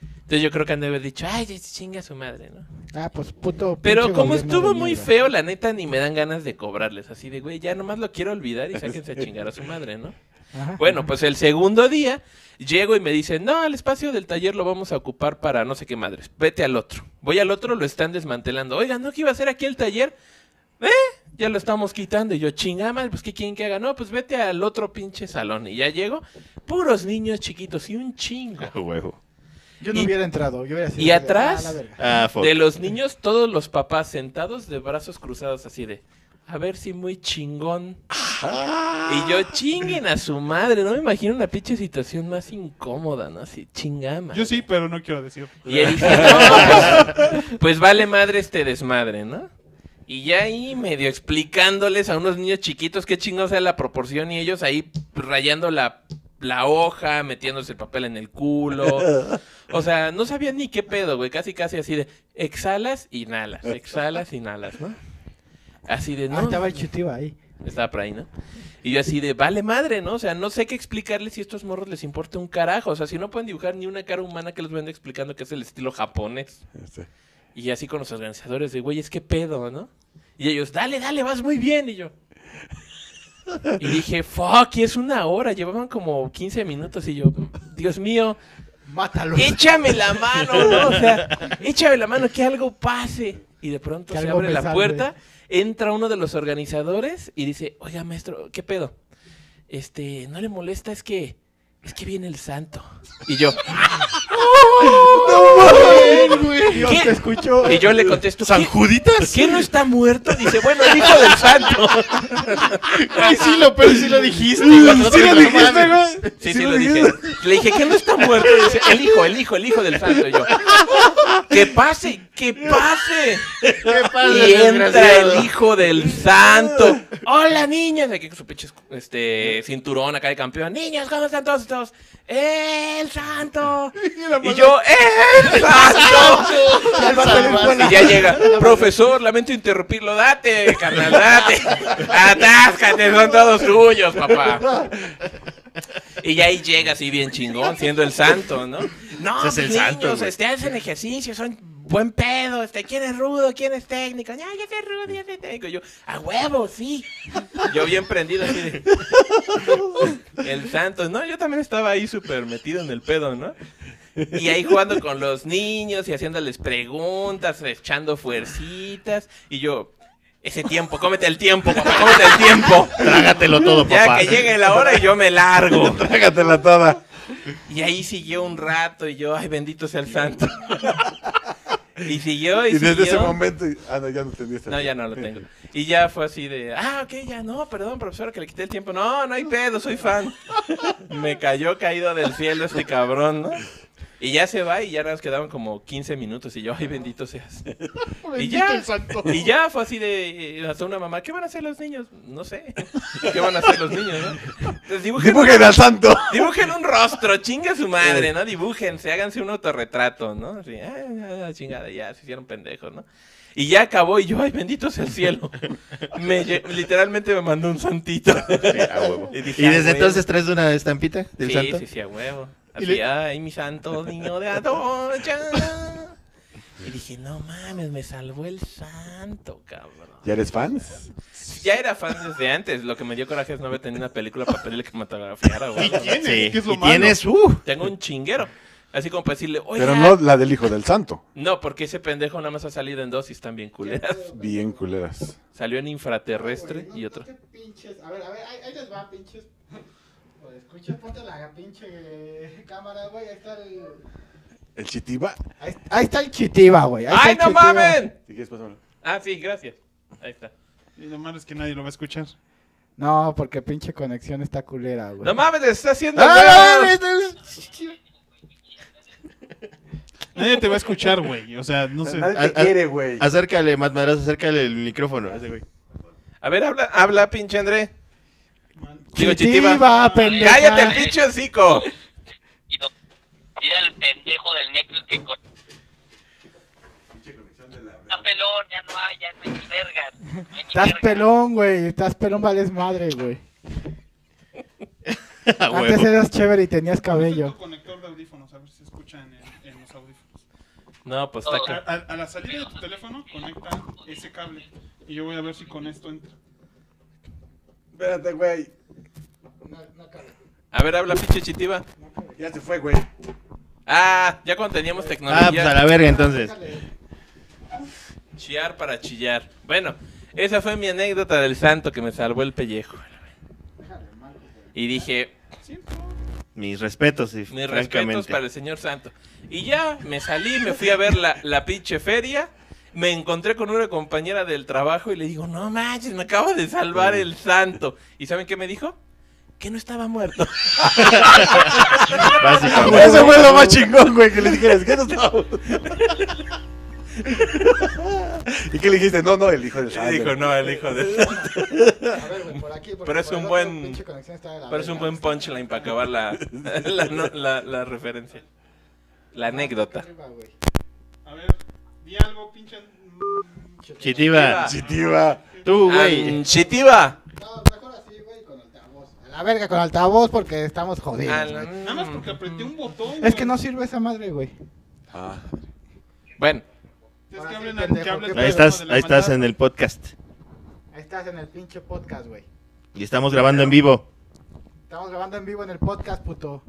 Entonces yo creo que han de haber dicho, ay, ya chinga su madre, ¿no?
madre. Ah, pues puto.
Pero
pinche
como
gobierno
estuvo
de
muy
mierda.
feo, la neta ni me dan ganas de cobrarles. Así de, güey, ya nomás lo quiero olvidar y sáquense a chingar a su madre, ¿no?
Ajá.
Bueno, pues el segundo día llego y me dicen, no, el espacio del taller lo vamos a ocupar para no sé qué madres. Vete al otro. Voy al otro, lo están desmantelando. Oiga, ¿no que iba a ser aquí el taller? ¿Eh? ya lo estamos quitando. Y yo, chingada madre, pues ¿qué quieren que haga? No, pues vete al otro pinche salón. Y ya llego, puros niños chiquitos y un chingo.
Huevo.
Yo no
Y-
hubiera entrado. Yo hubiera sido
¿Y
de,
atrás?
"Ah, la verga".
Ah, fuck.
De los niños, todos los papás sentados de brazos cruzados así de, a ver si muy chingón. Y yo, chinguen a su madre, no me imagino una pinche situación más incómoda, ¿no? Así, chingama.
Yo sí, pero no quiero decir.
Y él dice, "No, pues, pues vale madre este desmadre, ¿no? Y ya ahí medio explicándoles a unos niños chiquitos qué chingados era la proporción y ellos ahí rayando la, la hoja, metiéndose el papel en el culo. O sea, no sabían ni qué pedo, güey. Casi, casi así de exhalas, inhalas, exhalas, inhalas, ¿no? Así de
Ah,
no.
estaba el chutiba ahí.
Estaba por ahí, ¿no? Y yo así de, vale madre, ¿no? O sea, no sé qué explicarles si a estos morros les importa un carajo. O sea, si no pueden dibujar ni una cara humana que les vende explicando que es el estilo japonés.
Este,
Y así con los organizadores de, güey, es que pedo, ¿no? Y ellos, dale, dale, vas muy bien. Y yo. Y dije, fuck, y es una hora. Llevaban como 15 minutos y yo, Dios mío,
Mátalo.
échame la mano, ¿no? O sea, échame la mano, que algo pase. Y de pronto
Que
se
algo
abre
me
la
salve.
puerta, entra uno de los organizadores y dice, oiga, maestro, ¿qué pedo? Este, no le molesta, es que, es que viene el santo. Y yo,
Dios
¿Qué?
te escuchó.
y yo le contesto,
¿San
"¿Qué-
Juditas?
¿Qué no está muerto? Dice, bueno, el hijo del santo.
Ay, sí, lo, pero sí lo dijiste.
Sí lo dijiste, güey.
Sí, sí, lo dije. Le dije, ¿qué no está muerto? Dice, el hijo, el hijo, el hijo del santo. Y yo, que pase, que pase.
¿Qué pasa,
Y entra
desgraciado?
el hijo del santo. Hola, niñas. Aquí con su pinche este, cinturón acá de campeón. Niñas, ¿cómo están todos? todos? El santo. Y yo, el santo.
Ya va a tener buena-
Y ya llega, profesor, lamento interrumpirlo, date, carnal, date. Atáscate, son todos tuyos, papá. Y ya ahí llega así bien chingón, siendo el santo, ¿no? No,
Ese es el
niños,
santo, güey.
este, hacen ejercicio, son buen pedo, este, ¿quién es rudo, quién es técnico? No, yo soy rudo, yo soy técnico. Y yo, a huevo, sí. Yo bien prendido así de... El santo, no, yo también estaba ahí súper metido en el pedo, ¿no? Y ahí jugando con los niños y haciéndoles preguntas, echando fuercitas. Y yo, ese tiempo, cómete el tiempo, papá, cómete el tiempo.
Trágatelo todo,
Ya
papá.
que llegue la hora y yo me largo.
Trágatela toda.
Y ahí siguió un rato y yo, ay, bendito sea el santo. Y siguió y,
Y desde ese
siguió.
momento. y- Ah, no, ya no entendiste.
No, ya no lo tengo. Y ya fue así de, ah, ok, ya no, perdón, profesor, que le quité el tiempo. No, no hay pedo, soy fan. Me cayó caído del cielo este cabrón, ¿no? Y ya se va y ya nos quedaban como 15 minutos y yo, ay, bendito seas. y, ya, y ya fue así de, eh, hasta una mamá, ¿qué van a hacer los niños? No sé. ¿Qué van a hacer los niños, no? Entonces dibujen,
Dibujen al santo.
dibujen un rostro, chinga su madre, ¿no? Dibújense, háganse un autorretrato, ¿no? Así, ah, ah, chingada, ya, se hicieron pendejos, ¿no? Y ya acabó y yo, ay, bendito sea el cielo. Me lle- literalmente me mandó un santito.
Sí, a huevo.
Y
Y,
dije,
desde
"Ah,
entonces traes una estampita del
sí,
santo.
sí, sí, a huevo. Así,
Y le-
ay, mi santo niño de Atocha. Y dije, no mames, me salvó el santo, cabrón.
¿Ya eres fan?
Ya era fan desde antes. Lo que me dio coraje es no haber tenido una película para pedirle que matagrafiara, güey.
tienes?
Sí.
¿Qué es lo
y
malo?
tienes, uh,
Tengo un chinguero. Así como para decirle, oye. ah.
Pero no la del hijo del santo.
No, porque ese pendejo nada más ha salido en dos y están bien culeras.
Bien culeras.
Salió en infraterrestre y otro.
Pinches, a ver, a ver, ahí, ahí les va, pinches. Pues, Escucha, ponte la pinche eh, cámara, güey. Ahí está el.
El chitiba.
Ahí, ahí está el chitiba, güey. ahí está
¡Ay,
el
no
chitiba.
mamen!
Si quieres, pásamelo.
Ah, sí, gracias. Ahí está.
Y lo malo es que nadie lo va a escuchar.
No, porque pinche conexión está culera, güey.
No mames, se está haciendo.
¡Ah,
güey.
Nadie te va a escuchar, güey. O sea, no sé.
te quiere, ah, Acércale, Matt Madrazo, acércale el micrófono.
A ver, habla, habla, pinche André. Digo,
Chitiba,
Chitiba.
pendeja.
Cállate, el pinche hocico.
y no- Mira el pendejo del Nexus que con... Está pelón, ya no hay, ya no hay ni vergas. no hay ni
Estás
vergas.
pelón, güey. Estás pelón, vales madre, güey.
Ah,
A
Antes
Ah, huevo.
eras chévere y tenías cabello.
conector de audífonos, a ver si escuchan en, los audífonos.
No, pues está
A,
acá.
la salida de tu teléfono, conecta ese cable. Y yo voy a ver si con esto entra.
Espérate, güey.
A ver, habla, pinche Chitiba.
Ya se fue, güey.
Ah, ya cuando teníamos
Ah, pues a
tecnología.
la verga entonces.
Chiar para chillar. Bueno, Esa fue mi anécdota del santo que me salvó el pellejo. Y dije,
Mis respetos, sí,
mis respetos
francamente.
para el señor santo. Y ya me salí, me fui a ver la, la pinche feria. Me encontré con una compañera del trabajo y le digo, no manches, me acaba de salvar el santo. ¿Y saben qué me dijo? Que no estaba muerto. Ah,
Básicamente.
Eso fue lo más chingón, güey, que le dijeras, ¿qué nos estamos? ¿Y qué le dijiste? No, no, el hijo del
Ah,
Le
santo.
dijo, no, el hijo del santo.
A ver, güey, por aquí. porque
Pero es
por
un
el otro
buen-
pinche conexión está de la
Pero es un
verga.
buen punchline para acabar la, la, no- la- la referencia. La anécdota.
Arriba, güey.
A ver, di algo, pinche.
Chitiva,
Positiva.
tú, güey.
Anchitiva.
No, mejor así, güey, con altavoz. A la verga, con altavoz porque estamos jodidos.
Ah,
güey.
Nada más porque apreté un botón.
Es que
güey.
no sirve esa madre, güey.
Ah,
Bueno,
Es que
Ahora sí,
hablen,
pendejo,
que hablen
¿qué
de
Ahí
pedo?
estás,
la
ahí estás
maldad.
en el podcast.
Ahí estás en el pinche podcast, güey.
Y estamos grabando en vivo.
Estamos grabando en vivo en el podcast, puto.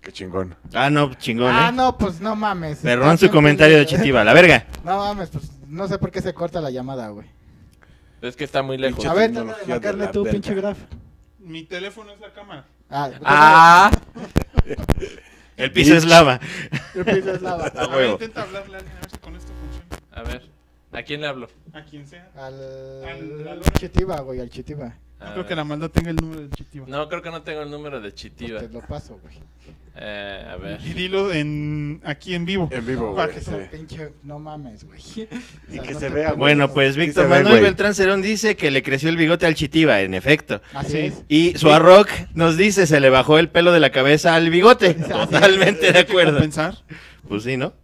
qué chingón.
Ah, no, Ah, chingón,
Ah,
eh.
no, pues no mames.
Perdón
Estás
su
bien
comentario de
pendejo.
Chitiva, la verga.
No mames, pues no sé por qué se corta la llamada, güey.
es que está muy lejos.
A ver, trata de
tecnología
marcarle
de la
tú,
verga.
pinche graf.
Mi teléfono es la cámara.
Ah,
Ah,
El piso es lava.
pues, el piso es lava.
Ah,
A ver,
huevo.
intenta hablarle a alguien, a ver si con esto funciona.
a ver, ¿a quién le hablo?
A quien sea.
Al,
Al- al-
Chitiva, güey, al Chitiva.
No
A
creo
ver.
que la maldad tenga el número del Chitiva.
No, creo que no tengo el número de Chitiva.
Te lo paso, güey.
Eh, a ver.
Y dilo en, aquí en vivo.
En vivo,
Para
güey.
que
sí.
Eso, pinche, no mames, güey. Y
que se vea, güey.
Bueno, pues
Sí
Víctor
se ve,
Manuel
güey.
Beltrán Cerón dice que le creció el bigote al Chitiva, en efecto.
Así
Sí.
es.
Y Suarrock nos dice, se le bajó el pelo de la cabeza al bigote. Totalmente de acuerdo.
Pensar.
Pues sí, ¿no?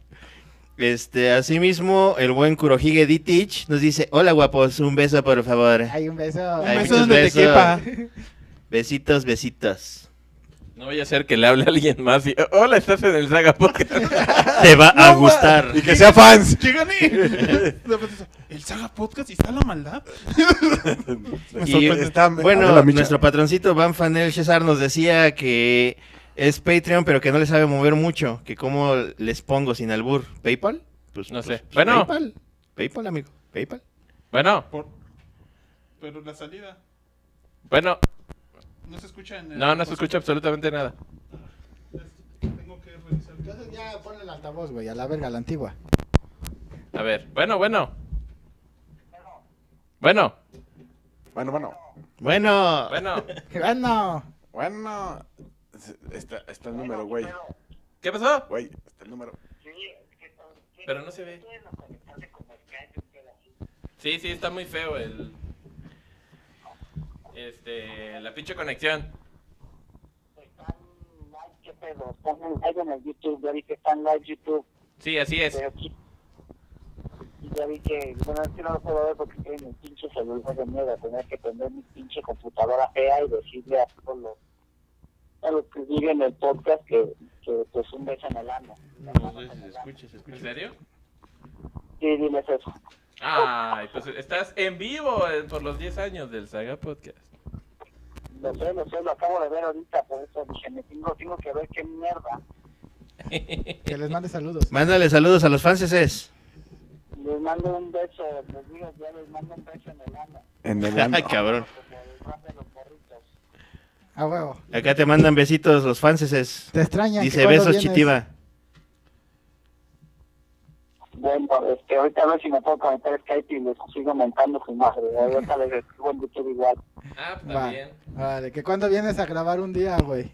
Este, asimismo, el buen Kurohige Ditich nos dice, hola guapos, un beso por favor.
Hay un beso.
Ay,
Un beso
muchos
donde te
besos.
quepa.
Besitos, besitos.
No voy a hacer que le hable a alguien más y... Hola, estás en el Saga Podcast.
Te va a
No,
gustar.
Y que sea fans.
¡Que gané! El Saga Podcast y está la maldad. Me
Y-
sorprende.
Está-
Bueno,
Adela Micha.
nuestro patroncito Van Fanel Cesar nos decía que es Patreon, pero que no le sabe mover mucho. Que cómo les pongo sin albur. ¿Paypal? Pues
No
pues,
sé. Bueno.
PayPal. PayPal, amigo. PayPal.
Bueno,
Por- Pero la salida
bueno.
no se escucha en el-
No, no se escucha absolutamente nada.
Tengo que revisar.
Entonces ya ponle el altavoz, güey, a la verga, a la antigua.
A ver. Bueno, bueno. Bueno,
Bueno, bueno.
Bueno.
bueno.
Bueno,
Bueno. Está, está el número, güey.
¿Qué pasó?
Güey, está el número.
Pero no se ve. Sí, sí, está muy feo el... Este... La pinche conexión.
Ay, qué pedo, están en live en el YouTube, ya vi que están live YouTube,
Sí, así es.
pero aquí ya vi que, bueno, es que no lo puedo ver porque estoy en el pinche celular de mierda, tener que tener mi pinche computadora fea y decirle a todos los, a los que viven el podcast que, que pues un beso en el ano.
¿En serio?
Sí, diles eso.
Ay, pues estás en vivo eh, por los 10 años del Saga Podcast.
Lo sé, lo sé, lo acabo de ver ahorita, por eso dije, me tengo, tengo que ver qué mierda.
que les mande saludos.
Mándale saludos a los fanses.
Les mando un beso, les digo, ya les mando un beso en el ano,
En el ano.
Ay, cabrón.
como el rap de los morritos.
A huevo.
Acá te mandan besitos los fanses.
Te extrañan. que
Dice
cuando
besos,
vienes-
Chitiva.
Bueno, este, ahorita a ver si me puedo conectar a Skype y les sigo montando su madre. ¿eh? Ahorita les escribo en YouTube igual.
Ah, pues,
Va.
también.
Vale, que cuando vienes a grabar un día, güey.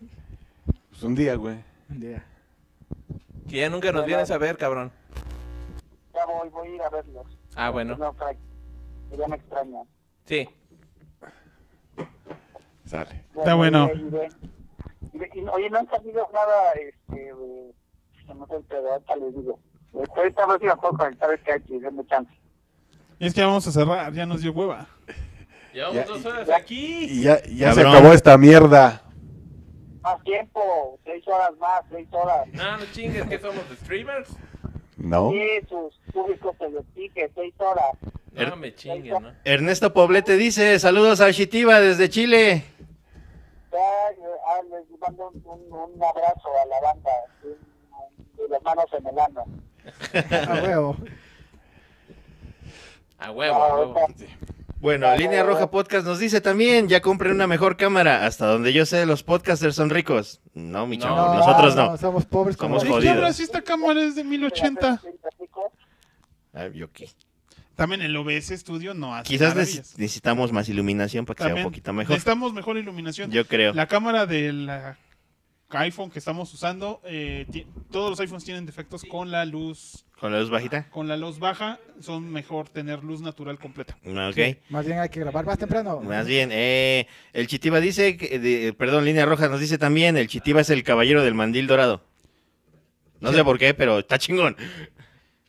Pues un día, güey.
Un día.
Que ya nunca nos vienes a ver, cabrón.
Ya voy, voy a ir a verlos.
Ah, bueno.
No, Frank, ya me extraña.
Sí.
Sale.
Está bueno.
iré, iré. Iré, y- Oye, no han salido nada, este, eh, se me fue el pedo, ahorita les digo. Este, ahorita a ver si me puedo conectar a Skype y denme chance.
Es que ya vamos a cerrar, ya nos dio hueva.
Llevamos
Ya,
dos
y-
horas aquí.
Y ya, ya se
Cabrón.
acabó esta mierda.
Más tiempo, seis horas más, seis horas.
No, no chingues, que somos streamers.
¿No?
Sí, sus públicos se les dije, seis horas.
No me chingues, ¿no?
Ernesto Poblete dice saludos a Chitiva desde Chile.
Ya, eh, ah, les mando un, un- un abrazo a la banda, un- un- de las manos en el ano.
A huevo.
A huevo,
Ah,
a huevo.
Bueno, Línea Roja Podcast nos dice también, ya compren una mejor cámara. Hasta donde yo sé, los podcasters son ricos. No, mi chavo,
No,
nosotros no.
Somos pobres como
Somos
Sí,
nosotros.
jodidos.
claro, si esta cámara es de 1080.
Ay, yo qué.
También el OBS Studio no hace
Quizás neces-
maravillas.
necesitamos más iluminación para que sea
También
un poquito mejor.
Necesitamos mejor iluminación.
Yo creo.
La cámara del ah, iPhone que estamos usando, eh, ti- todos los iPhones tienen defectos con la luz,
Con la luz bajita.
con la luz baja, son mejor tener luz natural completa.
No, Mm, Ok.
Más bien hay que grabar más temprano.
Más bien, eh, el Chitiba dice, que- de- perdón, Línea Roja nos dice también, el Chitiba es el caballero del mandil dorado. No sé por qué, pero está chingón.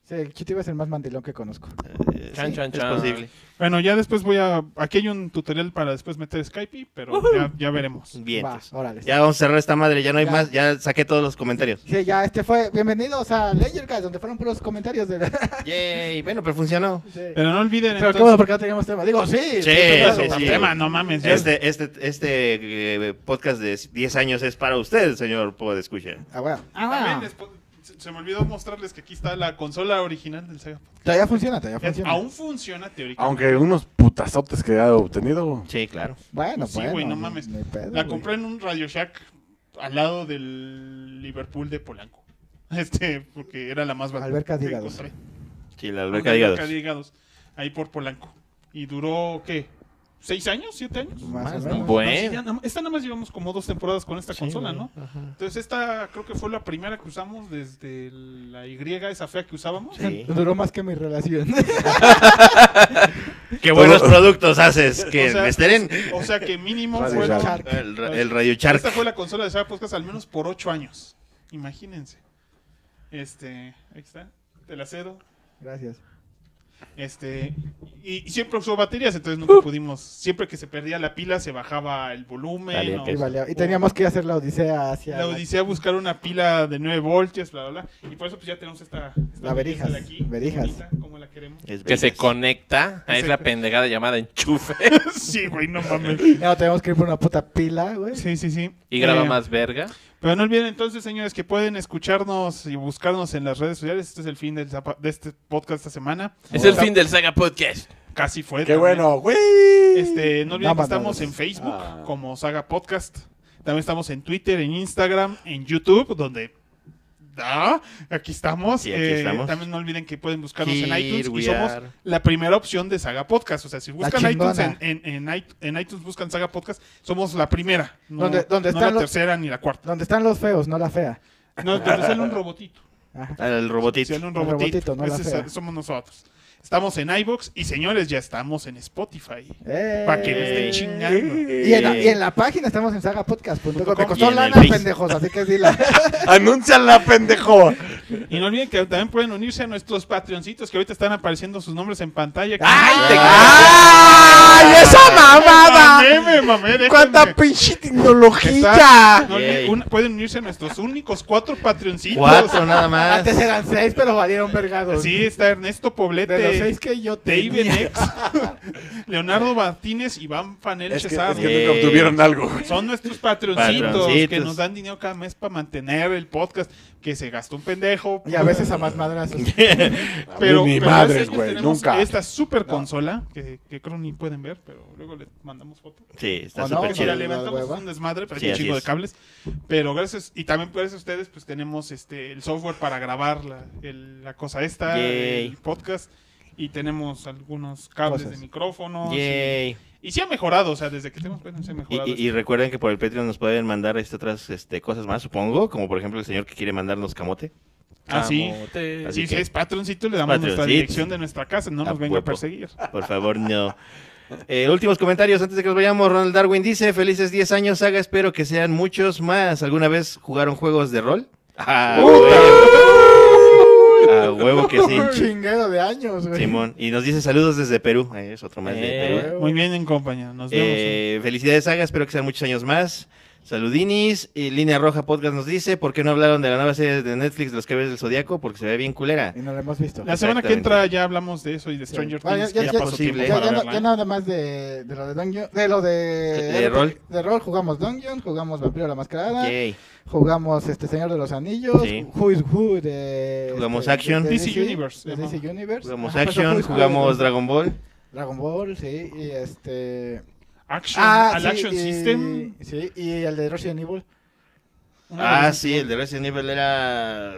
Sí, el Chitiba es el más mandilón que conozco.
Eh,
Chan,
sí,
chan,
es
chan.
posible.
Bueno, ya después voy a... Aquí hay un tutorial para después meter Skype, pero ya, ya veremos.
Bien.
Va,
entonces.
órale.
Ya vamos a cerrar esta madre, ya no hay
Ya.
más, ya saqué todos los comentarios.
Sí, ya, este fue. Bienvenidos a Ledger Guys, donde fueron puros comentarios. De...
Yay, bueno, pero funcionó.
Sí.
Pero no olviden...
Pero
entonces-
qué bueno, porque no teníamos tema. Digo, sí.
Sí,
claro.
sí, sí.
Tema, no mames. ya-
Este, este, este eh, podcast de 10 años es para usted, señor Podescucha.
Ah, bueno.
También después- se- se me olvidó mostrarles que aquí está la consola original del Sega.
Todavía funciona, todavía
Es-
funciona.
aún funciona teóricamente.
Aunque unos putazotes que ha obtenido.
Sí, claro.
Bueno,
Pues sí,
bueno.
güey, no mames.
ni pedo,
La
güey.
compré en un Radio Shack al lado del Liverpool de Polanco. Este, porque era la más barata.
Albercas de
que
hígados.
encontré.
Sí, la
Una
alberca de hígados.
Alberca de hígados. Ahí por Polanco. Y duró, ¿qué? ¿Seis años? ¿Siete años?
Más o
Más,
menos.
Bueno.
No, sí, ya nada- esta nada más llevamos como dos temporadas con esta consola, ¿no? Entonces esta creo que fue la primera que usamos desde la Y, esa fea que usábamos.
Sí.
Duró más que mi relación.
Qué buenos productos haces que
O sea,
me esteren.
O sea que mínimo
Radio
fueron-
Shack.
El, ra- el Radio Shark.
Esta fue la consola de Sega Podcast al menos por 8 años. Imagínense. Este, ahí está, te la cedo.
Gracias.
Este, y, y siempre usó baterías, entonces nunca pudimos. Siempre que se perdía la pila, se bajaba el volumen.
Valía
o-
Y,
Eso.
valía- y teníamos que hacer la odisea hacia.
la odisea buscar una pila de 9 voltios, bla, bla, bla. Y por eso pues ya tenemos esta. esta
La verijas,
de aquí,
verijas. Eh.
bonita, como la queremos.
Es
Que se
bellas.
conecta a esa pendejada llamada enchufe
sí, güey, no mames.
Ya no tenemos que ir por una puta pila, güey.
Sí, sí, sí.
y graba
Eh,
más verga.
Pero no olviden entonces, señores, que pueden escucharnos y buscarnos en las redes sociales. Este es el fin del zapa- de este podcast esta semana.
Es el fin del Saga Podcast.
Casi fue.
¡Qué
también.
bueno, güey!
Este, no olviden que
Vámonos.
estamos en Facebook
Ah.
como Saga Podcast. También estamos en Twitter, en Instagram, en YouTube, donde... Ah, aquí estamos.
Sí, aquí
Eh,
estamos.
También no olviden que pueden buscarnos en
Here
iTunes y
we
somos
are.
la primera opción de Saga Podcast. O sea, si buscan iTunes en,
chingona.
en, en iTunes, en iTunes buscan Saga Podcast, somos la primera. No,
¿Dónde- dónde
no
están
la
los-
tercera ni la cuarta.
Donde están los feos, no la fea.
No, donde sale un robotito.
Ajá.
Al robotito.
Hicieron un
El
robotito.
robotito, no la
Ese es-
fea.
somos nosotros. Estamos en iBox y señores, ya estamos en Spotify.
¡Eh!
Para que le estén chingando.
Y en, la, y en la página estamos en sagapodcast.com.
Y
Me costó
en el
lana,
Face.
pendejos, así que sí la.
¡Anúnciala, pendejo!
Y no olviden que también pueden unirse a nuestros Patreoncitos que ahorita están apareciendo sus nombres en pantalla.
¡Ay, te-
¡Ay, esa
Me mamé, me mamé, déjenme.
pinche
tecnología! No olviden-
Yay.
un- pueden unirse a nuestros únicos cuatro Patreoncitos.
Cuatro nada más.
Antes eran seis, pero valieron vergados.
Sí, está Ernesto
De los seis
Poblete,
que yo tenía.
David X, Leonardo Martínez, Iván Fanel
Es que,
Chesarro.
es que nunca obtuvieron algo.
Son nuestros patroncitos,
Patroncitos.
que nos dan dinero cada mes para mantener el podcast, que se gastó un pendejo.
Y a veces a más madrazos.
pero,
ni
pero
madres,
ellos
güey,
tenemos
nunca.
Esta super consola, que, que creo ni pueden ver, pero luego le mandamos foto.
Sí, está
¿O no?
súper
Y
Sí.
la
chido.
levantamos,
Hueva.
es un desmadre, pero
Sí,
hay un
así
chingo de
es.
cables. Pero gracias, y también gracias a ustedes, pues tenemos este el software para grabar la, el- la cosa esta,
Yay.
el podcast. Y tenemos algunos cables
Cosas.
de micrófonos. Y,
Yay.
y sí ha mejorado, o sea, desde que tenemos pues, se ha
Y,
mejorado.
y- y recuerden que por el Patreon nos pueden mandar este, otras este, cosas más, supongo, como por ejemplo el señor que quiere mandarnos camote.
Ah, sí.
Camote.
Así
Así
que-
es patroncito, le damos nuestra
Patroncito.
dirección de nuestra casa, no
A
nos venga
huevo.
a perseguir.
Por favor, no. Eh, últimos comentarios antes de que nos vayamos. Ronald Darwin dice: Felices 10 años, saga. Espero que sean muchos más. ¿Alguna vez jugaron juegos de rol? Ah, huevo. A huevo que
Un
sí.
chinguero de años, güey.
Simón. Y nos dice saludos desde Perú. Eh, es otro más de
Eh,
Perú.
Muy bien, en compañía. Nos vemos.
Eh, felicidades, saga. Espero que sean muchos años más. Saludinis. Y Línea Roja Podcast nos dice, ¿por qué no hablaron de la nueva serie de Netflix, Los Cabellos del Zodiaco? Porque se ve bien culera.
Y no lo hemos visto.
La semana que entra ya hablamos de eso y de Stranger
Ah, ya-
Things.
ya-
que ya
ya-
pasó tiempo
posible.
Ya,
para
ya no-
verla,
ya
¿eh?
nada más de, de lo de Dungeon. De lo de.
de rol.
De rol jugamos Dungeon, jugamos Vampiro la Mascarada,
Yay.
jugamos este Señor de los Anillos,
Sí.
Who is Who de.
Jugamos
este,
Action.
DC Universe,
de
ajá.
DC Universe.
Jugamos
Ajá, pero Who
Action,
is Who
jugamos
de-
Dragon Ball.
Dragon Ball, sí. Y este.
Action, al
Ah, sí, eh,
Action
y-
System.
Sí, y el de Resident Evil.
Una
Ah,
vez-
sí, el de Resident Evil era...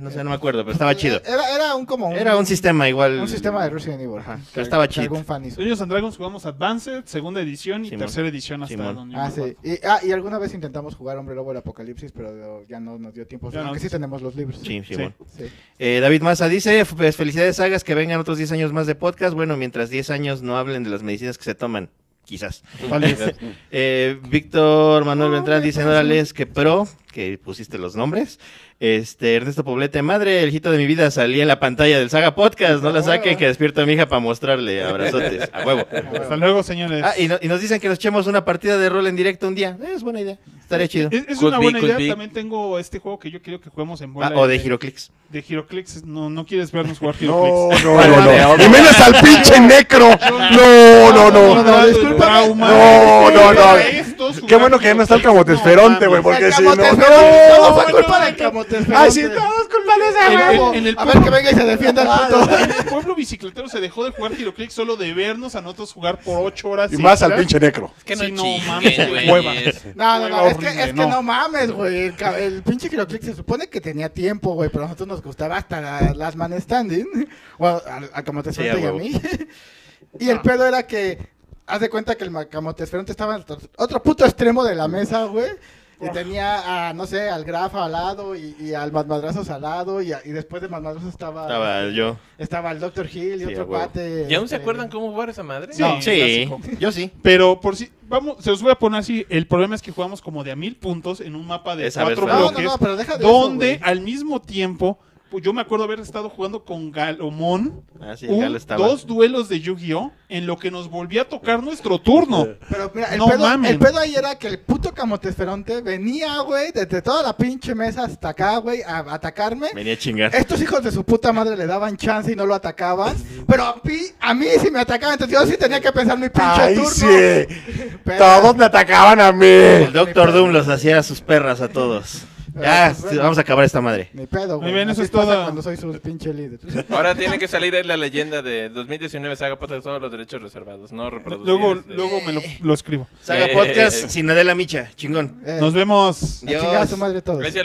No sé, no me acuerdo, pero estaba chido.
Era, era un como. Un,
Era un sistema igual.
un sistema de Resident Evil.
Ajá,
Que-
pero estaba
que
chido.
Algún fan hizo.
Dungeons and Dragons jugamos Advanced, segunda edición y
Simón.
tercera edición hasta
Simón.
donde
Ah,
me acuerdo.
sí. Y, ah, y alguna vez intentamos jugar Hombre Lobo el Apocalipsis, pero ya no nos dio tiempo.
Ya no.
Aunque sí tenemos los libros.
Sí,
Sí.
Simón.
Sí.
Eh, David Massa dice, pues felicidades sagas, que vengan otros 10 años más de podcast. Bueno, mientras 10 años no hablen de las medicinas que se toman, quizás. Eh, Víctor Manuel Beltrán dice, órale, es que pro, que pusiste los nombres. Este, Ernesto Poblete, madre, el hijito de mi vida, salí en la pantalla del Saga Podcast, no la
Ah.
saquen, que despierto a mi hija para mostrarle. Abrazotes, a huevo.
Hasta luego, señores.
Ah, y, no- y nos dicen que nos echemos una partida de rol en directo un día. Eh, es buena idea, estaría chido. Ah,
Es, es
Could
una
be,
buena
could
idea.
be.
También tengo este juego que yo quiero que juguemos en bola.
Ah, o de Giroclix.
De Giroclix. No, no quieres vernos jugar
No,
Giroclix.
no,
Bueno,
no,
de
no.
ahora.
Y menos al pinche necro.
Ah,
No, no, no.
no,
Trauma.
No, no, no.
Estos
Qué bueno que ya no está el
jugar
camotesferonte, güey,
Giroclix.
porque
El
si no.
camote es
no.
Todo fue culpa del camote.
Ay, sí, todo es culpa de
En-
esa,
en-
huevo.
en el Ah,
A ver que venga y se defienda el puto.
En el pueblo bicicletero se dejó de jugar Giroclix solo de vernos a nosotros jugar por ocho horas.
Y más al
seguidas.
pinche necro.
Es que no
Sí, no mames,
chinguen, güey.
hueva.
es-
No, no, no, es que,
Horrible,
es que
no.
no. mames, güey. El, ca- el pinche Giroclix se supone que tenía tiempo, güey, pero a nosotros nos gustaba hasta la- las man standing. O al al Camotesferonte
Sí,
y
a
a
huevo.
mí. Y el pedo era que, haz de cuenta que el ma- Camotesferonte estaba en otro- otro puto extremo de la mesa, güey. Y tenía, a, no sé, al Grafa al lado y, y al Masmadrazos al lado. Y, a- y después de Masmadrazos estaba,
Estaba yo.
estaba el Dr. Hill y
Sí, a
otro
huevo.
pate.
¿Y aún se
este,
acuerdan cómo jugar esa madre?
Sí. No.
Sí,
clásico.
yo sí.
Pero por si. Vamos, se los voy a poner así. El problema es que jugamos como de a mil puntos en un mapa de
Esa vez
cuatro
fue-
No, no,
bloques.
Ah, no, pero deja de eso,
donde
güey.
al mismo tiempo. Pues yo me acuerdo haber estado jugando con Galomón.
Ah, sí,
un-
acá lo estaba.
dos duelos de Yu-Gi-Oh! en lo que nos volvía a tocar nuestro turno.
Pero mira, el,
No
pedo,
mamen.
el pedo ahí era que el puto camotesferonte venía, güey, desde toda la pinche mesa hasta acá, güey, a atacarme.
Venía a chingar.
Estos hijos de su puta madre le daban chance y no lo atacaban. Pero a mí, a mí sí me atacaban, entonces yo sí tenía que pensar mi pinche
Ay,
turno.
sí.
Pero-
Todos me atacaban a
El
mí.
Doctor Doom los hacía a sus perras a todos. Ya, sí, vamos a acabar esta madre.
Ni pedo, güey.
Muy bien, eso
Así
es
pasa
todo.
Cuando soy su pinche líder.
Ahora tiene que salir ahí la leyenda de 2019 Saga Podcast, todos los derechos reservados, no reproducidos. este,
Luego,
de-
luego me lo, lo escribo.
Saga
Eh.
Podcast sin Adela Micha, chingón.
Eh,
Nos vemos.
a chingar a su
Dios.
madre todos.
Gracias,